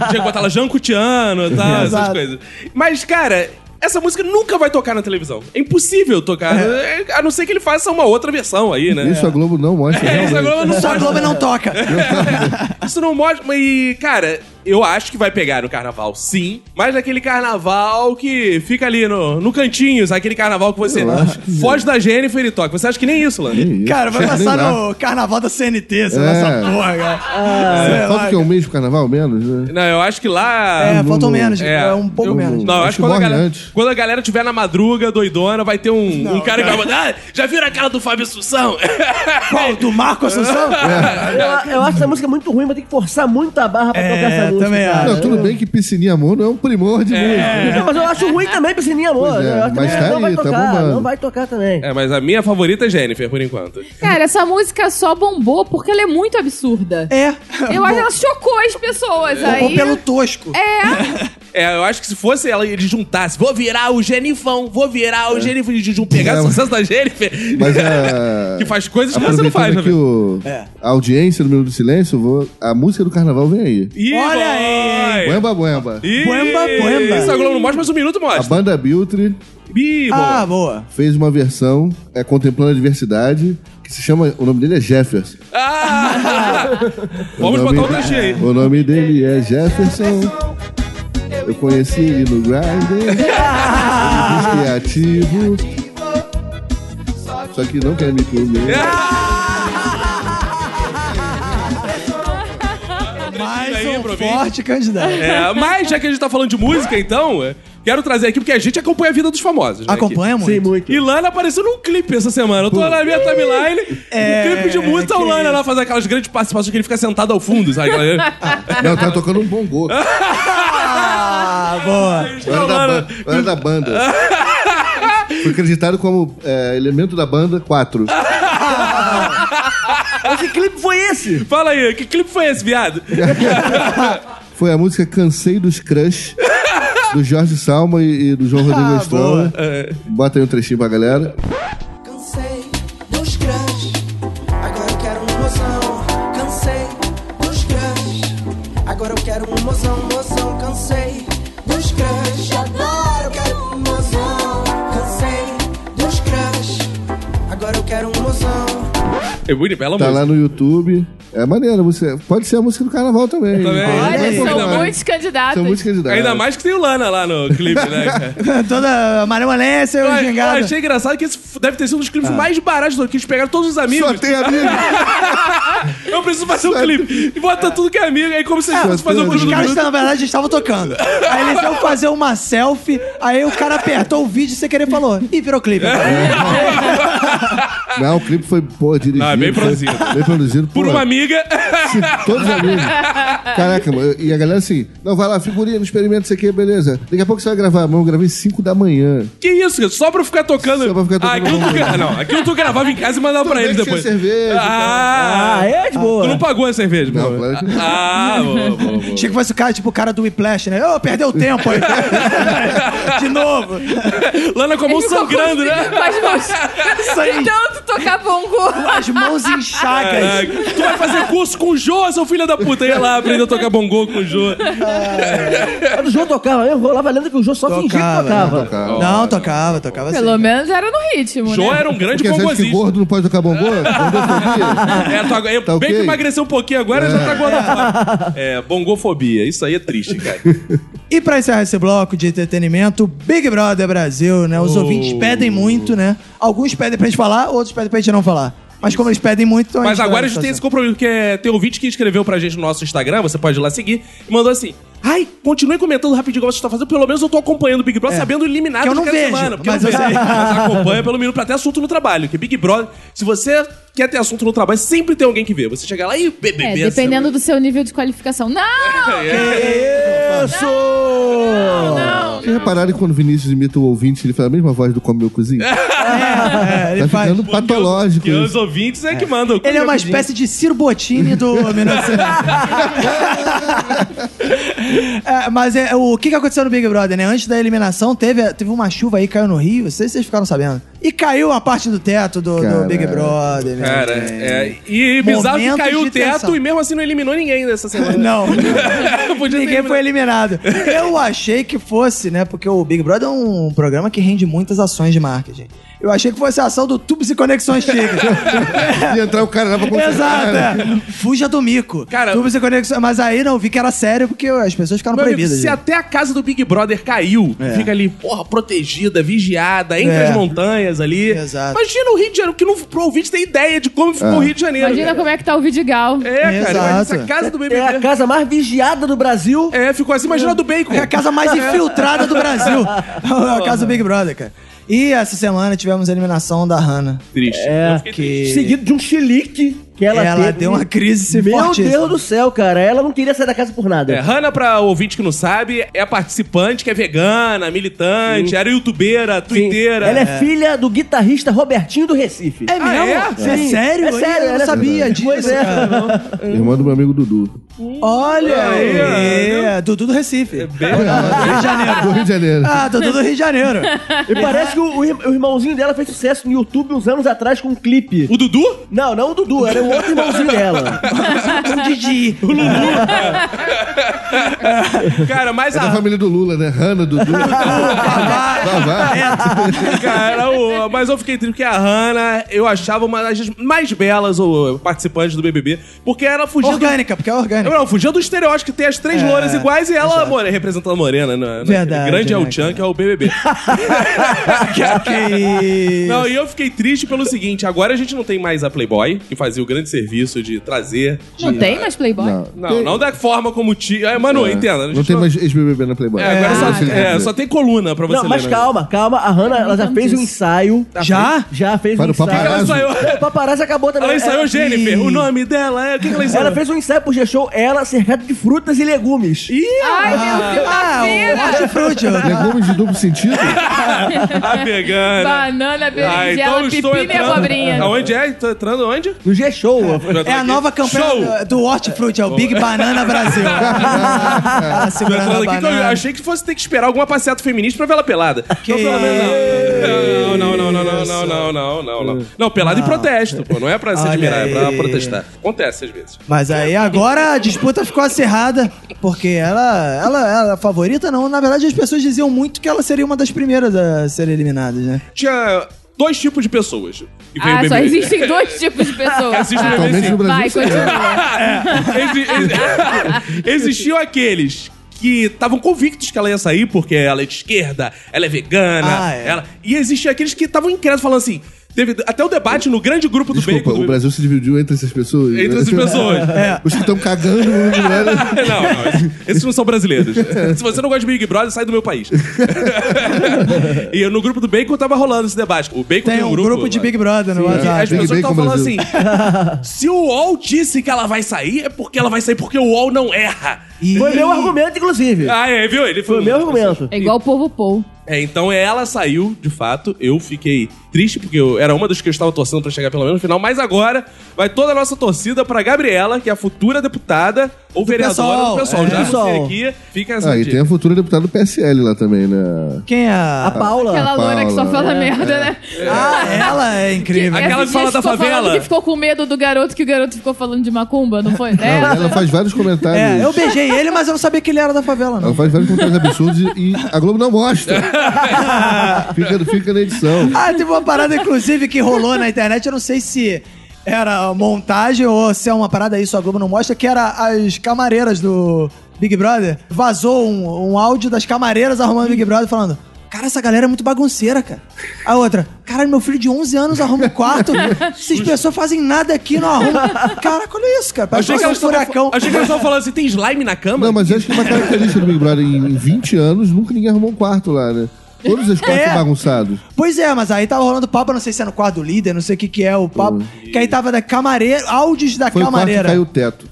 S3: tinha que botar lá Jancutiano e tal, essas
S2: É. Exato.
S3: coisas. Mas, cara. Essa música nunca vai tocar na televisão. É impossível tocar. é, A não ser que ele faça uma outra versão aí, né?
S6: Isso a Globo não mostra.
S3: É, isso a
S6: realmente.
S3: Globo não
S2: Só a
S3: pode.
S2: Globo não toca.
S3: Isso não mostra. mas, E, cara, eu acho que vai pegar no carnaval, sim. Mas naquele carnaval que fica ali no, no cantinho, sabe? Aquele carnaval que você
S6: Eu acho que-
S3: foge da Jennifer e toca. Você acha que nem isso, Lando?
S6: Isso,
S2: Cara, vai
S6: nem
S2: passar
S6: lá.
S2: no carnaval da CNT, sei lá,
S6: É.
S2: essa porra, cara. Sei lá,
S6: Falta que é um mês pro carnaval, menos, né?
S3: Não, eu acho que lá.
S2: É, faltou
S6: Vamos-
S2: menos,
S3: É.
S2: é um pouco
S6: Eu-
S2: menos.
S3: Não, eu acho,
S6: acho
S3: que
S6: que
S3: quando a,
S6: morre
S3: galera,
S6: antes.
S3: quando a galera tiver na madruga, doidona, vai ter um, um cara que vai mandar. Ah, já viram aquela do Fábio Assunção?
S2: Qual? Do Marco Assunção?
S5: É. Eu, eu acho essa música muito ruim, mas tem que forçar muito a barra pra
S2: É,
S5: tocar essa música.
S2: também
S5: cara.
S2: acho.
S6: Não, tudo bem que Piscininha Amor não é um primor de música. né?
S5: Não, mas eu acho ruim também, Piscininha Amor.
S6: Pois é,
S5: Eu acho também,
S6: mas tá
S5: não vai
S6: aí, tá
S5: tocar,
S6: bombando.
S5: não vai tocar também.
S3: é, mas a minha favorita é Jennifer, por enquanto.
S7: Cara, essa música só bombou porque ela é muito absurda.
S2: É.
S7: Eu acho que ela chocou as pessoas
S2: Ou
S7: aí.
S2: pelo tosco.
S3: É, eu acho que se fosse ela e ele juntasse, vou virar o Genifão, vou virar o Genifão, de Jun pegar
S6: É,
S3: o
S6: mas-
S3: sucesso da Jennifer.
S6: Mas a.
S3: Que faz coisas que você não
S6: Aproveitando
S3: faz, né?
S6: aqui
S3: velho?
S6: o... a audiência do Minuto do Silêncio, vou... a música do carnaval vem aí.
S3: Ih,
S2: Olha
S3: boy!
S2: aí!
S6: Buemba, buemba.
S3: É. Ih,
S2: Buemba, buemba.
S3: Isso a Globo não mostra, mas um minuto
S6: A
S3: mostra.
S6: banda Biltre
S3: Ih, boa.
S2: Ah, boa.
S6: fez uma versão é, contemplando a diversidade, que se chama. O nome dele é Jefferson.
S3: Ah! Vamos
S6: O
S3: botar
S6: nome-
S3: um trechinho aí.
S6: O nome dele é Jefferson. Eu conheci ele no Grindr. Ele é ativo. Só que não quer me comer.
S2: Mais
S3: aí
S2: um
S3: pra mim.
S2: forte candidato.
S3: É, mas já que a gente tá falando de música, então, é, quero trazer aqui, porque a gente acompanha a vida dos famosos. né, aqui.
S2: Acompanha muito.
S5: Sim, muito.
S3: E Lana apareceu num clipe essa semana. Eu tô na minha timeline,
S6: É.
S3: um clipe de música, o Lana lá faz aquelas grandes participações que ele fica sentado ao fundo, sabe? Aquela-
S6: Não, tá tocando um bongô. Eu
S2: Ah, boa.
S6: era da, ban- eu era da banda. Foi acreditado como é, elemento da banda 4.
S5: Que clipe foi esse?
S3: Fala aí, que clipe foi esse, viado?
S6: Foi a música Cansei dos Crush, do Jorge Salma e, e do João
S3: Ah,
S6: Rodrigo Estrela.
S3: É.
S6: Bota aí um trechinho pra galera.
S11: Cansei dos crush, agora eu quero um mozão. Cansei dos crush, agora eu quero um mozão, mozão. Cansei dos crush, agora eu quero um mozão. Cansei dos crush, agora eu quero um mozão.
S3: É bonito, bela
S6: Tá
S3: música.
S6: lá no YouTube. É maneiro, você pode ser a música do carnaval também.
S3: Também.
S6: Vamos
S7: Olha,
S6: combinar.
S7: são muitos candidatos.
S6: São músicas de idade.
S3: Ainda mais que tem o Lana lá no clipe, né, cara? Então,
S2: Toda maremalência, eu
S3: Eu, eu
S2: gingado.
S3: achei engraçado que esse f- deve ter sido um dos clipes mais baratos do que eles pegaram todos os amigos.
S6: Ah. Só tem amigo.
S3: Eu preciso fazer um clipe. E bota tudo que é amigo. Aí como se a gente
S6: Só
S3: fosse fazer um
S6: tem
S3: clipe
S2: Os
S3: do
S2: caras,
S3: grupo.
S2: na verdade, estavam tocando. Aí eles iam fazer uma selfie, aí o cara apertou o vídeo sem querer e falou. E virou clipe.
S6: Não, o clipe foi, pô, dirigido.
S3: Não, é bem
S6: foi-
S3: produzido.
S6: Bem produzido.
S3: Por
S6: pô,
S3: um amigo amiga.
S6: Todos amigos. Caraca, mano. E a galera assim, não, vai lá, figurinha, não experimenta isso aqui, beleza. Daqui a pouco você vai gravar. Mas eu gravei 5 da manhã.
S3: Que isso, cara? Só pra eu ficar tocando.
S6: Só pra ficar tocando
S3: Ah, aquilo tu, gra- não, aquilo tu gravava em casa e mandava pra
S6: Tudo
S3: eles
S6: bem que
S3: depois.
S6: tinha cerveja e tal.
S3: ah,
S5: Ah, é de boa.
S3: Tu não pagou a cerveja, meu
S6: Não,
S3: amor.
S6: claro que não.
S3: Ah, boa, boa, boa.
S2: Achei que fosse o cara, tipo o cara do Whiplash, né? Ô, perdeu o tempo aí. De novo.
S3: Lana com a mão sangrando, né?
S4: Mas, mas
S2: Isso aí.
S4: tanto tocar bongo.
S2: As mãos em chagas.
S3: Caraca. É, Tu vai fazer curso com o Jô, seu filho da puta. Ia lá aprender a tocar bongô com o Jô.
S5: Quando o João tocava, eu rolava a lenda que o João só fingia que tocava.
S6: Cara,
S2: Não, tocava, tocava assim.
S4: Pelo menos era no ritmo,
S3: Jô
S4: né?
S3: era um grande
S6: porque às vezes que
S3: bongozista.
S6: gordo não pode tocar bombô, bombofobia.
S3: É, tá, é, bem
S6: Tá ok? É.
S3: que emagreceu um pouquinho agora, já tá gordofóbico. É, bongofobia. Isso aí é triste, cara.
S2: E pra encerrar esse bloco de entretenimento, Big Brother Brasil, né? Os
S3: Oh.
S2: ouvintes pedem muito, né? Alguns pedem pra gente falar, outros pedem pra gente não falar. Mas como eles pedem muito, então
S3: Mas
S2: gente
S3: agora
S2: vai
S3: a gente tem esse
S2: fazer.
S3: compromisso, que é tem ouvinte que escreveu pra gente no nosso Instagram, você pode ir lá seguir, e mandou assim. Ai, continue comentando rapidinho o que você tá fazendo. Pelo menos eu tô acompanhando o Big Brother, sabendo eliminado
S2: É. Que eu não
S3: de cada
S2: vejo,
S3: é semana. Porque
S2: mas
S3: eu não
S2: eu
S3: vejo.
S2: sei.
S3: Mas acompanha pelo menos pra ter assunto no trabalho. Que Big Brother, se você quer ter assunto no trabalho, sempre tem alguém que vê. Você chega lá e né? BBB.
S7: É,
S3: essa
S7: dependendo do seu nível de qualificação. Não!
S3: É,
S6: Vocês repararam que quando o Vinícius imita o ouvinte, ele fala a mesma voz do Come Meu Cozinho? Tá
S2: É, ele faz.
S6: ficando patológico
S3: Que os
S6: isso.
S3: ouvintes é que mandam.
S2: Ele é uma espécie de Ciro Bottini do Minas É, Mas é, o que, que aconteceu no Big Brother, né? Antes da eliminação, teve, teve uma chuva aí, caiu no Rio, não sei se vocês ficaram sabendo. E caiu uma parte do teto do, do
S6: Caraca.
S2: Big Brother, né?
S3: Cara, é, e bizarro que
S2: Momentos
S3: caiu o
S2: de
S3: teto
S2: tensão.
S3: e mesmo assim não eliminou ninguém nessa semana.
S2: Não.
S3: Podia ter
S2: Ninguém foi
S5: né?
S3: eliminado.
S2: eliminado. Eu achei que fosse, né? Porque o Big Brother é um programa que rende muitas ações de marketing. Eu achei que fosse a ação do Tubos e Conexões Chicas.
S6: E entrar o cara lá pra consertar.
S2: Exato. é. Fuja do mico.
S3: Cara,
S2: Tubos e Conexões. Mas aí não vi que era sério porque as pessoas ficaram
S3: Meu amigo,
S2: proibidas.
S3: se
S2: né?
S3: até a casa do Big Brother caiu, fica ali, porra, protegida, vigiada, entre
S2: É.
S3: as montanhas ali.
S2: Exato.
S3: Imagina o Rio de Janeiro, que não, pro ouvinte tem ideia de como ficou o Rio de Janeiro.
S7: Imagina
S3: cara.
S7: como é que tá o Vidigal.
S3: É, cara, imagina
S2: Exato.
S3: essa casa do
S5: É a
S3: BBB.
S5: casa mais vigiada do Brasil.
S3: É, ficou assim, imagina a do Bacon.
S2: É a casa mais infiltrada do Brasil. É a casa do Big Brother, cara. E essa semana tivemos a eliminação da Hannah.
S3: Triste.
S5: É.
S3: Eu fiquei triste.
S2: Que
S5: Seguido de um chilique que ela,
S2: É, ela,
S5: teve.
S2: deu uma crise
S5: Meu
S2: fortíssima.
S5: Deus do céu, cara. Ela não queria sair da casa por nada.
S3: É, Hannah, pra ouvinte que não sabe, é a participante que é vegana, militante, era youtubeira,
S5: Sim.
S3: twitteira.
S5: Ela é, filha do guitarrista Robertinho do Recife.
S2: É mesmo?
S3: Ah, é?
S2: Isso é? sério?
S5: É sério,
S2: eu não
S5: ela-
S2: sabia disso,
S5: Pois é.
S2: cara.
S6: Irmã do meu amigo Dudu.
S2: Olha aí.
S3: Olha
S2: É, Dudu do Recife.
S6: Do Rio de Janeiro.
S2: Ah, Dudu do Rio de Janeiro.
S5: E parece que o, o ir- o irmãozinho dela fez sucesso no YouTube uns anos atrás com um clipe.
S3: O Dudu?
S5: Não, não o Dudu, era o outro irmãozinho dela.
S2: o Didi. Ah,
S3: Cara, mas
S6: É da
S3: a
S6: família do Lula, né? Hanna, Dudu. Vavá.
S3: Cara, o- mas eu fiquei triste porque a Hannah, eu achava uma das mais belas o, participantes do BBB, porque ela fugia
S2: Orgânica, porque é
S3: do...
S2: orgânica.
S3: Não, fugia do estereótipo que tem as três
S2: É,
S3: louras iguais e ela more, representando a morena. Na, na-
S2: Verdade,
S3: grande é
S2: né,
S3: o Chan, que é o BBB.
S2: Que...
S3: não, e eu fiquei triste pelo seguinte, agora a gente não tem mais a Playboy, que fazia o grande serviço de trazer...
S7: Não tem mais Playboy?
S3: Não, não da forma como tinha... É, Manu, entenda. a gente
S6: Não tem mais ex-BBB na Playboy.
S3: É, agora
S6: Ah,
S3: só,
S6: ele quer
S3: é,
S6: dizer.
S3: só tem coluna pra você
S5: Não,
S3: ler.
S5: mas
S3: né?
S5: calma, calma. A Hannah, ela já fez um ensaio.
S2: Já?
S5: Já fez
S6: Para
S5: um
S6: o
S5: ensaio.
S6: paparazzo.
S3: Ela ensaiou-
S5: O paparazzi acabou também.
S3: Ela ensaiou Jennifer, o nome dela é... O que, que ela ensaiou?
S5: Ela fez um ensaio pro G-Show, ela cercada de frutas e legumes.
S3: Ih,
S4: Ai, meu Deus,
S2: Ah, o hortifruti.
S6: Legumes de duplo sentido?
S3: a vegana.
S7: Banana,
S3: Ah,
S7: berinjela,
S3: eu
S7: pepino e abobrinha.
S3: Aonde é? Tô entrando onde?
S5: No G-Show.
S2: É a nova campanha
S3: Show!
S2: do- do Hortifruti, é o Big Banana Brasil. Ela
S3: Tô
S2: segurando
S3: entrando
S2: a
S3: aqui que eu
S2: banana.
S3: achei que fosse ter que esperar alguma passeata feminista pra ver ela pelada. Então, pelo menos, não. Não, não, não, não, não, não, não, não, não. Não, pelada em protesto, pô. Não é pra se
S2: Hum. Ah. Olha
S3: admirar, é pra
S2: aí.
S3: protestar. Acontece às vezes.
S2: Mas aí agora a disputa ficou acirrada, porque ela, ela, ela é a favorita não. Na verdade, as pessoas diziam muito que ela seria uma das primeiras a ser eliminadas, né?
S3: Tinha dois tipos de pessoas. que veio
S7: Ah, só
S3: BBB.
S7: existem dois tipos de pessoas.
S3: Existe
S7: tá?
S3: BBB,
S6: Atualmente
S3: sim.
S6: no
S7: Vai,
S6: Brasil.
S7: continua.
S3: É, Exi- exi- Existiam aqueles que estavam convictos que ela ia sair porque ela é de esquerda, ela é vegana,
S2: Ah, é.
S3: ela... E existiam aqueles que estavam incrédulos falando assim: Teve até o debate no grande grupo do
S6: Desculpa,
S3: Bacon.
S6: o
S3: do-
S6: Brasil se dividiu entre essas pessoas.
S3: Entre essas pessoas. É.
S6: Os que estão cagando. né?
S3: não, não, esses- esses não são brasileiros. Se você não gosta de Big Brother, sai do meu país. e eu, no grupo do Bacon tava rolando esse debate. O Bacon tem,
S2: Tem um grupo de Big Brother no
S3: Sim,
S2: WhatsApp.
S3: As
S2: Big
S3: pessoas estavam
S2: Bacon
S3: falando assim:
S2: Brasil.
S3: se o UOL disse que ela vai sair, é porque ela vai sair, porque o UOL não erra.
S5: Foi meu argumento, inclusive.
S3: Ah, é, viu? Ele
S5: Foi meu argumento.
S7: É igual o povo Paul.
S3: É, então ela saiu, de fato. Eu fiquei triste, porque eu, era uma das que eu estava torcendo pra chegar pelo menos no final. Mas agora vai toda a nossa torcida pra Gabriela, que é a futura deputada ou vereadora
S2: PSOL,
S3: do pessoal.
S2: é.
S3: Já
S2: PSOL.
S3: anunciei aqui, fica essa
S6: Ah, e
S3: dica.
S6: tem a futura deputada do PSL lá também, né?
S2: Quem é a...
S5: Paula.
S7: Aquela loira que só fala
S6: É,
S7: merda, né?
S2: Ah, ela é incrível.
S3: Aquela
S7: Esses
S3: que fala
S7: dias
S3: da
S7: ficou falando
S3: favela.
S7: Que ficou com medo do garoto, que o garoto ficou falando de macumba, não foi? É,
S6: Não,
S7: Dela?
S6: ela faz vários comentários.
S2: É, eu beijei ele, mas eu não sabia que ele era da favela, não.
S6: Ela faz vários comentários absurdos e, e a Globo não mostra. fica, fica na edição.
S2: Ah, teve uma parada, inclusive, que rolou na internet. Eu não sei se era montagem ou se é uma parada aí, só a Globo não mostra, que era as camareiras do Big Brother. Vazou um, um áudio das camareiras arrumando o Big Brother falando... Cara, essa galera é muito bagunceira, cara. A outra, cara, meu filho de 11 anos arruma um quarto. Essas pessoas fazem nada aqui, não arrumam. Cara, olha isso, cara. Parece
S3: Achei que
S2: um
S3: elas estavam-
S2: furacão.
S3: Achei que eles estavam falando assim: tem slime na cama?
S6: Não, mas eu acho que é uma característica do Big Brother em em 20 anos, nunca ninguém arrumou um quarto lá, né? Todos os quartos
S2: É.
S6: são bagunçados.
S2: Pois é, mas aí tava rolando papo, não sei se é no quarto do líder, não sei o que que é o papo. Que aí tava da camareira, áudios da
S6: Foi o quarto que
S2: camareira.
S6: caiu o teto.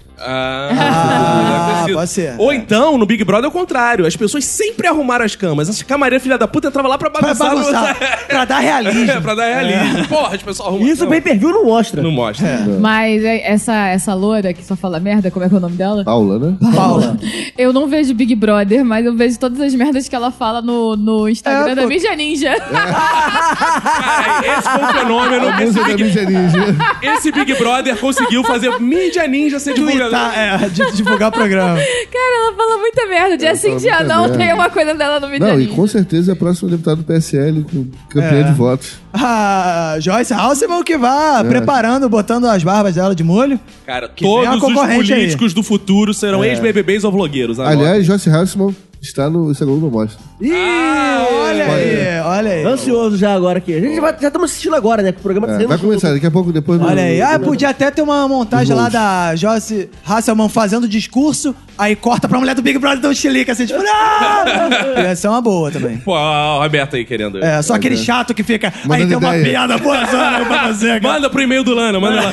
S3: Ah, deve ter
S2: pode
S3: sido.
S2: ser.
S3: Ou então, no Big Brother é o contrário. As pessoas sempre arrumaram as camas. Essa camareira filha da puta entrava lá pra
S2: Pra
S3: bagunçar.
S2: bagunçar, pra dar realismo.
S3: É, pra dar realismo. Porra, as pessoas arrumam.
S5: Isso
S3: a
S5: o
S3: cama.
S5: pay-per-view não mostra.
S3: Não mostra.
S7: Mas é, essa, essa loira que só fala merda, como é que é o nome dela?
S6: Paula, né?
S2: Paula.
S7: Eu não vejo Big Brother, mas eu vejo todas as merdas que ela fala no, no Instagram
S2: É,
S7: da
S2: pô.
S7: Mídia Ninja.
S6: É.
S3: Cara, esse foi um fenômeno.
S6: A
S3: Esse
S6: música da
S3: Big,
S6: Mídia Ninja.
S3: esse Big Brother conseguiu fazer mídia ninja ser divulgada.
S2: Tweetar, é, de divulgar o programa.
S7: Cara, ela fala muita merda. Dia sim,
S6: fala
S7: dia
S6: muita
S7: não,
S6: merda.
S7: tem uma coisa dela no Mídia
S6: Não, e
S7: Ninja.
S6: com certeza é a próxima deputada do PSL, com campeã
S2: É.
S6: de votos.
S2: A Ah, Joyce Halseman que vá
S3: É.
S2: preparando, botando as barbas dela de molho.
S3: Cara,
S2: vem uma
S3: todos os
S2: concorrente aí. É.
S3: políticos do futuro serão ex-BBBs ou vlogueiros. Anota.
S6: Aliás, Joyce Hartman está no. Isso é Globo não mostra.
S2: Ih, olha aí, olha aí.
S5: Ansioso já agora aqui. A gente vai- já estamos assistindo agora, né? Que o programa tá
S6: É,
S5: sendo
S6: vai começar, daqui a pouco depois. do-
S2: Olha aí. Ah,
S6: do-
S2: podia até ter uma montagem lá da Joyce Hasselman fazendo discurso, aí corta pra mulher do Big Brother dar um chilique assim, tipo, não! Ia ser uma boa também.
S3: Pô, ó, o Roberto aí querendo.
S2: É, só aquele chato que fica. aí
S6: Mandando
S2: tem uma
S6: ideia."
S2: piada boa zona pra fazer, cara.
S3: Manda pro e-mail do Lana, manda lá.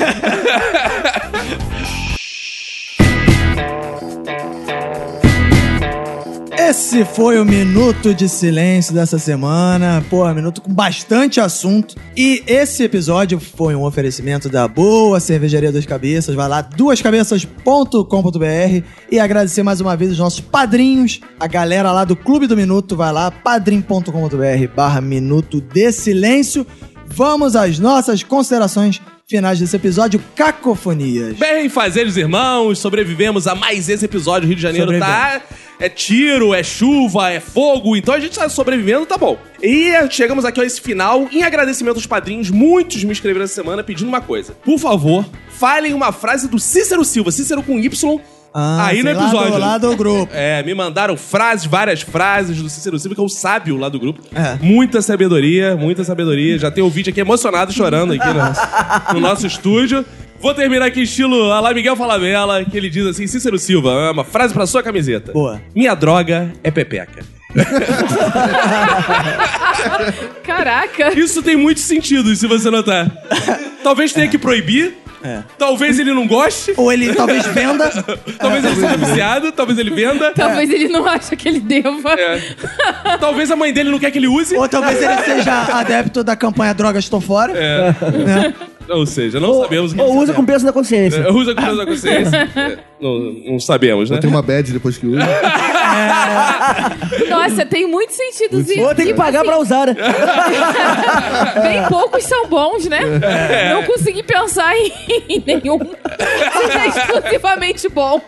S2: Esse foi o Minuto de Silêncio dessa semana. Porra, minuto com bastante assunto. E esse episódio foi um oferecimento da boa Cervejaria Duas Cabeças. Vai lá, duascabeças.com.br e agradecer mais uma vez os nossos padrinhos, a galera lá do Clube do Minuto. Vai lá, padrim.com.br barra Minuto de Silêncio. Vamos às nossas considerações finais desse episódio, Cacofonias.
S3: Bem, fazer os irmãos, sobrevivemos a mais esse episódio. O Rio de Janeiro tá. É tiro, é chuva, é fogo, então a gente tá sobrevivendo, tá bom. E chegamos aqui a esse final. Em agradecimento aos padrinhos, muitos me escreveram essa semana pedindo uma coisa. Por favor, falem uma frase do Cícero Silva, Cícero com Y,
S2: Ah,
S3: aí no
S2: sei, lá do-
S3: episódio.
S2: Lá do grupo.
S3: É, me mandaram frases, várias frases do Cícero Silva, que é o sábio lá do grupo.
S2: É.
S3: Muita sabedoria, muita sabedoria. Já tem o vídeo aqui emocionado, chorando aqui no, no nosso estúdio. Vou terminar aqui estilo Alá Miguel Falabella, que ele diz assim, Cícero Silva, é uma frase pra sua camiseta.
S2: Boa.
S3: Minha droga é pepeca.
S7: Caraca.
S3: Isso tem muito sentido, se você notar. Talvez tenha que proibir.
S2: É.
S3: Talvez ele não goste.
S2: Ou ele talvez venda.
S3: Talvez ele seja viciado. Talvez ele venda.
S7: Talvez ele não ache que ele deva.
S3: É. Talvez a mãe dele não quer que ele use.
S2: Ou talvez ele seja adepto da campanha Drogas Estou Fora.
S3: Ou seja, não sabemos o que
S5: Ou
S3: ele
S5: usa com peso na consciência.
S3: É, Usa com peso na consciência. É, não, não sabemos, né?
S6: Tem uma bad depois que usa.
S7: Nossa, tem muito
S6: É.
S7: sentidozinho.
S5: Ou tem que pagar pra usar, né?
S7: Bem poucos são bons, né? Não consegui pensar em, em nenhum. Seja exclusivamente bom.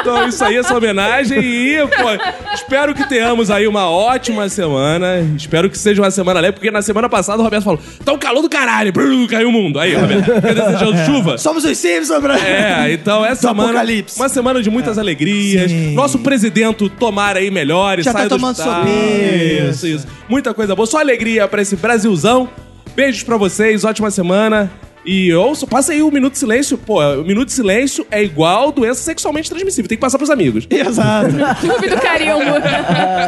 S3: Então, isso aí é essa homenagem e, pô, espero que tenhamos aí uma ótima semana. Espero que seja uma semana leve, porque na semana passada o Roberto falou: tá um calor do caralho, brrr, caiu o mundo. Aí, Roberto, fica desejando chuva.
S2: Somos os Simpsons, né? Bra-
S3: É, então essa
S2: Do
S3: semana.
S2: apocalipse. Ah,
S3: Uma semana de muitas alegrias.
S2: Sim.
S3: Nosso presidente tomar aí melhores,
S2: Já tá
S3: saia do
S2: tomando
S3: hospital.
S2: sopinha.
S3: Isso, isso. Muita coisa boa. Só alegria pra esse Brasilzão. Beijos pra vocês, ótima semana. E ouça, passa aí o Minuto de Silêncio. Pô, o Minuto de Silêncio é igual doença sexualmente transmissível. Tem que passar pros amigos.
S2: Exato.
S7: Clube do Carimbo.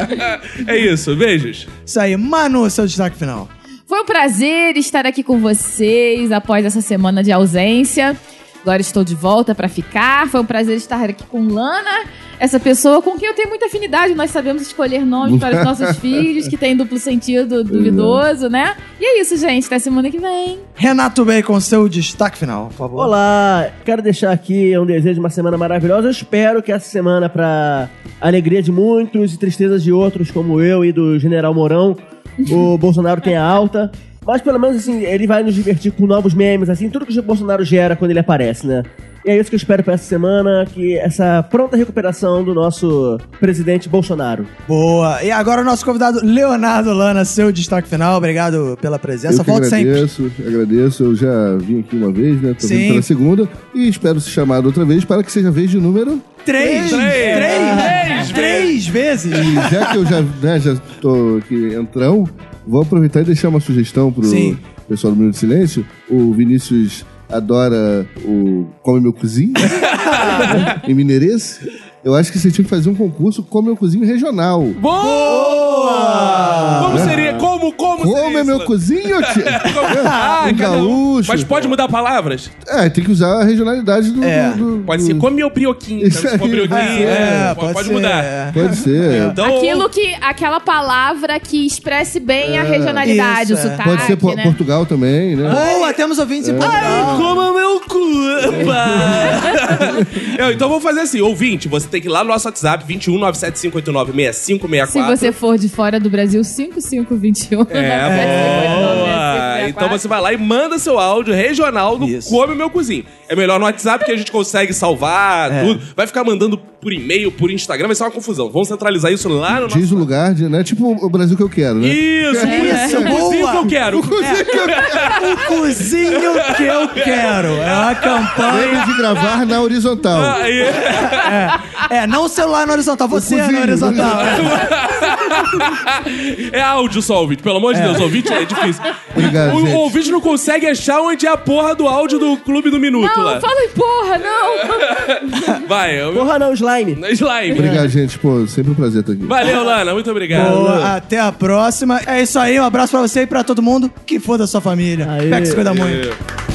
S3: é isso, beijos.
S2: Isso aí, Manu, seu destaque final.
S4: Foi um prazer estar aqui com vocês após essa semana de ausência. Agora estou de volta pra ficar. Foi um prazer estar aqui com Lana, essa pessoa com quem eu tenho muita afinidade. Nós sabemos escolher nomes para os nossos filhos, que tem duplo sentido duvidoso, né? E é isso, gente. Até semana que vem.
S2: Renato Bacon, seu destaque final, por favor.
S5: Olá, quero deixar aqui um desejo de uma semana maravilhosa. Eu espero que essa semana, para alegria de muitos e tristezas de outros, como eu e do General Mourão, o Bolsonaro tenha alta. Mas pelo menos, assim, ele vai nos divertir com novos memes, assim, tudo que o Bolsonaro gera quando ele aparece, né? E é isso que eu espero para essa semana, que essa pronta recuperação do nosso presidente Bolsonaro.
S2: Boa. E agora o nosso convidado Leonardo Lana, seu destaque final. Obrigado pela presença.
S6: eu que
S2: Volte sempre.
S6: agradeço, agradeço. Eu já vim aqui uma vez, né? Tô
S2: Sim.
S6: vindo pela segunda. E espero ser chamado outra vez para que seja vez de número.
S2: Três!
S3: Três.
S2: Três! Três vezes!
S6: E já que eu já, né, já tô aqui entrão, vou aproveitar e deixar uma sugestão pro
S2: Sim.
S6: pessoal do Minuto de Silêncio. O Vinícius adora o Come Meu Cozinho né? em Mineirês. Eu acho que você tinha que fazer um concurso Come Meu Cozinho regional.
S3: Boa! Como seria? Como, como
S6: Como
S3: seria
S6: é
S3: isso?
S6: meu cozinho, tio?
S3: Ah,
S6: um
S3: cada um.
S6: gaúcho.
S3: Mas pode mudar palavras?
S6: É, tem que usar a regionalidade do. do- do-
S3: Pode ser come meu brioquinho.
S6: Hum. Isso
S3: tá? Se for
S6: aí.
S3: brioquinho,
S2: É,
S3: pode,
S2: ser.
S3: mudar.
S2: É.
S6: Pode ser.
S3: Então,
S7: Aquilo que, aquela palavra que expresse bem a
S2: isso,
S7: regionalidade,
S2: é.
S7: o sotaque,
S4: tá
S6: Pode ser po-
S7: né?
S6: Portugal também, né?
S2: Boa, temos ouvintes em Portugal.
S3: Coma meu cu! Opa! Eu, então vou fazer assim, ouvinte, você tem que ir lá no nosso WhatsApp, 21 975896564.
S4: Se você for de fora do Brasil, 5521. então, né?
S3: É, boa!
S4: 975896564.
S3: Então você vai lá e manda seu áudio regional do
S2: Isso.
S3: Come Meu Cozinho. É melhor no WhatsApp que a gente consegue salvar
S2: É.
S3: tudo. Vai ficar mandando por e-mail, por Instagram, vai ser uma confusão. Vamos centralizar isso lá no nosso...
S6: Diz o lugar, de, né? Tipo o Brasil que eu quero, né?
S3: Isso,
S4: É.
S2: Isso,
S3: o cozinho
S2: boa.
S3: que eu quero.
S2: O cozinho que eu quero. É uma campanha.
S6: Temos de gravar na horizontal.
S3: Aí.
S2: É, não o celular na horizontal, você
S6: cozinho. né?
S2: na horizontal.
S3: É áudio só, ouvinte. Pelo amor de Deus, ouvinte é difícil.
S6: Obrigado,
S3: o, o
S6: gente.
S3: ouvinte não consegue achar onde é a porra do áudio do Clube do Minuto lá.
S7: Não, fala em porra, não!
S3: Vai, eu...
S5: Porra não, slime.
S3: slime.
S6: Obrigado, gente. Pô, sempre um prazer estar aqui.
S3: Valeu, Lana. Muito obrigado.
S2: Boa, até a próxima. É isso aí, um abraço pra você e pra todo mundo. Que foda a sua família. Pega que se cuida muito.
S3: É.